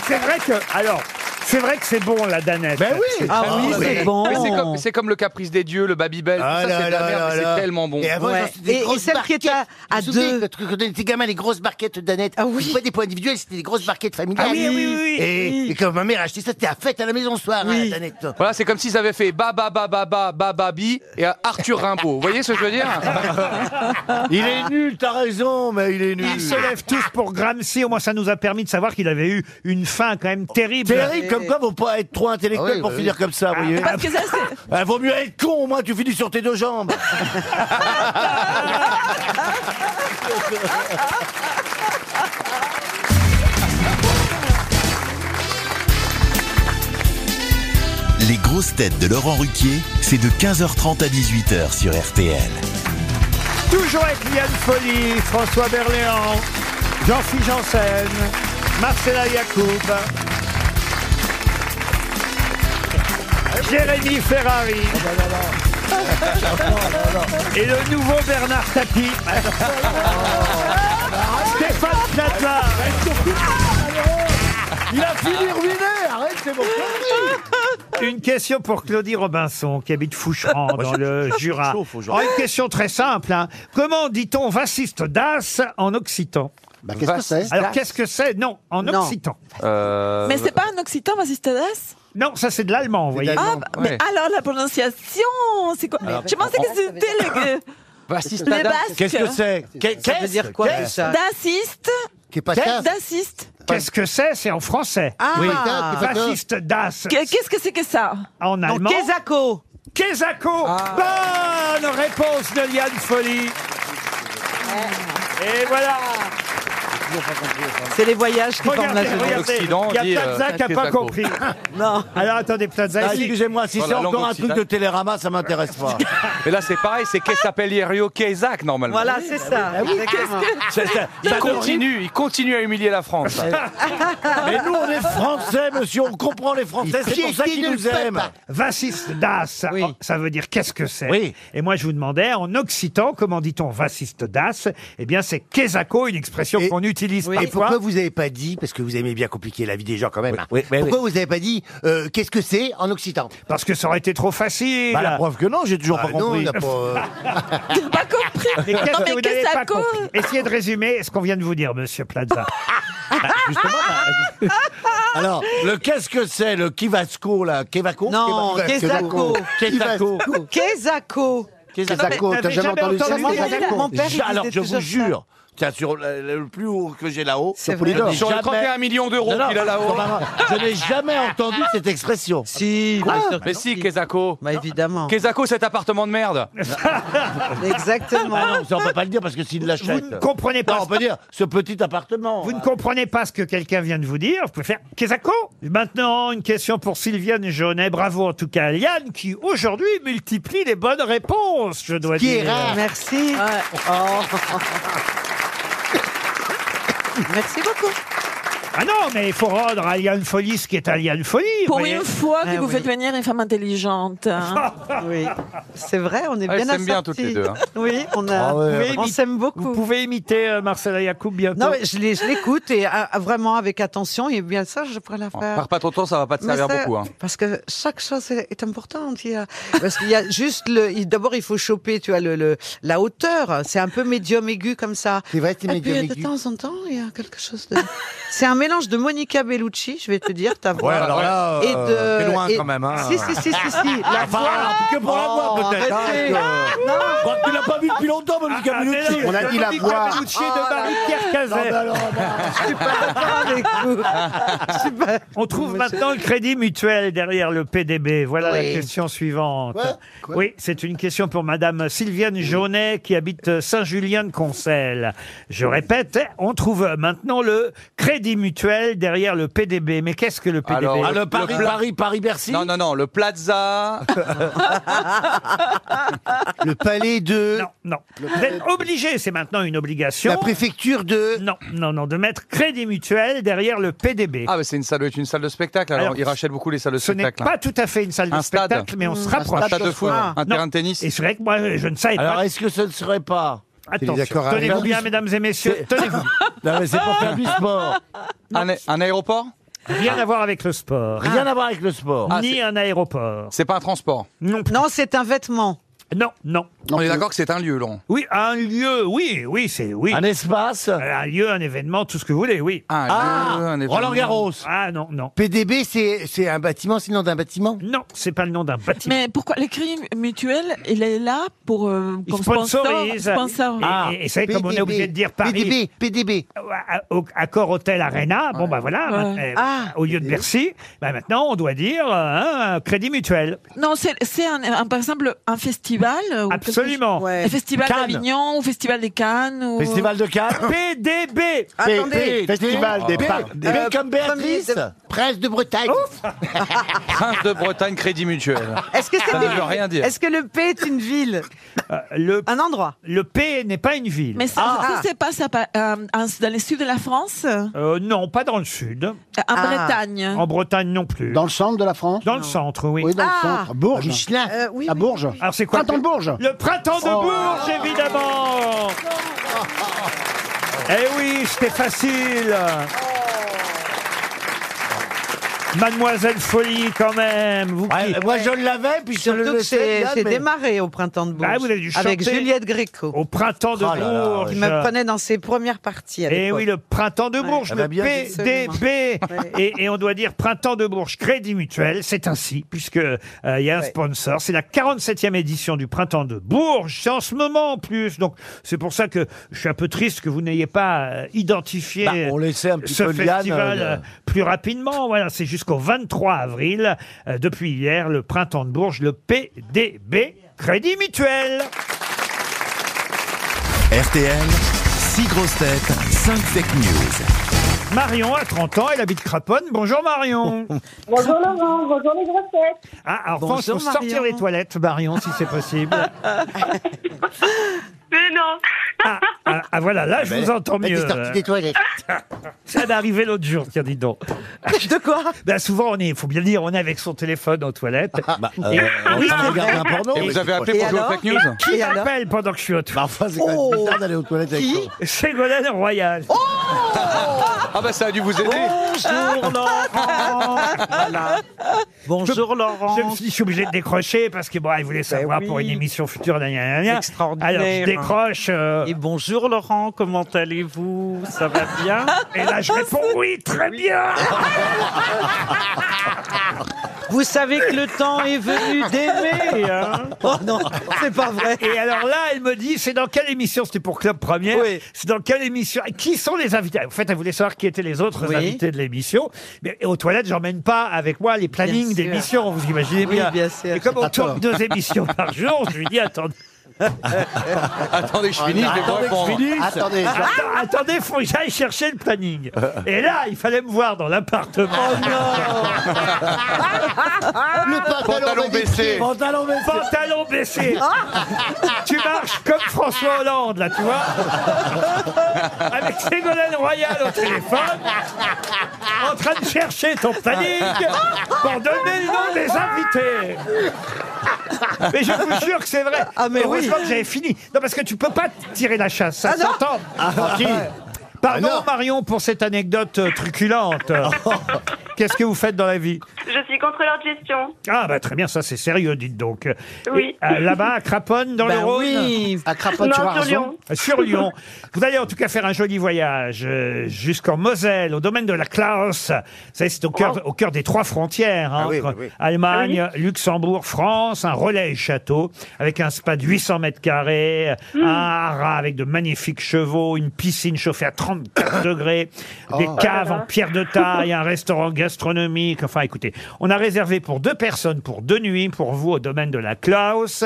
S2: C'est vrai que alors. C'est vrai que c'est bon la danette. Ben
S6: C'est très
S3: Ah,
S6: Mais c'est comme- C'est comme, le caprice des dieux, le Babybel.
S4: Ah
S6: tout ça,
S4: là
S6: c'est de la
S4: là
S6: merde,
S4: là
S6: mais
S4: là.
S6: c'est tellement bon.
S4: Et avant,
S5: Ouais.
S4: genre, c'était des
S5: Et- et
S4: grosses
S5: celle qui
S4: barquettes.
S5: était à-
S4: Vous
S5: à
S4: vous souvenez,
S5: deux.
S4: quand- Quand on était gamin, les grosses barquettes d'Annette. Ah oui. Pas des pots individuels, c'était des grosses barquettes familiales.
S2: Ah oui, oui, oui, oui.
S4: Et, et quand ma mère achetait ça, c'était à fête à la maison le soir, hein,
S5: Oui.
S4: Danette.
S6: Voilà, c'est comme s'ils avaient fait Baba Baba Baba Baba Bi et Arthur Rimbaud. Vous voyez ce que je veux dire
S3: Il est nul, t'as raison, mais il est nul.
S2: Ils se lèvent tous pour Gramsci. Au moins, ça nous a permis de savoir qu'il avait eu une fin quand même terrible.
S3: Terrible, comme quoi, faut pas être trop intellectuel
S2: Ah oui,
S3: pour
S2: bah
S3: finir
S2: oui.
S3: comme ça, vous voyez.
S7: Parce que ça, c'est.
S3: <laughs> Ah, vaut mieux être con, au moins tu finis sur tes deux jambes.
S1: Les grosses têtes de Laurent Ruquier, c'est de 15h30 à 18h sur RTL.
S2: Toujours avec Liane Folly, François Berléand, Jean-Philippe Janssen, Marcella Yacoub, Jérémy Ferrari. Et le nouveau Bernard Tapie. Stéphane Plaza.
S3: Il a fini ruiné, arrête, c'est bon.
S2: Une question pour Claudie Robinson, qui habite Foucheran, dans le Jura.
S3: chauffe aujourd'hui.
S2: Oh, une question très simple. hein. Comment dit-on vassiste d'as en occitan
S9: Bah, qu'est-ce que c'est
S2: Alors, qu'est-ce que c'est Non, en
S5: Non.
S2: occitan.
S6: Euh,
S2: Euh,
S7: Mais c'est pas un occitan, Vasistadas
S2: Non, ça, c'est de l'allemand, vous voyez.
S7: Ah, bah, mais alors la prononciation, c'est quoi Je pensais que c'était
S2: <laughs>
S7: le.
S2: Bah,
S7: Les Basques.
S3: Qu'est-ce que c'est
S5: Ça veut dire quoi, tout ça
S7: D'assiste.
S4: Qu'est pas ça
S7: D'assiste.
S2: Qu'est-ce que c'est C'est en français.
S7: Ah. Oui.
S2: Fasciste das.
S7: Que- Qu'est-ce que c'est que ça Ah,
S2: En
S5: Donc,
S2: allemand.
S5: Kezako.
S2: Kezako. Bonne réponse de Liane Folly. Et voilà.
S5: C'est les voyages qui forment la
S2: Regardez,
S5: jeunesse.
S2: regardez.
S6: Occident, on
S2: Il
S6: dit,
S2: y a
S6: euh,
S2: Plaza qui n'a pas
S6: Kezako.
S2: compris.
S5: Non.
S2: Alors attendez, Plaza.
S3: Ah,
S2: ici.
S3: Excusez-moi, si
S6: Dans
S3: c'est
S6: la langue
S3: encore un truc
S6: occitane.
S3: de Télérama, ça m'intéresse pas.
S6: Mais là, c'est pareil, c'est qu'est-ce s'appelle Yerio Kezak, normalement.
S5: Voilà, c'est ça. Exactement.
S3: Ça- ça-
S6: Il
S3: ça
S6: continue, il continue à humilier la France.
S3: nous- Mais nous, on est français, monsieur, on comprend les français, c'est pour ça qu'ils nous aiment.
S2: Vassiste das, oh, ça veut dire qu'est-ce que c'est Et moi, je vous demandais, en occitan, comment dit-on vassiste das Eh bien, c'est Kezako, une expression qu'on utilise
S4: Et
S2: parfois.
S4: pourquoi vous n'avez pas dit, parce que vous aimez bien compliquer la vie des gens quand même, hein. pourquoi vous n'avez pas dit euh, qu'est-ce que c'est en occitan
S2: Parce que ça aurait été trop facile.
S4: Bah, la preuve
S2: que non, j'ai toujours
S4: pas compris.
S5: Euh,
S2: pas compris. Mais
S7: Non,
S2: qu'est-ce
S7: mais
S2: que vous
S7: que
S2: n'avez
S7: ça
S2: pas
S7: cause
S2: compris Essayez de résumer ce qu'on vient de vous dire, monsieur Plaza.
S3: Alors, le qu'est-ce que c'est, le Kivasco, là Kevaco
S5: Non, Kesako.
S3: Kesako.
S5: Kesako.
S3: Kesako, t'as jamais entendu ça
S5: Mon père, il disait
S3: Alors, je vous
S5: toujours ça.
S3: jure, tiens, sur le, le- le plus haut que j'ai là-haut,
S5: C'est
S3: je n'ai
S5: vrai.
S6: Sur les
S3: jamais-
S6: 31 millions d'euros
S3: Non, non,
S6: qu'il a là-haut.
S3: non, non, Je n'ai jamais <laughs> entendu cette expression.
S5: Si,
S3: Ah,
S6: mais, si, Kezako.
S5: Bah évidemment.
S6: Kezako, cet appartement de merde.
S3: <laughs>
S5: Exactement.
S3: Ah non, ça, on peut pas le dire parce que s'il l'achète.
S2: ne comprenez pas
S3: Non, on peut dire ce petit appartement.
S2: Vous ne comprenez pas ce que quelqu'un vient de vous dire. Vous pouvez faire Kesako. Maintenant, une question pour Sylviane Jaunet. Bravo en tout cas à Liane qui aujourd'hui multiplie les bonnes réponses, je dois
S5: Qui est
S2: dire.
S5: rare. Merci.
S2: Oh.
S5: <laughs> Merci beaucoup.
S2: Ah non, mais il faut rendre à Liane Folie ce qui est à Liane Folie.
S7: Pour
S2: vous voyez.
S7: une fois que
S2: Ah
S7: vous
S2: oui.
S7: faites venir une femme intelligente. hein.
S5: <laughs> oui, c'est vrai, on est
S2: Ah, elles
S5: bien
S2: s'aiment bien
S5: assortis.
S2: toutes les deux,
S5: <laughs>
S2: hein.
S5: Oui, on a,
S2: Ah ouais.
S5: oui,
S2: Vous
S5: on
S2: pouvez
S5: s'aime beaucoup.
S2: Vous pouvez imiter euh, Marcela Yacoub bientôt.
S5: Non, mais je l'ai- je l'écoute et ah, ah, vraiment avec attention. Et bien ça, je pourrais la faire.
S6: Par pas trop de temps, ça va pas te
S5: Mais
S6: servir
S5: ça,
S6: beaucoup. hein.
S5: Parce que chaque chose est est importante. Il y a, parce qu'il y a juste le. il- D'abord, il faut choper, tu vois, le, le- la hauteur. C'est un peu médium aigu comme ça. C'est vrai,
S4: c'est
S5: Et
S4: médium
S5: puis, euh, de
S4: aigu.
S5: temps en temps, il y a quelque chose de. C'est un mélange de Monica Bellucci, je vais te dire, ta voix.
S3: Ouais, alors là,
S5: et
S3: euh,
S5: de.
S3: t'es loin
S5: et-
S3: quand même, hein. Ah,
S5: Si,
S3: bah,
S5: si, si, si, si, La
S3: Enfin,
S5: voix.
S3: en tout cas pour la voix,
S5: Oh,
S3: peut-être, hein,
S5: arrêtez.
S3: parce que-
S2: Bah,
S3: Bon, tu l'as pas vu depuis longtemps, Monica
S2: Ah, mais
S3: Bellucci.
S2: non, mais Monica Bellucci et de Marie-Pierre Cazet. On trouve maintenant le crédit mutuel derrière le PDB. Voilà
S4: Oui.
S2: la question suivante.
S4: Quoi Quoi
S2: oui, c'est une question pour Madame Sylviane Jaunet qui habite Saint-Julien-de-Concelles. Je répète, on trouve maintenant le crédit mutuel derrière le PDB. Mais qu'est-ce que le PDB
S6: Alors, Ah, le le Paris- pla- Paris-
S3: Bercy.
S6: Non, non, non, le Plaza.
S2: Le palais de. Non, non. Vous êtes obligé, c'est maintenant une obligation.
S6: La
S2: préfecture de. Non, non, non, de mettre crédit mutuel derrière le PDB.
S6: Ah, mais c'est une salle, doit être une salle de spectacle. Alors,
S2: Alors,
S6: ils rachètent beaucoup les salles de
S2: Ce n'est
S6: spectacle. hein.
S2: pas tout à fait une salle de
S6: Un stade.
S2: spectacle, mais on
S6: Mmh.
S2: se
S6: Un
S2: rapproche.
S6: stade de foot, un terrain de tennis.
S2: Et c'est vrai que moi, je ne savais
S3: Alors,
S2: pas.
S3: est-ce que ce ne serait pas.
S2: Attention, tenez-vous bien, mesdames et messieurs, tenez-vous.
S3: <laughs> Non, mais c'est pour faire du sport.
S6: Un, un aéroport
S2: Rien à voir avec le sport.
S3: Rien à voir avec le sport.
S2: Ni un aéroport.
S6: Ah. C'est pas un transport.
S2: Non,
S5: non c'est un vêtement.
S2: Non, non.
S6: On est d'accord que c'est un lieu, Laurent.
S2: Oui, un lieu, oui, oui, c'est oui. Euh,
S3: Un espace
S2: Un lieu, un événement, tout ce que vous voulez, oui.
S4: Ah,
S6: Un lieu, un événement.
S2: Ah non, non.
S4: PDB, c'est c'est un bâtiment, c'est le nom d'un bâtiment
S2: Non, c'est pas le nom
S4: <laughs>
S2: d'un bâtiment.
S7: Mais pourquoi l'écrit mutuel, il est là pour euh,
S2: Il
S7: comme sponsor,
S2: sponsorise.
S7: sponsor.
S2: Et- et- et, c'est comme on est obligé de dire Paris. Euh,
S4: PDB,
S2: PDB. Accord Hôtel Arena. Bon, bah voilà.
S7: Ouais.
S2: euh,
S7: Ah.
S2: Au lieu de Bercy, bah maintenant, on doit dire euh, hein, un crédit mutuel.
S7: Non, c'est c'est un, un- par exemple un festival. euh, ou quelque
S2: Absolument.
S7: chose- Un festival
S2: Cannes.
S7: d'Avignon ou festival des Cannes. Ou...
S3: de Cannes.
S9: Ah.
S2: PDB.
S3: Attendez. Festival des
S6: Ah.
S3: Des B comme Béatrice.
S4: Prince de Bretagne.
S6: Prince de Bretagne, Crédit Mutuel.
S5: Est-ce que c'est
S6: Ça ne
S5: une-
S6: veut rien dire.
S5: Est-ce que le P est une ville
S2: Euh, le,
S5: Un endroit.
S2: Le P n'est pas une ville. Ah.
S7: Mais ça,
S9: Ah.
S7: ça se passe à Pa- euh, en- dans le sud de la France, en
S2: Euh, non, pas dans le sud.
S5: Ah,
S7: Bretagne.
S2: En Bretagne non plus. Dans
S9: le centre de la France
S2: Dans le centre, oui.
S9: Oui, dans
S7: Ah.
S9: le centre. Bourges.
S5: Euh,
S9: À Bourges.
S2: Alors c'est quoi
S9: <laughs> Printemps de Bourges.
S2: Le printemps de
S9: Oh.
S2: Bourges, évidemment Eh oui, c'était facile
S5: Oh.
S2: Mademoiselle Folie, quand même vous qui-
S3: Moi, je l'avais, puis je
S5: Surtout
S3: le
S5: que
S3: laissais.
S5: c'est
S3: Yann,
S5: c'est
S3: mais-
S5: démarré au printemps de Bourges.
S2: Ah, vous avez dû
S5: avec
S2: chanter
S5: Juliette Gréco.
S2: Au printemps de
S5: Oh
S3: là là,
S2: Bourges
S5: Je me prenais dans ses premières parties. à
S2: Eh
S5: l'époque.
S2: oui, le printemps de
S5: Ouais.
S2: Bourges,
S5: Ah
S2: le
S5: bah bien,
S2: PDB. Et, et on doit dire printemps de Bourges, Crédit Mutuel, c'est ainsi, puisque euh, il y a un sponsor. C'est la 47e édition du printemps de Bourges, c'est en ce moment en plus. Donc c'est pour ça que je suis un peu triste que vous n'ayez pas euh, identifié
S3: Bah, on laissait un petit
S2: ce
S3: peu Liane,
S2: festival
S3: euh,
S2: euh, plus rapidement. Voilà, c'est jusqu'au 23 avril. Euh, depuis hier, le printemps de Bourges, le PDB, Crédit Mutuel.
S1: RTL, 6 grosses têtes, 5 fake news.
S2: Marion a 30 ans, elle habite Craponne. Bonjour
S15: <laughs>
S2: Marion.
S15: Bonjour Laurent, bonjour les grossettes.
S2: Ah, alors,
S15: Bonjour,
S2: pense faut sortir
S15: Marion. <laughs>
S2: les toilettes, Marion, si c'est possible.
S15: Mais non.
S2: Ah, ah, voilà, là, je
S15: Ah ben,
S2: vous entends
S15: vas-y,
S2: mieux. hein.
S15: sortie des toilettes.
S2: Ça m'est arrivé l'autre jour, tiens, dis donc. De quoi ben, Souvent, on est, faut bien le dire, on est avec son téléphone aux toilettes.
S3: euh, en train de
S2: c'est
S3: regarder
S2: vrai.
S3: un porno, Et oui, vous avez c'est appelé pour jouer aux fake news
S2: Qui
S3: Et alors
S2: appelle pendant que je suis aux toilettes
S3: Enfin, c'est quand même Oh bizarre d'aller aux toilettes avec
S2: Qui Ségolène Royal.
S3: Oh
S6: Ah bah ça a dû vous aider.
S2: Bonjour Laurent. Bonjour Laurent. Je, me suis- je suis obligé de décrocher parce que bon, il voulait savoir pour une émission future. gna, gna, gna.
S19: Ben Extraordinaire.
S2: Alors je décroche. euh.
S19: Et bonjour Laurent, comment allez-vous Ça va bien
S2: Et là je
S19: <laughs>
S2: réponds oui, très bien.
S19: Vous savez que le temps est venu d'aimer. hein.
S2: Oh non, c'est pas vrai. Et alors là, elle me dit, c'est dans quelle émission C'était pour Club Première. C'est dans quelle émission Et Qui sont les invités En fait, elle voulait savoir qui étaient les autres
S19: Oui.
S2: invités de l'émission. Mais aux toilettes, j'emmène pas avec moi les plannings
S19: sûr.
S2: d'émissions. Vous imaginez
S19: Oui,
S2: bien.
S19: bien sûr.
S2: Et comme on
S19: T'as
S2: tourne
S19: tort.
S2: deux <laughs> émissions par jour, je lui dis, attendez.
S6: <laughs> Attendez, Oh, je finis, je vais vous
S2: Attendez que
S6: répondre.
S2: je Euh, finisse.
S6: Attendez, je-
S2: Attends- attendez, faut que j'aille chercher le planning. Et là, il fallait me voir dans l'appartement. <laughs>
S8: Le
S2: pantalon Pantalon baissé. baissé.
S8: Pantalon baissé. Ah.
S2: Pantalon baissé. tu marches comme François Hollande, là, tu vois. Avec Ségolène Royal au téléphone, en train de chercher ton planning pour donner le nom des invités. Mais je vous jure que c'est vrai.
S19: Ah, mais oui.
S2: Heureusement que j'avais fini. Non, parce que tu peux pas tirer la chasse, ça
S19: Ah, non.
S2: s'entend.
S19: Ah,
S2: Francky.
S19: ouais.
S2: Pardon Marion pour cette anecdote euh,
S19: <laughs>
S2: truculente. Qu'est-ce que vous faites dans la vie
S15: Je suis contrôleur de gestion.
S2: ah bah très bien, ça c'est sérieux, dites donc. Et,
S15: Oui.
S2: euh, Là-bas, à Craponne, dans
S15: Ben
S2: le Rhône Euh,
S15: oui. À Craponne, Non, tu as sur raison. Lyon.
S2: Sur Lyon. Vous allez en tout cas faire un joli voyage euh, jusqu'en Moselle, au domaine de la Klaus. Vous savez, c'est au cœur,
S15: Oh.
S2: au cœur des trois frontières, hein,
S19: Ah oui,
S2: entre
S19: oui, oui.
S2: Allemagne,
S15: Ah
S2: Luxembourg, France, un relais et château, avec un spa de 800 mètres carrés,
S15: Hmm.
S2: un haras avec de magnifiques chevaux, une piscine chauffée à 34 degrés, des
S19: Oh.
S2: caves
S19: Oh là là.
S2: en pierre de taille, un restaurant gastronomique. Enfin, écoutez, on a réservé pour deux personnes, pour deux nuits, pour vous au domaine de la Klaus,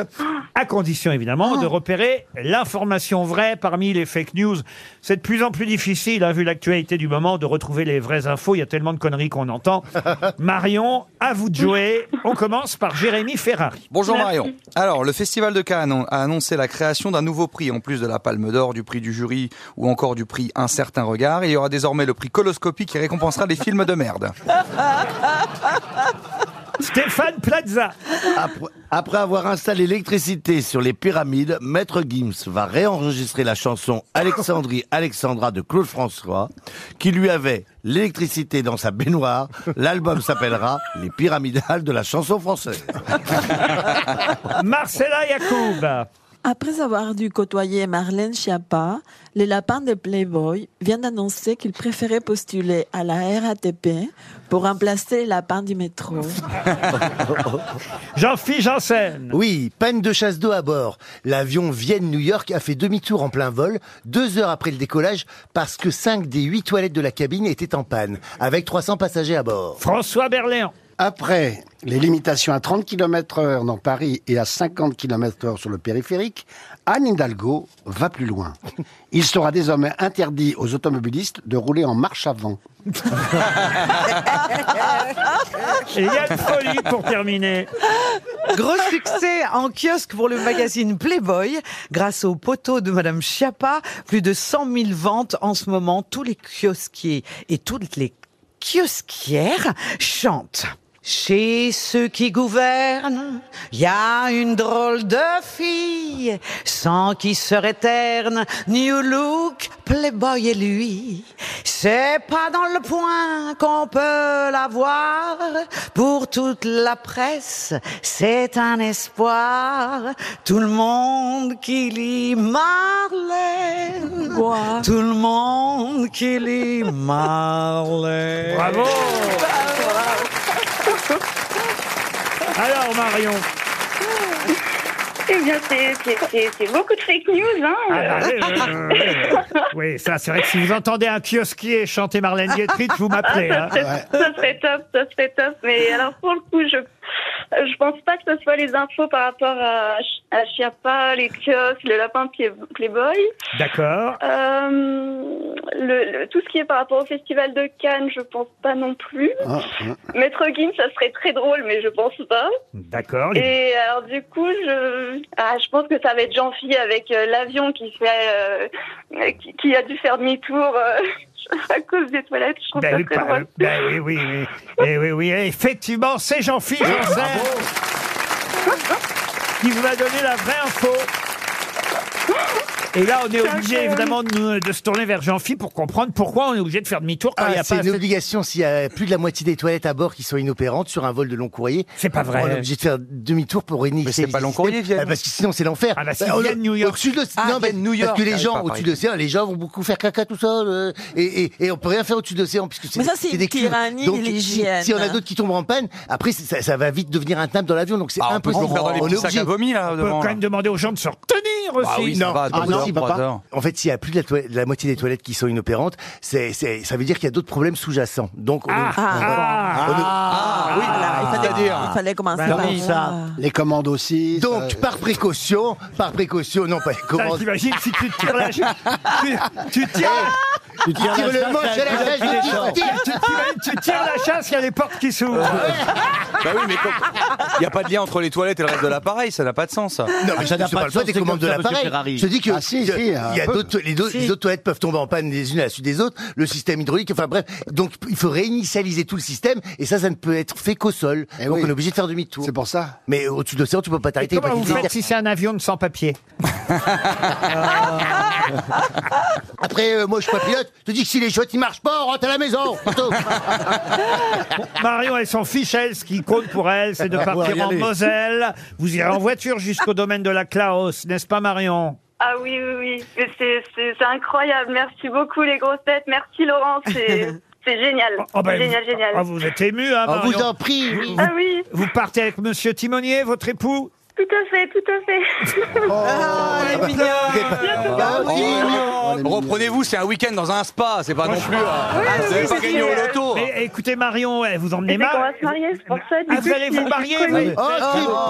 S2: à condition évidemment de repérer l'information vraie parmi les fake news. C'est de plus en plus difficile, hein, vu l'actualité du moment, de retrouver les vraies infos. Il y a tellement de conneries qu'on entend. Marion, à vous de jouer. On commence par Jérémy Ferrari.
S6: Bonjour Marion. Alors, le Festival de Cannes an- a annoncé la création d'un nouveau prix, en plus de la Palme d'Or, du prix du jury ou encore du prix Un certain regard. Il y aura désormais le prix Coloscopie qui récompensera les films de merde.
S2: Stéphane Plaza.
S3: Après, après avoir installé l'électricité sur les pyramides, Maître Gims va réenregistrer la
S2: <laughs>
S3: chanson Alexandrie Alexandra de Claude François, qui lui avait l'électricité dans sa baignoire. L'album
S2: <laughs>
S3: s'appellera Les pyramidales de la chanson française.
S2: Marcella
S4: Ah
S2: Yacoub.
S7: Après avoir dû côtoyer Marlène Schiappa, le lapin de Playboy vient d'annoncer qu'il préférait postuler à la RATP pour remplacer le lapin du métro.
S2: Jean-Philippe Janssen.
S4: Oui, panne de chasse d'eau à bord. L'avion Vienne-New York a fait demi-tour en plein vol, deux heures après le décollage, parce que cinq des huit toilettes de la cabine étaient en panne, avec 300 passagers à bord.
S2: François Berléand.
S9: Après les limitations à 30 km heure dans Paris et à 50 km heure sur le périphérique, Anne Hidalgo va plus loin. Il sera désormais interdit aux automobilistes de rouler en marche avant.
S2: Et Yann Folie pour terminer.
S5: Gros succès en kiosque pour le magazine Playboy. Grâce au poteau de Madame Schiappa, plus de 100 000 ventes en ce moment. Tous les kiosquiers et toutes les kiosquières chantent. Chez ceux qui gouvernent, il y a une drôle de fille, sans qui serait terne, New Look, Playboy et lui. C'est pas dans le point qu'on peut la voir. Pour toute la presse, c'est un espoir. Tout le monde qui lit Marlène. Tout le monde qui lit Marlène.
S2: Bravo. <laughs> Alors Marion.
S15: Eh bien, c'est- c'est c'est- c'est beaucoup de fake news, hein
S2: Ah, bah, euh,
S15: <laughs>
S2: euh, <laughs> oui, ça c'est vrai que si vous entendez un kiosquier chanter Marlène Dietrich, vous m'appelez. hein.
S15: ça, serait, ça serait top, ça serait top. Mais alors, pour le coup, je, Euh, Je pense pas que ce soit les infos par rapport à, Ch- à Chiappa, les kiosques, le lapin de Play- Playboy.
S2: D'accord.
S15: Euh, le- le- tout ce qui est par rapport au festival de Cannes, je pense pas non plus.
S2: Ah.
S6: Ah,
S15: Maître Gim, ça serait très drôle, mais je pense pas.
S2: D'accord. les-
S15: Et alors du coup, je, ah, je pense que ça va être Jean-Phi avec euh, l'avion qui fait, euh, qui, qui a dû faire demi-tour euh, <laughs> à cause des toilettes. Je trouve
S2: Ben
S15: ça
S2: oui,
S15: très
S2: par-
S15: drôle.
S2: ben oui, oui, oui. Eh oui, oui, eh, effectivement, c'est Jean-Philippe Janssen
S15: Ah
S2: qui vous a donné la vraie info. Et là, on est obligé évidemment de, nous- de se tourner vers Jean-Philippe pour comprendre pourquoi on est obligé de faire demi-tour quand il n'y
S4: Ah,
S2: a
S4: c'est
S2: pas
S4: une
S2: assez de-
S4: obligation s'il y a plus de la moitié des toilettes à bord qui sont inopérantes sur un vol de long courrier.
S2: C'est pas vrai.
S4: On est obligé de faire demi-tour pour réinitier. Mais c'est pas long
S2: courrier, Vienne.
S4: Parce que sinon c'est l'enfer.
S2: Ah, bah, si,
S4: on-
S2: Vienne, New York.
S4: Au-dessus de l'océan.
S2: Ah,
S4: non, mais-
S2: Vienne, New
S4: Parce que
S2: York.
S4: les gens
S2: Ah oui,
S4: au-dessus de
S2: pareil.
S4: l'océan, les gens vont beaucoup faire caca tout seul. euh, et, et, et on peut rien faire au-dessus de l'océan puisque c'est
S7: Mais ça, c'est
S4: c'est
S7: une
S4: des cuves.
S7: tyrannie
S4: Donc,
S7: de
S4: si-
S7: l'hygiène.
S4: Si on a d'autres qui tombent en panne, après c'est- ça, ça va vite devenir intenable dans l'avion. Donc c'est
S6: Ah, on peut se
S4: impossible.
S6: faire dans les petits
S4: est
S6: sacs à
S4: obligé.
S6: vomi, là, On peut devant, quand là. même
S2: demander aux gens de se retenir aussi.
S4: Bah oui, ça
S2: Non,
S4: va,
S2: c'est
S4: deux
S2: pas
S4: heures,
S2: possible,
S4: trois
S2: papa.
S4: heures. En fait, s'il y a plus de la, toi- de la moitié des toilettes qui sont inopérantes, c'est, c'est- ça veut dire qu'il y a d'autres problèmes sous-jacents. Donc, on est-
S7: ah,
S4: on est-
S7: ah, voilà, il fallait- il fallait commencer
S2: Ben
S4: Bah
S7: par Ah.
S4: oui,
S7: ça.
S4: Les commandes aussi. Donc, par précaution, par précaution, non pas les commandes.
S2: T'imagines si tu
S4: <laughs>
S2: tires la chaise. Tu, tu tires.
S4: Tu tires
S2: Tu
S4: la chasse,
S2: à
S4: t'as-
S2: chaise,
S4: t'as
S2: tu
S4: des
S2: tires-
S4: chances.
S2: tu tires- tu tires- Tu tires la chasse, il y a les portes qui s'ouvrent.
S4: Ah
S6: Bah oui, mais il n'y a pas de lien entre les toilettes et le reste de l'appareil, ça n'a pas de sens. Ah, ça.
S4: Non, mais je ne parle pas des commandes de l'appareil. Je dis
S6: Ah,
S4: que que- il y a d'autres, les, deux- les autres toilettes peuvent tomber en panne les unes à la suite des autres. Le système hydraulique, enfin bref, donc il faut réinitialiser tout le système et ça, ça ne peut être fait qu'au sol. donc on est obligé de faire demi-tour. Eh C'est pour ça. Mais au-dessus de l'océan, tu peux pas
S2: Et
S4: t'arrêter.
S2: comment
S4: parce
S2: vous
S4: qu'il y a-
S2: faites si c'est un avion de sans-papier
S4: <laughs> Après, euh, moi, je suis pas pilote. Je te dis que si les chiottes, ils marchent pas, on rentre à la maison. Plutôt.
S2: Marion, elle s'en fiche, elle, ce qui compte pour elle, c'est de
S4: Ah, On va y
S2: partir en
S4: aller.
S2: Moselle. Vous irez en voiture jusqu'au domaine de la Klaus, n'est-ce pas, Marion
S15: Ah oui, oui, oui. Mais c'est- C'est c'est incroyable. Merci beaucoup, les grosses têtes. Merci, Laurent. C'est
S2: <laughs>
S15: c'est génial.
S2: Oh, ben,
S15: génial,
S2: vous,
S15: génial.
S2: oh, vous êtes ému, hein,
S4: On
S2: Marion
S4: vous en prie, oui.
S15: Ah oui,
S2: Vous partez avec Monsieur Timonier, votre époux
S15: tout à fait, tout à fait.
S2: <laughs> Ah, elle est mignonne.
S6: Ah, oh, Reprenez-vous, c'est un week-end dans un spa, c'est pas non plus. euh, vous avez pas gagné au loto.
S2: Mais écoutez, Marion, eh, vous emmenez
S15: Et dès qu'on
S2: Mar-
S15: va se marier, c'est pour ça. du
S2: Ah,
S15: coup,
S2: vous allez
S15: je
S2: vous
S15: suis
S2: marier
S15: connue.
S2: vous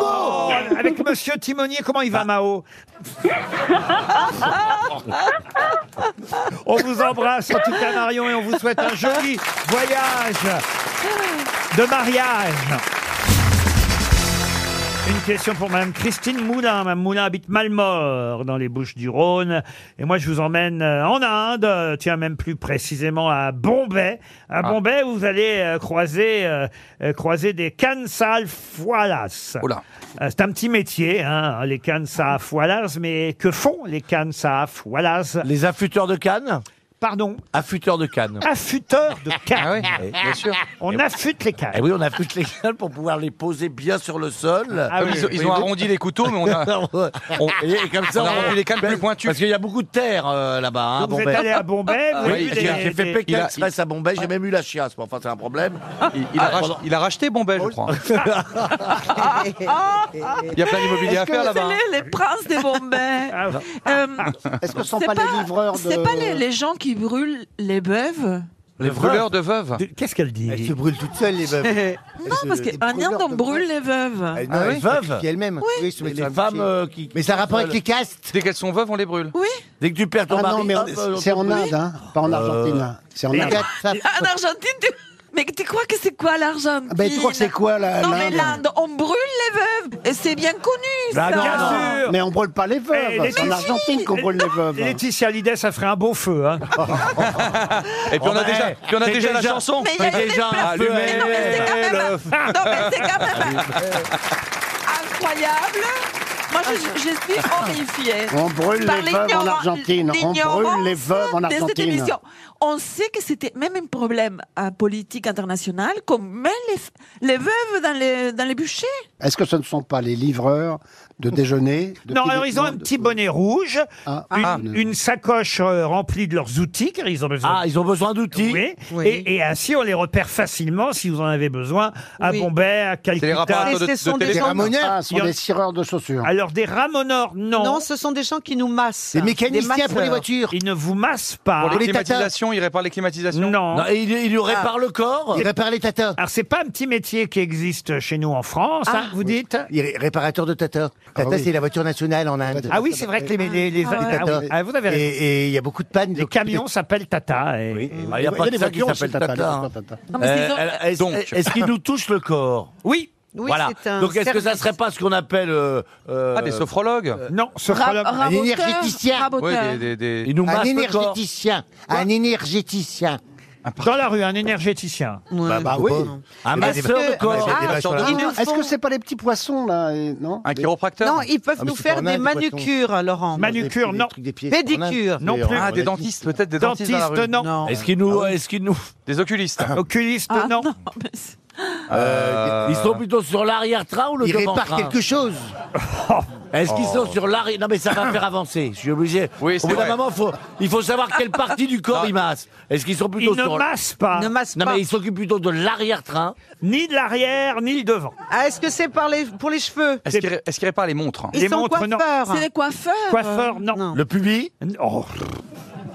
S2: Oh, Avec Monsieur Timonier, comment il
S4: Ah.
S2: va, Mao On vous embrasse en tout cas, Marion, et on vous souhaite un joli voyage de mariage. Une question pour Madame Christine Moulin. Madame Moulin habite Malmort, dans les Bouches-du-Rhône. Et moi, je vous emmène euh, en Inde, euh, tiens, même plus précisément à Bombay. À Bombay, vous allez euh, croiser, euh, euh, croiser des Kansal Foualas. Euh, C'est un petit métier, hein, les Kansal Foualas. Mais que font les Kansal Foualas Les affûteurs de cannes Pardon
S3: Affûteur de canne.
S2: Affûteurs de cannes.
S3: Ah
S6: Eh,
S3: oui, bien sûr.
S2: On affûte les cannes.
S3: Eh oui, on affûte les cannes pour pouvoir les poser bien sur le sol.
S6: Ah oui, Ils ont- ils ont arrondi les couteaux, mais on
S3: <laughs>
S6: a- on-
S3: et comme ça,
S6: on a arrondi les cannes plus pointues.
S3: Parce qu'il y a beaucoup de terre euh, là-bas. hein, à
S6: Donc vous êtes
S3: Bombay.
S6: allé à Bombay, vous avez
S3: Oui,
S6: vu
S3: j'ai-
S6: des-
S3: J'ai fait
S6: des-
S3: Pékin
S6: Il a-
S3: Express à Bombay, j'ai même eu la chiasse. mais Enfin, c'est un problème.
S6: Il, il a rach- il a racheté Bombay, je crois. <laughs> Il y a plein d'immobilier à faire là-bas.
S7: Les, les princes des Bombay. Euh,
S9: Est-ce que ce sont
S7: c'est
S9: pas les livreurs de-
S7: C'est pas les, les gens qui brûlent les bœufs
S6: Les voleurs de veuves.
S2: Qu'est-ce qu'elle dit
S4: Elles se brûlent toutes seules, les
S2: <laughs>
S4: veuves.
S7: <laughs> Non, parce qu'en Inde, on brûle les
S9: Ah,
S7: veuves.
S4: Elles, non, elles sacrifient elles-mêmes. Oui, se mettent sur un bûcher. Mais ça a rapport avec les castes. bah
S6: Dès qu'elles sont veuves, on les brûle.
S7: Oui.
S3: Dès que tu perds
S9: Ah non, mais on-
S4: euh,
S9: c'est en
S7: Oui.
S9: Inde, hein, pas en Argentine. hein. C'est en
S7: Et-
S9: Inde.
S7: Ah, En Argentine, tu... Mais tu crois que c'est quoi l'Argentine
S9: Ben, tu crois que c'est quoi, la-
S7: Non, mais
S9: l'Inde
S7: l'Inde, on brûle les veuves. Et c'est bien connu, ça.
S9: Mais on brûle pas les
S2: Eh,
S9: veuves.
S2: les
S9: C'est en
S2: petits-
S9: Argentine qu'on brûle les veuves.
S2: Laetitia Hallyday, ça ferait un beau feu. <laughs> Hein.
S6: Et puis on a déjà, puis on a
S2: c'est
S6: déjà la
S2: déjà-
S6: chanson.
S2: Oh, bah, eh, Mais il y a eu
S6: déjà
S2: des plats-
S6: allumé
S2: Mais euh, non, mais c'est quand même-
S6: le feu.
S7: Non, mais c'est quand même incroyable. Moi, je, je- je suis horrifiée.
S9: On brûle
S7: par
S9: les veuves en
S7: l'ignora-
S9: Argentine. On
S7: l'ignorance
S9: brûle les veuves en
S7: de cette
S9: Argentine.
S7: émission. On sait que c'était même un problème à politique internationale qu'on met les, f- les veuves dans les, dans les bûchers.
S9: Est-ce que ce ne sont pas les livreurs de déjeuner de
S2: Non,
S9: petits
S2: alors ils ont un
S9: vêtements, de-
S2: petit bonnet rouge, une,
S9: Ah.
S2: une sacoche euh, remplie de leurs outils, car ils ont besoin.
S3: Ah, ils ont besoin d'outils.
S2: Oui.
S3: Oui.
S2: Et, et ainsi, on les repère facilement si vous en avez besoin à
S3: Oui.
S2: Bombay, à Calcutta.
S3: réparateurs de-
S9: Ah, ce sont des
S2: téléphone.
S9: cireurs de chaussures.
S2: Alors, Alors, des ramoneurs, non.
S5: Non, ce sont des gens qui nous massent.
S2: Des
S5: Des masseurs.
S2: Ils ne vous massent pas.
S6: Pour les climatisations, il répare les climatisations
S2: Non. Ah.
S6: le corps
S2: Il répare les tatas. Alors, c'est pas un petit métier qui existe chez nous en France,
S4: Ah.
S2: hein, vous dites
S4: Il est réparateur de Tata. Tata,
S2: oui.
S4: c'est la voiture nationale en Inde.
S2: Ah oui, c'est vrai que les. les, les-
S4: Ah ouais.
S2: ah oui, ah, vous avez raison.
S4: Et et il y a beaucoup de pannes.
S2: Les camions s'appellent Tata. et-
S3: Ah, il y a pas que ça qui s'appelle Tata. hein.
S2: Non, Ah, mais c'est
S3: Euh,
S2: donc-
S3: elle- est-ce-
S2: donc.
S3: Est-ce qu'il nous touche le corps
S2: Oui.
S3: Oui,
S2: Oui,
S3: voilà.
S2: c'est un
S3: Donc est-ce que ça
S2: service.
S3: serait pas ce qu'on appelle euh,
S6: Ah, des sophrologues
S2: Non,
S4: sophrologue. Ra- raboteur,
S6: Oui,
S4: raboteur.
S6: des, des, des-
S3: Il nous
S4: un
S3: masse le corps.
S4: énergéticien. Un énergéticien.
S2: Dans la rue, un énergéticien.
S4: Bah, bah oui.
S3: Un
S4: Eh ben,
S3: masseur
S4: des-
S3: de corps.
S4: Ah,
S3: Il y a des
S4: ah,
S3: masseurs de
S4: ils
S3: corps.
S4: nous
S9: Est-ce que c'est pas les petits poissons là et- Non.
S6: Un chiropracteur Ah,
S5: Non, ils
S9: Ah,
S5: peuvent nous faire des manucures, Laurent.
S2: Manucures, non.
S5: Pédicures.
S6: Ah, des dentistes, peut-être des dentistes. dans la
S2: Dentiste,
S6: rue. Ah
S2: non.
S3: Est-ce qu'il nous, est-ce qu'il nous,
S6: Des oculistes.
S2: <coughs> Oculiste,
S4: Ah,
S2: non.
S3: Euh, ils sont plutôt sur l'arrière-train ou le
S4: Il
S3: devant-train
S4: répare quelque chose.
S3: <laughs> Est-ce qu'ils
S4: Oh.
S3: sont sur l'arrière Non, mais ça va faire avancer. Je suis obligé.
S6: Oui,
S3: Au
S6: c'est
S3: bout d'un
S6: vrai.
S3: moment, faut, il faut savoir
S2: <laughs>
S3: quelle partie du corps ils massent. Est-ce qu'ils sont plutôt
S2: Ils ne
S3: sur
S2: massent pas.
S5: Ne massent
S3: Non,
S5: pas.
S3: mais ils s'occupent plutôt de l'arrière-train.
S2: Ni de l'arrière, ni le devant.
S5: Ah, est-ce que c'est par les- pour les cheveux
S6: Est-ce qu'il est-ce qu'il répare les montres
S5: Ils sont coiffeurs.
S7: C'est des coiffeurs.
S2: Coiffeur, non.
S3: Le pubis
S2: Oh.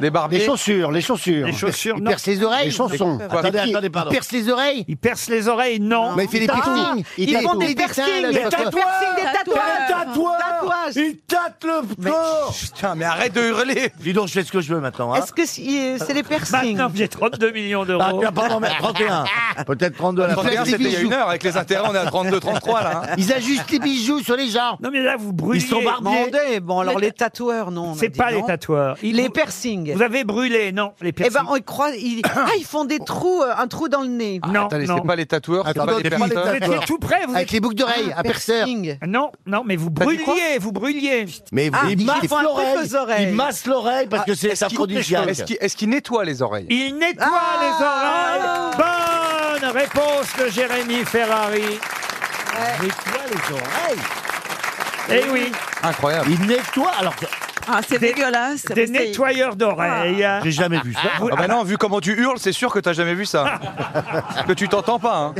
S6: Des barbiers
S9: Les chaussures, les chaussures.
S2: Les chaussures,
S9: Il
S2: non.
S9: perce les oreilles. Les chaussons.
S3: Attendez, attendez, pardon.
S4: Perce les oreilles.
S2: Ils percent les oreilles, non.
S4: Mais il fait des piercings.
S5: Ils font des
S4: dessins, là,
S5: piercings.
S4: je sais pas quoi.
S5: des tatouages. Tatouages.
S3: Il tâte le corps
S6: Putain, mais arrête de hurler
S3: Dis donc, je fais ce que je veux maintenant. Hein.
S5: Est-ce que c'est c'est les piercings
S2: Maintenant, j'ai 32 millions
S3: Ah,
S2: d'euros.
S3: tiens, pardon, mais
S2: <laughs>
S3: 31. Peut-être 32 à la
S6: Regarde,
S4: des
S6: C'était il y a
S4: bijoux.
S6: une heure avec les intérêts, on est à 32, 33 là.
S3: <laughs>
S6: hein.
S4: Ils ajustent les bijoux sur les gens.
S2: Non, mais là, vous brûlez.
S3: Ils sont barbiers.
S5: Demandez. Bon, alors les tatoueurs, non. on a
S2: C'est
S5: dit
S2: pas
S5: non.
S2: les tatoueurs. Ils-
S5: Les
S2: vous-
S5: piercings.
S2: Vous avez brûlé, non, les
S5: Eh
S2: piercings.
S5: ben, on y croit. Ils... <coughs> Ah, ils font des trous, euh, un trou dans le nez.
S2: non,
S6: Attendez,
S2: non.
S6: c'est pas les tatoueurs, c'est pas les
S3: c'est pas les
S6: personnes.
S2: Vous étiez tout près, vous
S4: Avec les boucles d'oreilles, un perceur.
S5: Piercing.
S2: étiez- Non, non, mais vous
S6: T'as dit quoi
S2: brûliez, vous brûliez.
S3: Mais
S5: Ah,
S3: il
S5: ils
S3: masse
S5: font un truc aux oreilles.
S3: l'oreille. Il masse
S6: Ah,
S3: l'oreille parce que c'est aphrodisiaque.
S6: Est-ce qu'il est-ce qu'il nettoie les oreilles
S2: Il nettoie les oreilles. Bonne réponse de Jérémy Ferrari.
S3: Il nettoie les oreilles
S2: Eh oui,
S6: Incroyable.
S3: Il nettoie alors. que-
S7: Ah, c'est dégueulasse. Mais
S2: des
S7: c'est-
S2: nettoyeurs d'oreilles.
S3: J'ai jamais vu ça.
S2: Vous-
S6: Ah bah non, vu comment tu hurles, c'est sûr que t'as jamais
S2: <laughs>
S6: vu ça. Parce que tu t'entends pas. hein.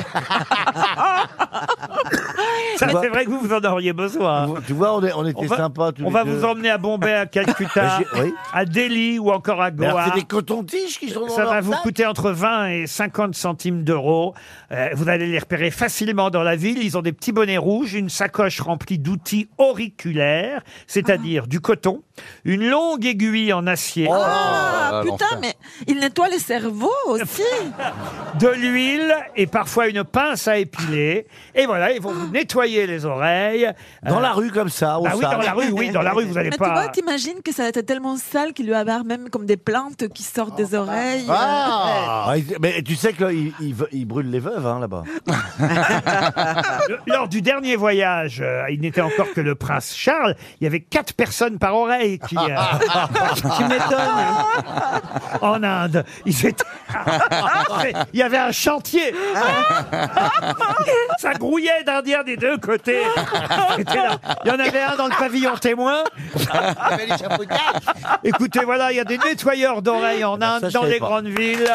S2: Ça, c'est vrai que vous, vous en auriez besoin.
S3: Vous- Tu vois, on, est- on
S2: On
S3: était
S2: va,
S3: sympas tous
S2: on
S3: les
S2: va
S3: deux.
S2: vous emmener à Bombay, ben, à Calcutta,
S3: Mais Bah, j'ai- oui.
S2: à Delhi ou encore à
S3: Mais alors,
S2: Goa.
S3: C'est des cotons-tiges qui sont dans
S2: Ça va
S3: leur
S2: vous
S3: sac
S2: coûter entre 20 et 50 centimes d'euros. Euh, vous allez les repérer facilement dans la ville. Ils ont des petits bonnets rouges, une sacoche remplie d'outils auriculaires, c'est-à-dire du coton, une longue aiguille en acier,
S7: Ah,
S6: Ah,
S7: putain,
S6: l'enfer.
S7: mais il nettoie les cerveaux aussi.
S2: de l'huile et parfois une pince à épiler. Et voilà, ils vont vous nettoyer les oreilles.
S3: <laughs> Dans
S2: Euh,
S3: la rue comme ça, au
S2: bah oui,
S3: sac.
S2: dans la rue, oui, dans la rue, vous n'allez
S7: Mais tu
S2: pas.
S7: vois, t'imagines que ça a été tellement sale qu'il lui a barre même comme des plantes qui sortent des oreilles.
S3: Ah, il- mais tu sais qu'il il, veut- il brûle les veuves hein, là-bas.
S2: <laughs> Le- Lors du dernier voyage, euh, il n'était encore que le prince Charles, il y avait quatre personnes par oreille qui, euh,
S5: Tu m'étonnes.
S2: en Inde. Ils étaient- Ah, il y avait un chantier. Ça grouillait d'Indiens des deux côtés. C'était là. Il y en avait un dans le pavillon témoin. Écoutez, voilà, il y a des nettoyeurs d'oreilles en
S3: ben, ça,
S2: Inde,
S3: je
S2: dans
S3: savais
S2: les
S3: pas.
S2: grandes villes.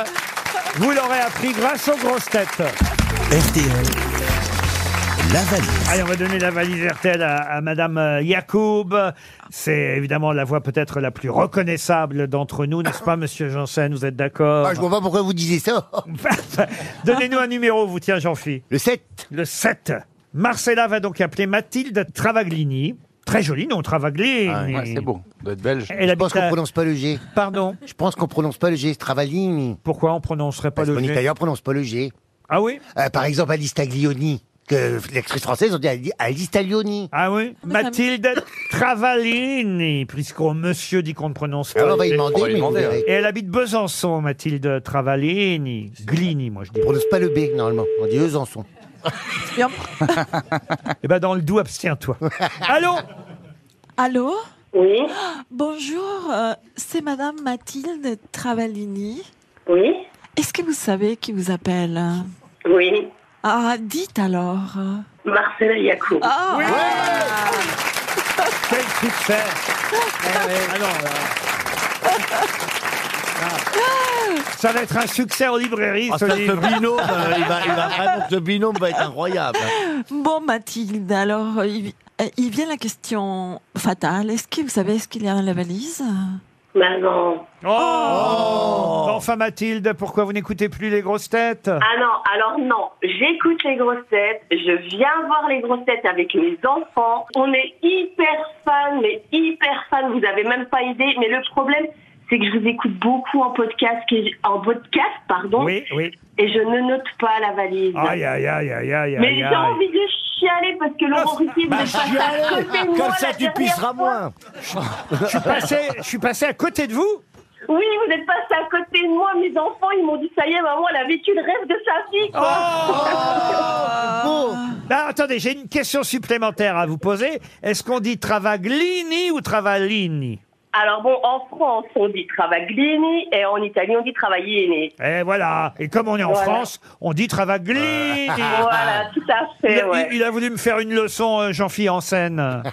S2: Vous l'aurez appris grâce aux grosses têtes.
S1: RTL, la valise.
S2: Allez, on va donner la valise RTL à, à Madame euh, Yacoub. C'est évidemment la voix peut-être la plus reconnaissable d'entre nous, n'est-ce pas, Monsieur Janssen Vous êtes d'accord
S4: Ah, je vois pas pourquoi vous disiez ça.
S2: <laughs> Donnez-nous un numéro, vous tiens, Jean-Philippe.
S4: Le 7.
S2: Le 7. Marcella va donc appeler Mathilde Travaglini. Très joli nom, Travaglini.
S4: Ah,
S6: Ouais, c'est beau. On doit être belge.
S2: Elle
S4: Je pense
S2: habite
S4: qu'on
S2: à-
S4: prononce pas le G.
S2: Pardon.
S4: Je pense qu'on prononce pas le G. Stravalini.
S2: Pourquoi on prononcerait pas
S4: Parce
S2: le
S4: qu'en
S2: G
S4: italien, on prononce pas le G.
S2: Ah oui
S4: Euh, par exemple, Alice Taglioni, que l'actrice française, on dit Ali- Alice Taglioni.
S2: Ah oui Mathilde Travaglini, puisqu'on monsieur dit qu'on ne prononce pas.
S4: on va y
S2: le G.
S4: demander,
S6: va y
S4: mais vous
S6: demander,
S4: verrez.
S2: Et elle habite Besançon, Mathilde <laughs> Travaglini. Glini, moi je dis.
S4: On prononce pas le B, normalement. On dit eux en sont.
S7: Et on-
S2: Eh ben dans le doux, <laughs> abstiens-toi. Allô
S7: Allô
S15: Oui,
S7: Bonjour, euh, c'est Madame Mathilde Travaglini.
S15: oui,
S7: Est-ce que vous savez qui vous appelle
S15: oui.
S7: Ah, dites alors.
S15: Marcela Yacoub. Ah.
S7: Ah,
S2: Quel succès Ah non, là. Ça va être un succès en librairie,
S3: Ah,
S2: ce
S3: ça, ce
S2: livre. <laughs>
S3: binôme, euh, il va, il va vraiment, ce binôme va être incroyable.
S7: Bon, Mathilde, alors, euh, il- euh, il vient la question fatale. Est-ce que vous savez ce qu'il y a dans la valise
S15: Bah non.
S2: Oh Enfin Mathilde, pourquoi vous n'écoutez plus les grosses têtes
S15: Ah non, alors non, j'écoute les grosses têtes, je viens voir les grosses têtes avec mes enfants. On est hyper fans, mais hyper fans, vous avez même pas idée. Mais le problème, c'est que je vous écoute beaucoup en podcast, que j- en podcast, pardon.
S2: Oui, oui.
S15: Et je ne note pas la valise.
S2: Aïe, aïe, aïe, aïe, aïe,
S15: Mais
S2: aïe,
S15: j'ai
S2: aïe.
S15: envie de chialer parce que Laurent Ruquier, vous
S2: bah,
S15: êtes passé à
S2: chialer.
S15: côté de moi
S2: Comme ça,
S15: la
S2: tu
S15: dernière
S2: pisseras
S15: fois.
S2: moins. je, suis passé, je suis passé à côté de vous
S15: Oui, vous êtes passé à côté de moi. Mes enfants, ils m'ont dit ça y est, maman, elle a vécu le rêve de sa fille.
S2: Oh.
S9: <laughs>
S15: <laughs> quoi.
S2: Ah, attendez, j'ai une question supplémentaire à vous poser. Est-ce qu'on dit Travaglini ou Travaglini
S15: Alors bon, en France, on dit travaglini et en Italie, on dit travaglini.
S2: Eh voilà, et comme on est en
S15: Voilà.
S2: France, on dit Travaglini.
S15: <laughs>
S2: ah.
S15: Voilà, tout à
S2: Il
S15: fait,
S2: a,
S15: ouais.
S2: il- il a voulu me faire une leçon, euh, Jean-Philippe Janssen.
S15: <laughs>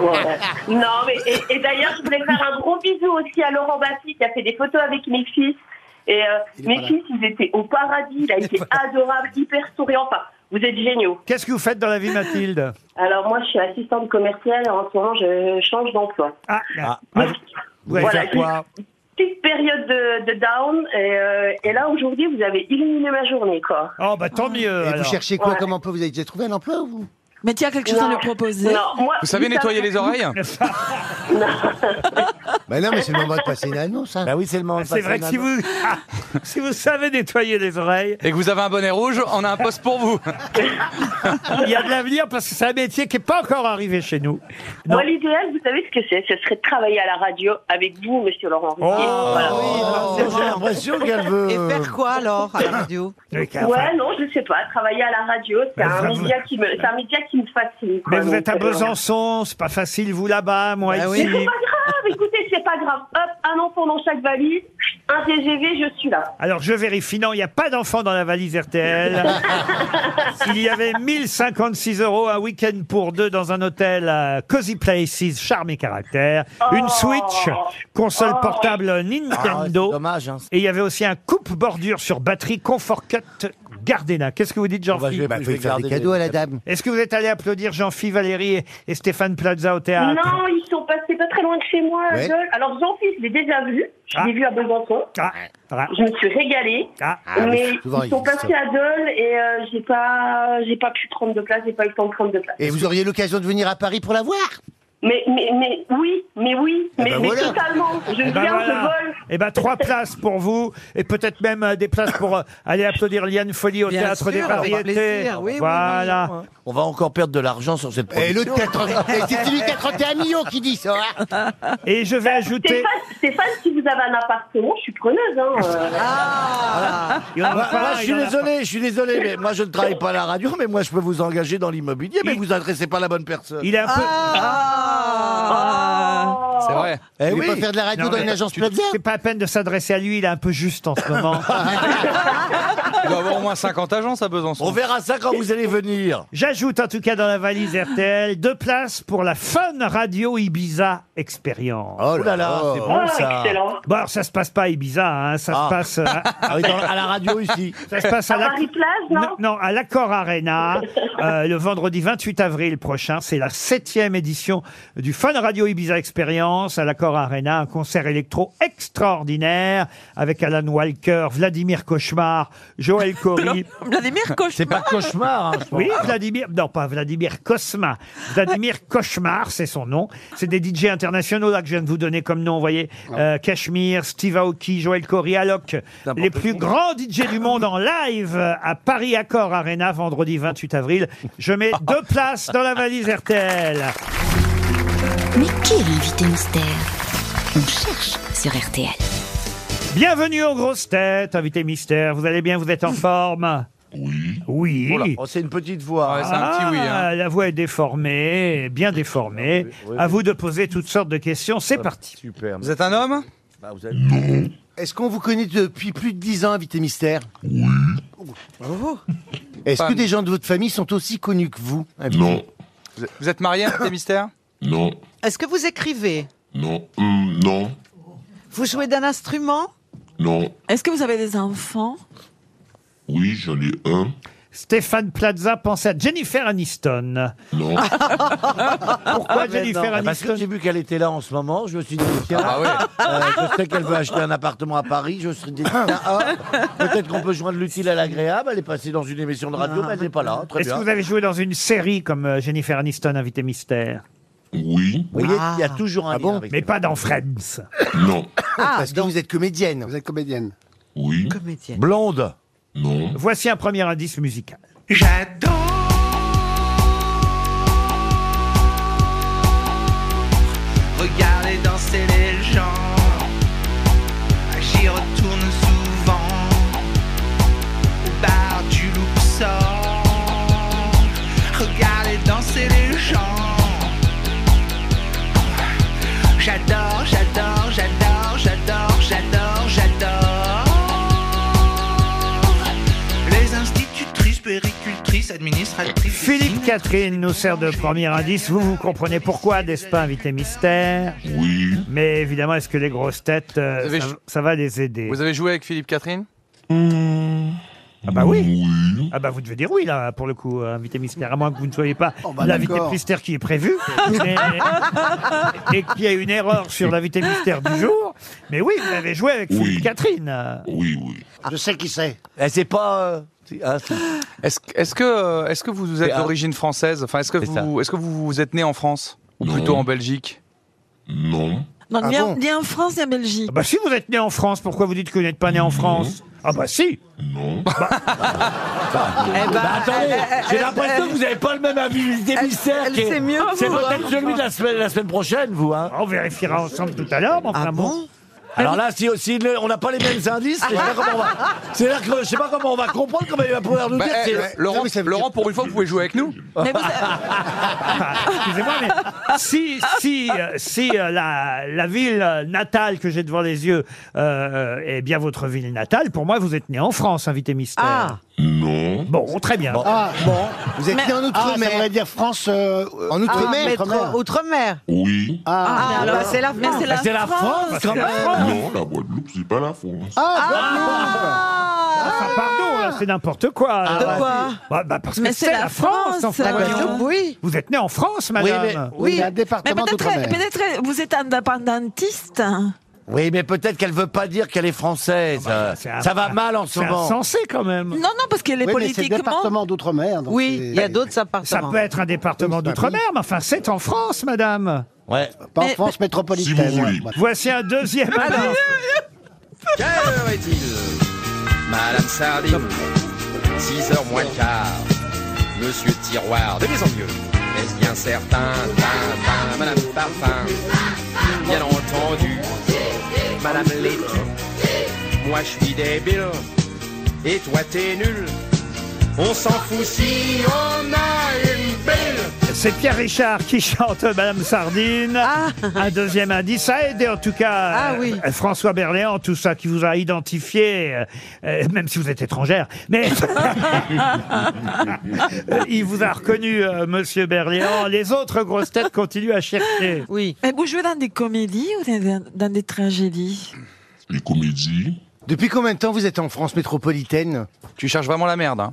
S15: Ouais. Non, mais et, et d'ailleurs, je voulais faire un gros bisou aussi à Laurent Bassi qui a fait des photos avec mes fils. Et euh,
S2: Il est pas
S15: mes
S2: là.
S15: fils, ils étaient au paradis. Il a été adorable, hyper souriant. Enfin, vous êtes géniaux.
S2: Qu'est-ce que vous faites dans la vie, Mathilde
S15: Alors moi, je suis assistante commerciale et en ce moment, je change d'emploi.
S2: Ah, vous- vous allez
S15: Voilà,
S2: faire quoi
S15: Petite période de, de down et, euh, et là aujourd'hui vous avez illuminé ma journée quoi.
S2: Oh bah tant mieux.
S4: Et vous
S2: alors.
S4: cherchez quoi
S15: Ouais.
S4: comme emploi Vous avez déjà trouvé un emploi vous
S7: Mais tu as quelque chose à
S15: Non.
S7: lui proposer
S15: Non, moi,
S6: Vous savez nettoyer les oreilles
S4: Bah non, mais c'est le moment de passer une annonce. Bah
S3: oui, c'est le moment.
S2: C'est vrai que si vous, Ah, si vous savez nettoyer les oreilles,
S6: Et que vous avez un bonnet rouge, on a un poste
S2: <laughs>
S6: pour vous.
S2: il y a de l'avenir parce que c'est un métier qui n'est pas encore arrivé chez nous. Non.
S15: Moi, l'idéal, vous savez ce que c'est Ce serait de travailler à la radio avec vous, monsieur Laurent Ruquier.
S2: Oh,
S15: Voilà.
S3: Oh, J'ai l'impression qu'elle veut.
S5: Et faire quoi alors à la radio
S2: Mais qu'à-
S15: Ouais, non, je sais pas. Travailler à la radio, c'est
S2: Bah,
S15: un,
S2: vous-
S15: média qui me, c'est un média qui me fascine. quoi.
S2: Mais vous
S15: Donc,
S2: êtes à
S15: euh,
S2: Besançon, c'est pas facile, vous là-bas, moi
S15: Mais
S2: ici.
S15: c'est pas grave, écoutez, c'est pas grave. Hop, un enfant dans chaque valise, un TGV, je suis là.
S2: Alors je vérifie, non, il n'y a pas d'enfant dans la valise
S15: <laughs>
S2: RTL. S'il y avait 1056 euros un week-end pour deux dans un hôtel à Cozy Places, charme et caractère,
S15: Oh.
S2: une Switch, console portable
S4: Ah,
S2: Nintendo,
S4: hein.
S2: et il y avait aussi un coupe-bordure sur batterie Comfort Cut Gardena. Qu'est-ce que vous dites, Jean-Philippe
S4: je vais- bah, je vais faire des cadeaux à la dame.
S2: Est-ce que vous êtes allé applaudir Jean-Philippe, Valérie et, et Stéphane Plaza au théâtre
S15: Non, ils sont passés pas très loin de chez moi.
S2: Ouais.
S15: Dole. Alors, Jean-Fils, je l'ai déjà vu. Je l'ai vu à Besançon.
S2: Ah.
S15: Je me suis régalée.
S4: Ah,
S15: mais ils sont passés à Dole et euh, j'ai pas, j'ai pas pu prendre de place. J'ai pas eu le temps de prendre de place.
S4: Et vous auriez l'occasion de venir à Paris pour la voir
S15: Mais, mais, mais oui, mais oui,
S4: Eh
S15: mais,
S4: ben
S15: mais
S4: voilà.
S15: totalement. Je viens,
S2: ben
S15: je vole.
S2: Eh ben, trois places pour vous, et peut-être même euh, des places pour euh, aller applaudir Liane Folly au
S5: Bien
S2: Théâtre
S5: sûr,
S2: des
S5: avec
S2: Variétés.
S5: plaisir, oui, oui,
S2: voilà.
S5: oui, oui,
S3: On va encore perdre de l'argent sur cette
S4: hein. Et
S3: production.
S4: l'autre 80 Et Eh, C'est celui de 81 millions qui dit ça. hein.
S2: Et je vais ajouter.
S15: Stéphane, Stéphane, si vous avez un appartement, je suis preneuse. Hein, euh.
S4: Ah.
S2: Il y en a
S3: Moi,
S2: pas,
S3: moi, Ah, je
S2: il
S3: suis
S2: y en a
S3: désolé, je suis désolé, mais moi je ne travaille pas à la radio, mais moi je peux vous engager dans l'immobilier, mais vous adressez pas la bonne personne. Ah.
S2: Il est un peu.
S7: Ah.
S6: C'est vrai.
S3: Eh
S4: Vous
S3: oui.
S4: voulez pas faire de la radio
S2: Non,
S4: dans
S2: mais
S4: une agence
S2: tu-
S4: Plaza
S2: C'est pas à peine de s'adresser à lui, il est un peu juste en ce
S3: <laughs>
S2: moment.
S6: Il doit avoir au moins 50 agences à Besançon.
S3: On verra ça quand vous allez venir.
S2: J'ajoute en tout cas dans la valise RTL deux places pour la Fun Radio Ibiza Experience.
S3: Oh là là, c'est
S15: Ah,
S3: bon ça.
S2: Bon, alors, ça se passe pas à Ibiza, hein, ça
S3: Ah.
S2: se passe euh,
S3: Ah oui, dans- à la radio ici.
S2: <laughs> Ça se passe à,
S15: À
S2: la-
S15: Paris-Plage, non
S2: Non, à l'Accor
S15: <laughs>
S2: Arena, euh, le vendredi 28 avril prochain. C'est la septième édition du Fun Radio Ibiza Experience à l'Accor Arena, un concert électro extraordinaire avec Alan Walker, Vladimir Cauchemar, Joël Corry.
S7: Vladimir Cauchemar.
S3: C'est pas cauchemar. hein, je pense.
S2: Oui, Vladimir, non pas Vladimir Cosma, Vladimir Cauchemar, c'est son nom. C'est des DJ internationaux là que je viens de vous donner comme nom, vous voyez. Euh, Cashmere, Steve Aoki, Joël Corey, Alok, les plus grands DJ du monde en live euh, à Paris Accor Arena vendredi 28 avril. Je
S7: <laughs>
S2: mets deux places dans la valise RTL.
S10: Mais qui est l'invité mystère On cherche sur RTL.
S2: Bienvenue aux grosses têtes, invité mystère. Vous allez bien, vous êtes en forme Oui.
S3: Oh là,
S2: Oui.
S3: oh, c'est une petite voix.
S6: Ouais, c'est un petit oui. hein.
S2: Ah, La voix est déformée, bien déformée.
S3: oui,
S2: À vous de poser toutes sortes de questions. C'est parti.
S3: Super.
S6: Vous êtes un homme
S3: Bah, vous êtes-
S4: Est-ce qu'on vous connaît depuis plus de 10 ans, invité mystère Oui. Est-ce que
S6: Femme.
S4: des gens de votre famille sont aussi connus que vous invité
S6: Vous êtes- Vous êtes marié, Invité Mystère
S20: Non,
S5: Est-ce que vous écrivez
S20: non, hum, non,
S5: Vous jouez d'un instrument
S20: non.
S6: <laughs>
S7: Est-ce que vous avez des enfants
S20: Oui, j'en ai un.
S2: Stéphane Plaza pensait à Jennifer Aniston. Non.
S6: Ah,
S2: Pourquoi Jennifer Aniston
S3: Ah, Parce que j'ai vu qu'elle était là en ce moment, je me suis dit, tiens,
S2: Ah bah
S3: euh, je sais qu'elle veut acheter un appartement à Paris, je me suis dit, tiens, ah, peut-être qu'on peut joindre l'utile à l'agréable, elle est passée dans une émission de radio, mais elle n'est pas là, très
S2: Ah. Est-ce
S3: bien.
S2: que vous avez joué dans une série comme euh, Jennifer Aniston, invité mystère Ah
S20: Oui.
S3: Vous voyez, il y a
S4: Ah.
S3: toujours un lien avec
S2: Mais pas dans Friends.
S20: Non.
S3: <laughs>
S4: Parce que vous êtes comédienne. Ah, Vous êtes comédienne.
S20: Oui.
S4: Comédienne.
S2: Blonde.
S20: Non.
S2: Voici un premier indice musical.
S8: J'adore regarder danser les gens. J'y retourne souvent au bar du Luxor. Regarder danser les gens. J'adore, j'adore, j'adore, j'adore, j'adore, j'adore. Les institutrices,
S3: <laughs>
S8: péricultrices, administratrices.
S2: Philippe Catherine nous sert de premier indice. Vous, vous comprenez pourquoi, n'est-ce pas, invité mystère Oui. Mais évidemment, est-ce que les grosses têtes, euh,
S6: Vous avez
S2: ça,
S6: jou-
S2: ça va les aider
S6: Vous avez joué avec Philippe Catherine
S2: Ah bah oui. Ah bah vous devez dire oui, là, pour le coup, euh, invité mystère. À moins que vous ne soyez pas
S9: Oh,
S19: bah
S2: l'invité
S19: d'accord.
S2: mystère qui est
S9: <laughs>
S2: prévu. mais- et qu'il y ait une erreur sur l'invité mystère du jour. Mais oui, vous avez joué avec Philippe Catherine.
S20: Oui, oui.
S9: Ah, Je sais qui c'est.
S3: Eh, c'est pas. euh, ah,
S6: Est-ce est-ce que, euh, est-ce que vous êtes
S3: C'est un-
S6: d'origine française Enfin, est-ce que, vous, est que vous, vous êtes né en France Ou plutôt en Belgique
S20: Non.
S7: Donc,
S2: Ah
S7: ni, en-
S2: bon
S7: ni en France ni en Belgique.
S2: Ah bah si vous êtes né en France, pourquoi vous dites que vous n'êtes pas né en France Ah bah si
S20: Non.
S7: Eh ben,
S3: Bah, attendez,
S7: elle- elle-
S3: j'ai l'impression
S7: elle-
S3: que vous n'avez pas le même invité
S7: elle-
S3: mystère.
S7: elle
S3: qui est-
S7: sait mieux que
S3: C'est
S7: vous,
S3: peut-être
S7: hein.
S3: celui de la semaine, la semaine prochaine, vous. Hein.
S2: On vérifiera ensemble tout à l'heure, mais enfin bon.
S3: Alors là, si, si le- on n'a pas les mêmes indices, je sais pas comment on va- c'est-à-dire que je sais pas comment on va comprendre comment il va pouvoir nous
S6: Bah,
S3: dire.
S6: eh,
S3: c'est-
S6: bah, Laurent, Laurent, pour une fois, vous pouvez jouer avec nous.
S2: Excusez-moi, mais si, si, euh, si euh, la, la ville euh, natale que j'ai devant les yeux euh, est bien votre ville natale, pour moi, vous êtes né en France, invité mystère. Ah
S20: Non.
S2: Bon, très bien.
S9: Ah,
S4: bon. Vous êtes
S9: Mais-
S4: né en
S9: Ah,
S4: Outre-mer.
S9: ça voudrait dire France. euh,
S4: En Outre-mer. Outre-mer.
S5: Outre-mer.
S20: Oui.
S5: Ah,
S9: mais
S5: bah,
S9: alors-
S5: c'est la
S9: mais
S5: France.
S9: c'est la
S5: Bah,
S9: France, quand même. Ah,
S20: Non, la Guadeloupe, c'est pas la France.
S2: Enfin, pardon, là, c'est n'importe quoi.
S20: Ah, De
S2: là.
S20: quoi
S2: bah, bah, Parce que
S20: Mais
S2: c'est la France, enfin.
S7: La Guadeloupe,
S5: oui.
S2: Vous êtes né en France, madame.
S7: Mais peut-être, peut-être vous êtes indépendantiste.
S3: <laughs> Oui, mais peut-être qu'elle veut pas dire qu'elle est
S2: Ah
S3: française.
S2: bah,
S3: ça va mal en ce moment.
S2: quand même.
S7: Non, non, parce qu'elle est
S9: Oui, mais c'est le
S7: politiquement.
S9: département d'outre-mer. donc c'est-
S5: d'autres
S2: Ça
S5: appartements.
S2: peut être un département d'outre-mer, mais enfin, c'est en France, madame.
S3: Ouais.
S9: Pas en France métropolitaine.
S2: Voici un deuxième indice.
S8: Quelle heure est-il Madame Sardine, 6 heures moins le quart. Monsieur Tiroir, de mieux en mieux. Est-ce bien certain Tin, tin, Madame Parfum, bien entendu. Madame Laitue, moi je suis débile. Et toi t'es nul. On s'en fout si on a une belle.
S2: C'est Pierre Richard qui chante Madame Sardine.
S3: Ah.
S2: Un deuxième indice. Ça a aidé en tout cas
S5: Ah
S2: euh,
S5: oui.
S2: euh, François Berléand, tout ça qui vous a identifié, euh, euh, même si vous êtes étrangère.
S3: <laughs>
S2: Mais Euh, il vous a reconnu, euh, Monsieur Berléand. Les autres grosses têtes continuent à chercher.
S5: Oui.
S7: Mais vous jouez dans des comédies ou dans, dans des tragédies
S20: Les comédies.
S4: Depuis combien de temps vous êtes en France métropolitaine
S6: Tu cherches vraiment la merde. Hein.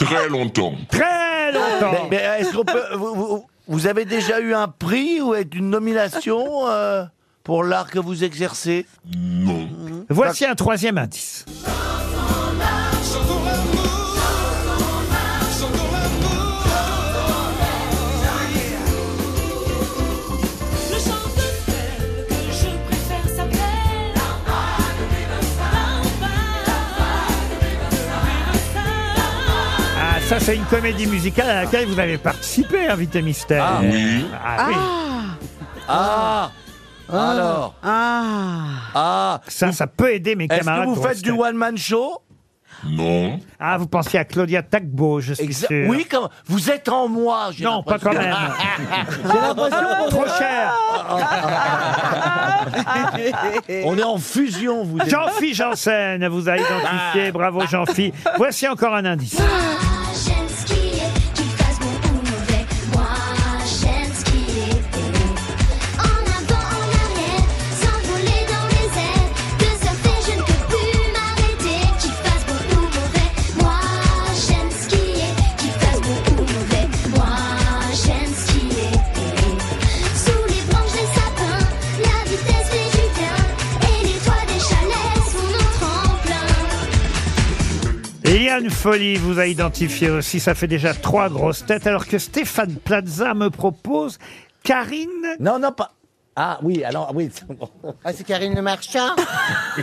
S20: Très longtemps.
S2: Très longtemps.
S3: Mais, mais est-ce qu'on peut. Vous, vous- vous avez déjà eu un prix ou est- une nomination euh, pour l'art que vous exercez
S20: Non.
S2: Mmh. Voici un troisième indice.
S8: Le chant de celle que je préfère s'appelle Lamba de Bévessa.
S2: Ah, ça, c'est une comédie musicale à laquelle vous avez participé, invité mystère.
S8: Ah oui.
S2: Ah oui.
S3: Ah Alors
S5: Ah
S3: Ah
S2: Ça, ça peut aider mes
S3: Est-ce que
S2: camarades.
S3: vous
S2: grosses
S3: faites du
S2: têtes.
S3: one-man show
S20: Non.
S2: Ah, vous pensiez à Claudia Tagbo, je suis
S3: Exa-
S2: sûr.
S3: Oui, comme vous êtes en moi. j'ai
S2: Non, pas
S3: l'impression.
S2: quand même.
S3: <laughs> J'ai l'impression
S2: Trop cher.
S9: Ah.
S3: On est en fusion, vous.
S2: Jean-Phi Janssen vous a identifié. Bravo, Jean-Phi. Voici encore un indice.
S8: Moi, j'aime skier, qu'il fasse bon ou mauvais. Moi, j'aime skier. En avant, en arrière, s'envoler dans les airs. Deux heures et je ne peux plus m'arrêter. Qu'il
S2: Liane Folie vous a identifié aussi, ça fait déjà trois grosses têtes, alors que Stéphane Plaza me propose Karine.
S21: Non, non, pas. Ah oui, alors oui.
S4: Ah, c'est Karine Le Marchand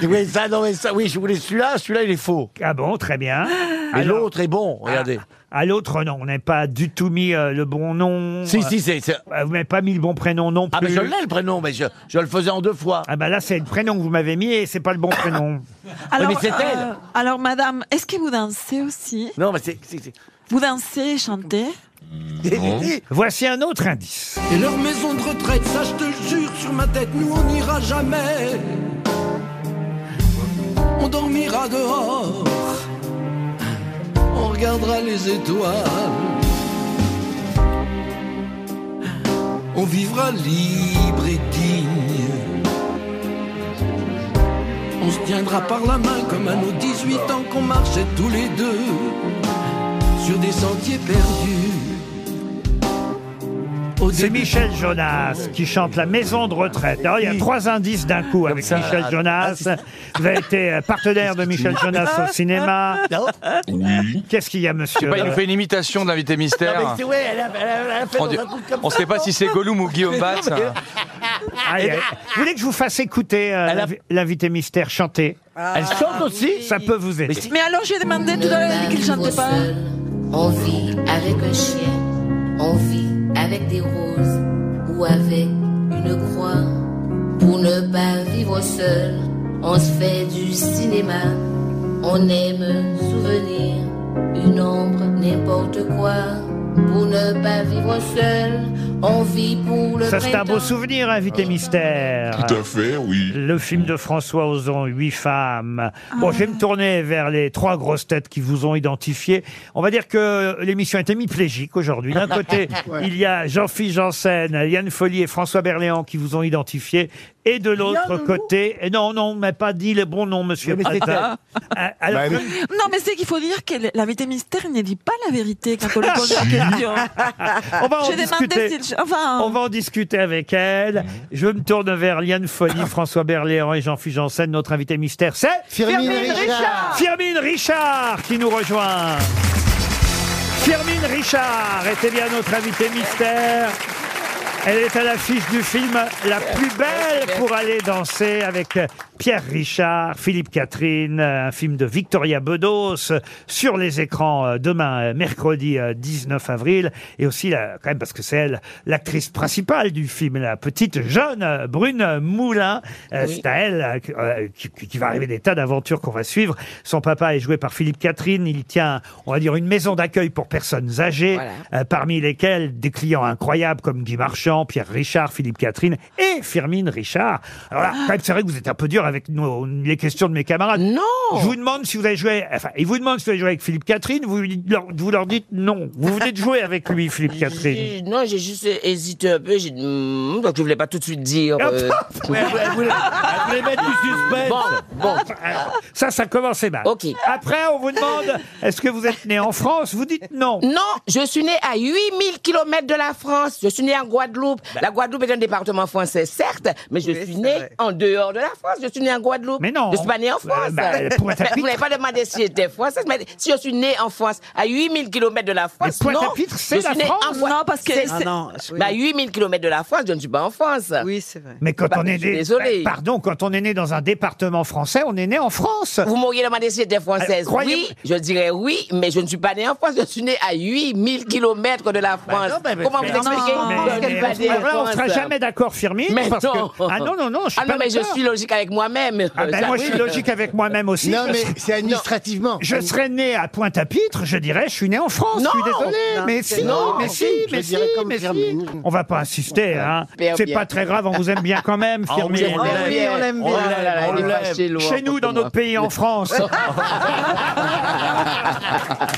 S21: oui, ça, non, mais ça, oui, je voulais celui-là, celui-là il est faux.
S2: Ah bon, très bien. ah,
S21: Et l'autre est bon, regardez.
S2: À l'autre, non, on n'a pas du tout mis euh, le bon nom.
S21: Si, si, c'est- c'est-
S2: Euh, Vous n'avez pas mis le bon prénom non plus.
S21: Ah, mais je l'ai le prénom, mais je, je le faisais en deux fois.
S2: Ah bah là, c'est le prénom que vous m'avez mis et c'est pas le bon prénom.
S7: Alors, euh, alors, madame, est-ce que vous dansez aussi
S21: Non, mais c'est.
S7: Vous dansez et chantez
S21: <laughs>
S2: Voici un autre indice.
S8: Et leur maison de retraite, ça je te jure, sur ma tête, nous on n'ira jamais. On dormira dehors, on regardera les étoiles.
S2: <laughs>
S8: On vivra libre et digne. On se tiendra par la main comme à nos 18 ans qu'on marchait tous les deux sur des sentiers perdus.
S2: C'est Michel Jonas qui chante La Maison de Retraite. Alors, il y a trois indices d'un coup avec
S8: ça,
S2: Michel
S8: là.
S21: ah,
S2: Jonas. Vous avez été euh, partenaire de Michel Jonas au cinéma. Qu'est-ce qu'il y a,
S6: Je sais
S2: monsieur euh,
S6: pas, il
S3: Euh,
S6: nous fait une imitation de l'invité mystère.
S21: ouais, elle a, elle a- elle a fait
S6: On
S21: dans
S6: dit-
S21: un truc comme
S6: on
S21: ça,
S6: sait pas
S21: non
S6: si c'est Gollum ou Guillaume
S21: Mais non,
S6: Batz,
S21: mais-
S6: hein.
S2: Aïe, aïe. Vous voulez que je vous fasse écouter euh, l'invi- l'invité mystère chanter
S21: Ah.
S7: Elle chante
S2: aussi Ça peut vous aider.
S7: Mais alors, j'ai demandé tout à l'heure, elle a dit qu'il chantait pas.
S22: On vit avec un chien, on vit avec des roses ou avec une croix. Pour ne pas vivre seul, on se fait du cinéma, on aime souvenir, une ombre, n'importe quoi. Pour ne pas vivre seul, on vit pour le
S2: Ça, c'est un
S22: printemps.
S2: beau souvenir, hein, Invité Mystère.
S20: Tout à fait, oui.
S2: Le film de François Ozon, Huit femmes.
S8: Ah.
S2: Bon, je vais me tourner vers les trois grosses têtes qui vous ont identifié. On va dire que l'émission est hémiplégique aujourd'hui. D'un côté,
S8: <laughs> Ouais.
S2: il y a Jean-Philippe Janssen, Yann Folly et François Berléand qui vous ont identifié. Et de l'autre côté, et non, non, on m'a pas dit les bons noms, monsieur.
S8: Oui, mais <laughs>
S2: Plaza. Ah, alors,
S7: euh, Non, mais c'est qu'il faut dire que l'invité mystère ne dit pas la vérité quand
S2: <laughs>
S7: on lui pose la question.
S2: On va en
S7: J'ai demandé
S2: discuter.
S7: s'il ch- enfin,
S2: On va en discuter avec elle. Je me tourne vers Liane Folly, François Berléand et Jean-Philippe Janssen. Notre invité mystère, c'est
S8: Firmin Richard.
S2: Firmin Richard qui nous rejoint. Firmin Richard était bien notre invité mystère. Elle est à l'affiche du film La plus belle pour aller danser avec Pierre Richard, Philippe Catherine, un film de Victoria Bedos sur les écrans euh, demain, euh, mercredi euh, 19 avril. Et aussi, la- quand même, parce que c'est elle, l'actrice principale du film, la petite jeune euh, Brune Moulin. Euh,
S23: Oui.
S2: C'est à elle euh, qui- euh, qui, qui va arriver des tas d'aventures qu'on va suivre. Son papa est joué par Philippe Catherine. Il tient, on va dire, une maison d'accueil pour personnes âgées, euh, parmi lesquelles des clients incroyables comme Guy Marchand, Pierre Richard, Philippe Catherine et Firmine Richard. Alors là, quand même, c'est vrai que vous êtes un peu dur avec nos- les questions de mes camarades. Non Je vous demande si vous avez joué, enfin, il vous demande si vous avez joué avec Philippe Catherine, vous, lui dites- leur, vous leur dites non. Vous venez de jouer avec lui, Philippe Catherine.
S23: J'ai- Non, j'ai juste hésité un peu, j'ai dit, hmm, donc je voulais pas tout de suite dire. euh.
S2: mettre du suspense.
S23: Bon, bon.
S2: Ça, ça commençait mal.
S23: Ok.
S2: Après, on vous demande, est-ce que vous êtes né en France Vous dites non.
S23: Non, je suis né à 8000 km de la France. Je suis né en Guadeloupe.
S2: Bah.
S23: La Guadeloupe est un département français, certes, mais je suis né en dehors de la France. Je suis né en Guadeloupe. Mais non. Je suis pas né en France.
S2: bah,
S23: <laughs>
S2: pour être à
S23: Mais vous n'avez pas demandé si j'étais française, mais si je suis né en France, à 8000 km de la France,
S7: Mais
S23: non.
S7: Pointe-à-Pitre, c'est
S23: je suis
S7: la
S23: né
S7: France.
S23: en Guadeloupe.
S7: Non, parce que c'est-
S23: C'est- c'est-
S7: Ah non, oui.
S23: Bah, 8000 km de la France, je ne suis pas en France.
S5: Oui, c'est vrai.
S2: Mais quand
S23: Bah,
S2: on est
S23: je suis
S2: né,
S23: désolée.
S2: Bah, pardon, quand on est né dans un département français, on est né en France.
S23: Vous m'auriez demandé si j'étais française.
S2: Alors, croyez-
S23: oui, je dirais oui, mais je ne suis pas née en France. Je suis née à 8000 km de la France. Comment vous
S2: Bah Mais- mais-
S23: expliquez que je
S2: mais-
S23: ne suis pas née en
S2: Alors là, on
S23: France
S2: sera jamais d'accord, Firmin.
S23: mais
S2: parce
S23: non.
S2: que- ah non, non, non, je suis
S23: Ah
S2: pas
S23: non, mais je
S2: d'accord.
S23: suis logique avec moi-même.
S2: Ah ben,
S23: Ça,
S2: moi, je suis
S23: euh, oui.
S2: logique avec moi-même aussi.
S23: Non,
S2: parce
S23: mais
S2: que-
S23: c'est administrativement.
S2: Je serais né à Pointe-à-Pitre, je dirais, je suis né en France. je suis
S23: Non.
S2: désolé,
S23: Non,
S2: mais
S23: c'est-
S2: si,
S23: non.
S2: mais si,
S23: Je
S2: mais si,
S23: dirais
S2: mais si. On va pas insister, hein.
S23: Bien,
S2: C'est
S23: bien.
S2: pas très grave, on vous aime bien quand même,
S23: Ah, on
S2: Firmin.
S23: vous aime bien.
S2: on l'aime
S23: Oh
S2: bien.
S23: là là,
S2: On
S23: elle est
S2: l'aime.
S23: fâchée, Laurent,
S2: Chez nous, dans
S23: contre
S2: notre pays, en <laughs> France.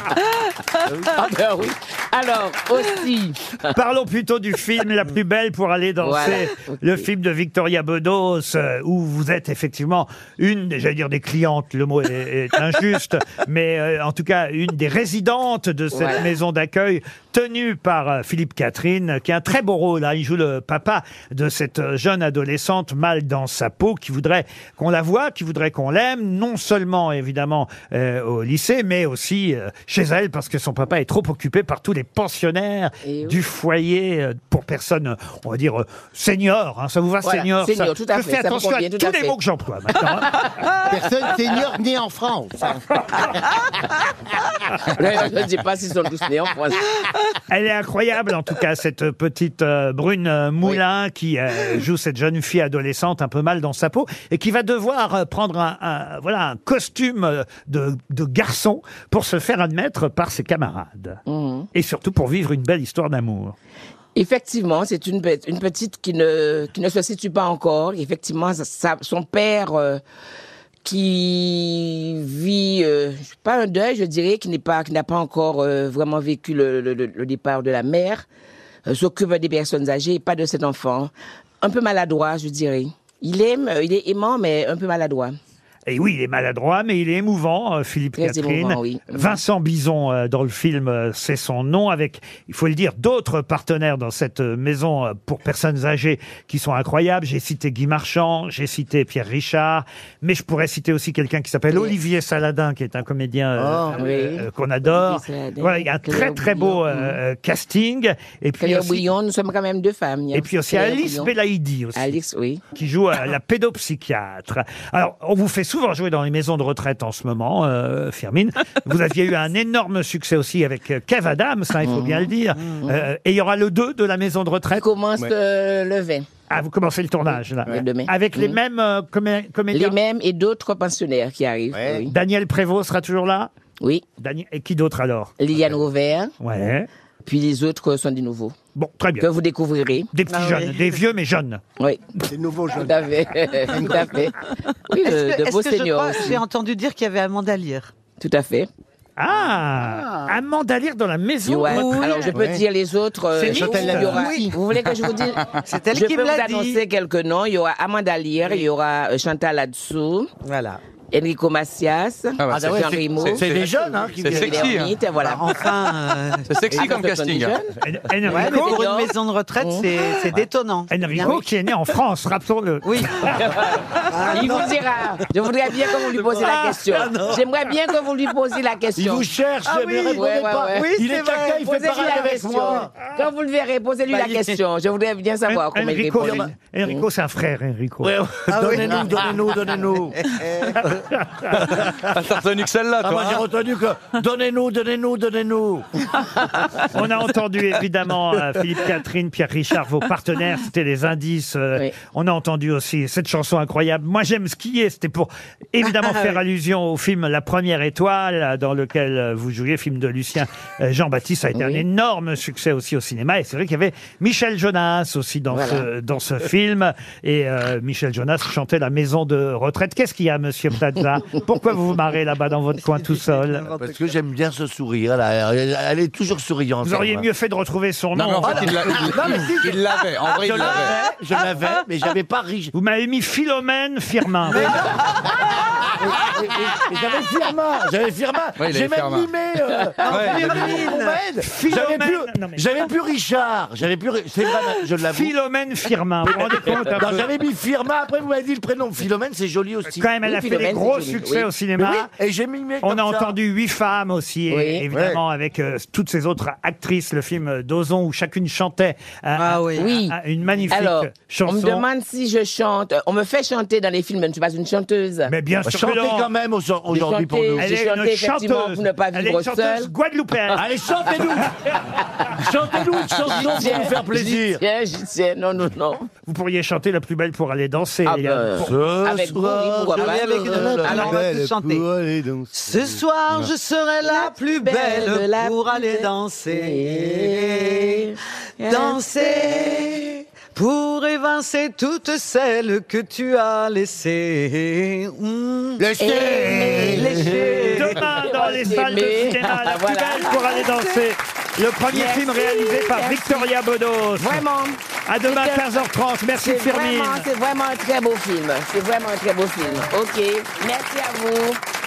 S23: Ah ben oui. Alors, aussi.
S2: Parlons plutôt du film La plus belle pour aller danser.
S23: Voilà, ok.
S2: Le film de Victoria Bedos, euh, où vous êtes effectivement une, des- j'allais dire des clientes, le mot est, est injuste, <laughs> mais euh, en tout cas une des résidentes de cette
S11: Voilà.
S2: maison d'accueil tenue par euh, Philippe Catherine, euh, qui a un très beau rôle. hein. Il joue le papa de cette euh, jeune adolescente mal dans sa peau, qui voudrait qu'on la voie, qui voudrait qu'on l'aime, non seulement évidemment euh, au lycée, mais aussi euh, chez elle, parce que son papa est trop occupé par tous les pensionnaires
S23: Et oui.
S2: du foyer euh, pour personnes, euh, on va dire, euh, seniors. hein. Ça vous va,
S23: Voilà,
S2: seniors
S23: seniors,
S2: ça-
S23: tout à
S2: Je
S23: fait,
S2: fais
S23: ça me
S2: attention
S23: convient, tout
S2: à
S23: à
S2: tous les
S23: fait.
S2: mots que j'emploie maintenant. hein.
S23: <laughs>
S4: Personne senior née en France.
S23: Je ne sais pas s'ils sont tous nés
S2: <laughs>
S23: en France.
S2: Elle est incroyable, en tout cas, cette petite euh, brune euh, Moulin qui euh, joue cette jeune fille adolescente un peu mal dans sa peau et qui va devoir euh, prendre un, un- voilà, un costume euh, de, de garçon pour se faire admettre par ses camarades.
S5: Mmh.
S2: Et surtout pour vivre une belle histoire d'amour.
S23: Effectivement, c'est une, pe- une petite qui ne, qui ne se situe pas encore. Effectivement, sa- sa- son père euh, qui vit, euh, pas un deuil, je dirais, qui n'est pas, qui n'a pas encore euh, vraiment vécu le, le- le- le départ de la mère, euh, s'occupe des personnes âgées et pas de cet enfant. Un peu maladroit, je dirais. Il aime, euh, il est aimant, mais un peu maladroit.
S2: Et Eh oui, il est maladroit, mais il est émouvant, euh, Philippe
S23: Très
S2: Catherine.
S23: émouvant, oui.
S2: Vincent Bison, euh, dans le film, euh, c'est son nom, avec, il faut le dire, d'autres partenaires dans cette euh, maison euh, pour personnes âgées qui sont incroyables. J'ai cité Guy Marchand, j'ai cité Pierre Richard, mais je pourrais citer aussi quelqu'un qui s'appelle Olivier Saladin, qui est un comédien euh,
S23: Oh, oui.
S2: euh, qu'on adore.
S23: Olivier Saladin,
S2: Voilà, il y a un très
S23: Claire mm.
S2: très beau euh, euh, casting. Et puis
S23: Claire
S2: aussi,
S23: Bouillon, nous sommes quand même deux femmes.
S2: et puis aussi
S23: Claire
S2: Alice
S23: Bouillon.
S2: Belaïdi aussi.
S23: Alice, oui.
S2: Qui joue à la pédopsychiatre. Alors, on vous fait souvent jouer dans les maisons de retraite en ce moment, euh, Firmine. Vous aviez eu un énorme succès aussi avec euh, Kev Adams, hein, il faut bien le dire. Euh, et il y aura le 2 de la maison de retraite.
S23: Mmh. commence euh, le 20.
S2: Ah, vous commencez le tournage, là.
S23: Oui, demain.
S2: Avec les
S23: Mm.
S2: mêmes euh, comé- comédiens.
S23: Les mêmes et d'autres pensionnaires qui arrivent. oui.
S2: Daniel Prévost sera toujours là
S23: Oui.
S2: Et qui d'autre alors
S23: Liliane Rouvert.
S2: Ouais.
S23: Puis les autres sont des nouveaux.
S2: Bon, très bien.
S23: Que vous découvrirez.
S2: Des petits jeunes,
S23: <laughs>
S2: des vieux mais jeunes.
S23: Oui.
S9: Des nouveaux
S23: jeunes. Tout à
S6: <laughs>
S23: fait. Tout à fait. Oui,
S5: Est-ce
S23: de,
S5: que-
S23: de beaux
S5: est-ce que je
S23: seniors.
S5: crois-
S23: aussi.
S5: J'ai entendu dire qu'il y avait Amanda Lear.
S23: Tout à fait.
S2: Ah, Amanda Lear dans la maison.
S23: Ouais.
S2: Oui.
S23: Alors je peux
S2: Ouais.
S23: dire les autres. euh,
S2: C'est
S23: il y
S2: mixte.
S23: aura-
S2: Oui.
S23: Vous voulez que je vous dise
S5: <laughs> C'est elle
S23: je
S5: qui
S23: peux
S5: me l'a
S23: vous
S5: dit.
S23: annoncer quelques noms. Il y aura Amanda Lear, il y aura euh, Chantal Latsou. Voilà. Enrico Macias,
S6: Ah bah, c'est-
S23: Jean
S6: c'est-
S23: Rimo.
S6: c'est- c'est des jeunes, hein, qui
S23: C'est
S6: viennent.
S23: sexy.
S6: hein.
S2: Bah,
S23: Voilà.
S5: Bah,
S2: euh,
S5: Enfin.
S6: C'est sexy comme casting. hein.
S5: Ouais, mais pour une maison de retraite, c'est c'est détonnant.
S2: Enrico qui est né en France, rappelons-le.
S5: Oui.
S23: <laughs> Ah, Il vous dira. Je voudrais bien que vous lui posiez la
S2: Ah,
S23: question.
S2: ah non.
S23: J'aimerais bien que vous lui posiez la question.
S21: Il vous cherche,
S23: Ah
S21: mais répondez pas. Il est
S23: c'est
S21: caca,
S23: vrai.
S21: il fait
S23: Posez-lui
S21: pareil
S23: la
S21: avec
S23: question.
S21: moi.
S23: Quand vous le verrez, posez-lui
S21: Bah,
S23: la
S21: il est-
S23: question. Je voudrais bien savoir comment il
S2: Enrico,
S23: répond.
S2: Enrico, c'est un frère, Enrico.
S21: Ouais, ouais.
S23: Ah oui.
S21: donnez-nous, donnez-nous,
S23: <laughs>
S21: donnez-nous.
S6: T'as retenu que celle-là,
S21: Ah,
S6: toi.
S21: moi, j'ai
S6: hein
S21: retenu que donnez-nous, donnez-nous, donnez-nous.
S2: On a entendu évidemment euh, Philippe Catherine, Pierre Richard, vos partenaires, c'était les indices. euh, On a entendu aussi cette chanson incroyable. Moi j'aime skier, c'était pour évidemment
S19: Ah,
S2: faire
S19: oui.
S2: allusion au film La Première Étoile, euh, dans lequel euh, vous jouiez, film de Lucien euh, Jean-Baptiste. Ça a été un énorme succès aussi au cinéma. Et c'est vrai qu'il y avait Michel Jonas aussi dans,
S21: Voilà.
S2: ce, dans ce film. Et euh, Michel Jonas chantait La Maison de Retraite. Qu'est-ce qu'il y a, monsieur Plaza Pourquoi vous vous marrez là-bas dans votre coin tout seul
S3: Parce que j'aime bien ce sourire, là. Elle, elle est toujours souriante.
S2: Vous auriez
S3: elle, hein.
S2: mieux fait de retrouver son
S3: Non,
S2: nom. Ah,
S3: mais en fait, il l'a- il-
S2: Non, mais si, je- Ah,
S3: il- il l'avait. En vrai,
S2: je
S3: il l'avait.
S2: Je
S21: Ah,
S2: l'avais, mais j'avais pas riche. Vous m'avez mis Philomène Firmin.
S21: Et- et- et J'avais Firmin, j'avais Firmin.
S2: Oui, il
S21: J'ai
S2: avait
S21: même
S2: Firmin.
S21: mimé. euh,
S2: Ouais.
S21: mimé
S2: Philomène.
S21: mon maître. J'avais
S2: Philomène. Non, mais-
S21: plus, j'avais plus Richard. J'avais plus. Ri- C'est vrai, je l'avoue.
S2: Philomène Firmin. Vous vous rendez compte un
S21: Non,
S2: peu
S21: J'avais mis Firmin. Après, vous m'avez dit le prénom. Philomène, c'est joli aussi.
S2: Quand même, elle a fait des gros succès au cinéma.
S21: Et j'ai mimé.
S2: On
S21: comme
S2: a
S21: ça.
S2: entendu huit femmes aussi, et-
S21: Oui.
S2: évidemment, avec euh, toutes ces autres actrices, le film euh, d'Ozon, où chacune chantait euh,
S21: Ah
S2: un- un- une magnifique
S23: Alors,
S2: chanson.
S23: on me
S2: <laughs>
S23: demande si je chante. On me fait chanter dans les films, mais je ne suis pas une chanteuse.
S2: Mais bien sûr que non.
S23: J'ai chanté,
S2: Elle
S23: j'ai
S2: est
S23: chanté,
S2: une
S23: effectivement,
S2: chanteuse.
S23: Pour ne pas
S2: Elle est
S23: vivre
S2: une chanteuse
S23: seule.
S2: guadeloupéenne.
S23: Allez, <laughs>
S21: chantez-nous
S2: Chantez-nous une chanson
S23: J'y
S2: pour
S23: tiens,
S2: nous faire plaisir.
S23: J'y tiens, j'y tiens. Non, non, non.
S2: Vous pourriez chanter La plus belle pour aller danser. les gars.
S23: ben,
S2: Pour-
S23: avec vous, oui, pourquoi pas.
S2: Euh,
S23: Alors, on va tous chanter.
S5: Ce soir, je serai la plus belle pour aller danser. Danser pour évincer toutes celles que tu as laissées. Mmh.
S2: Lécher.
S5: Lécher.
S2: Demain, dans les salles de cinéma, La plus
S5: Voilà.
S2: belle pour aller danser. Le premier
S23: Ah, Merci,
S2: film réalisé par
S23: merci.
S2: Victoria Bodos.
S23: Vraiment.
S2: À demain
S23: C'est un-
S2: 15h30. Merci
S23: C'est
S2: Firmin.
S23: vraiment- C'est vraiment un très beau film. C'est vraiment un très beau film. OK. Merci à vous.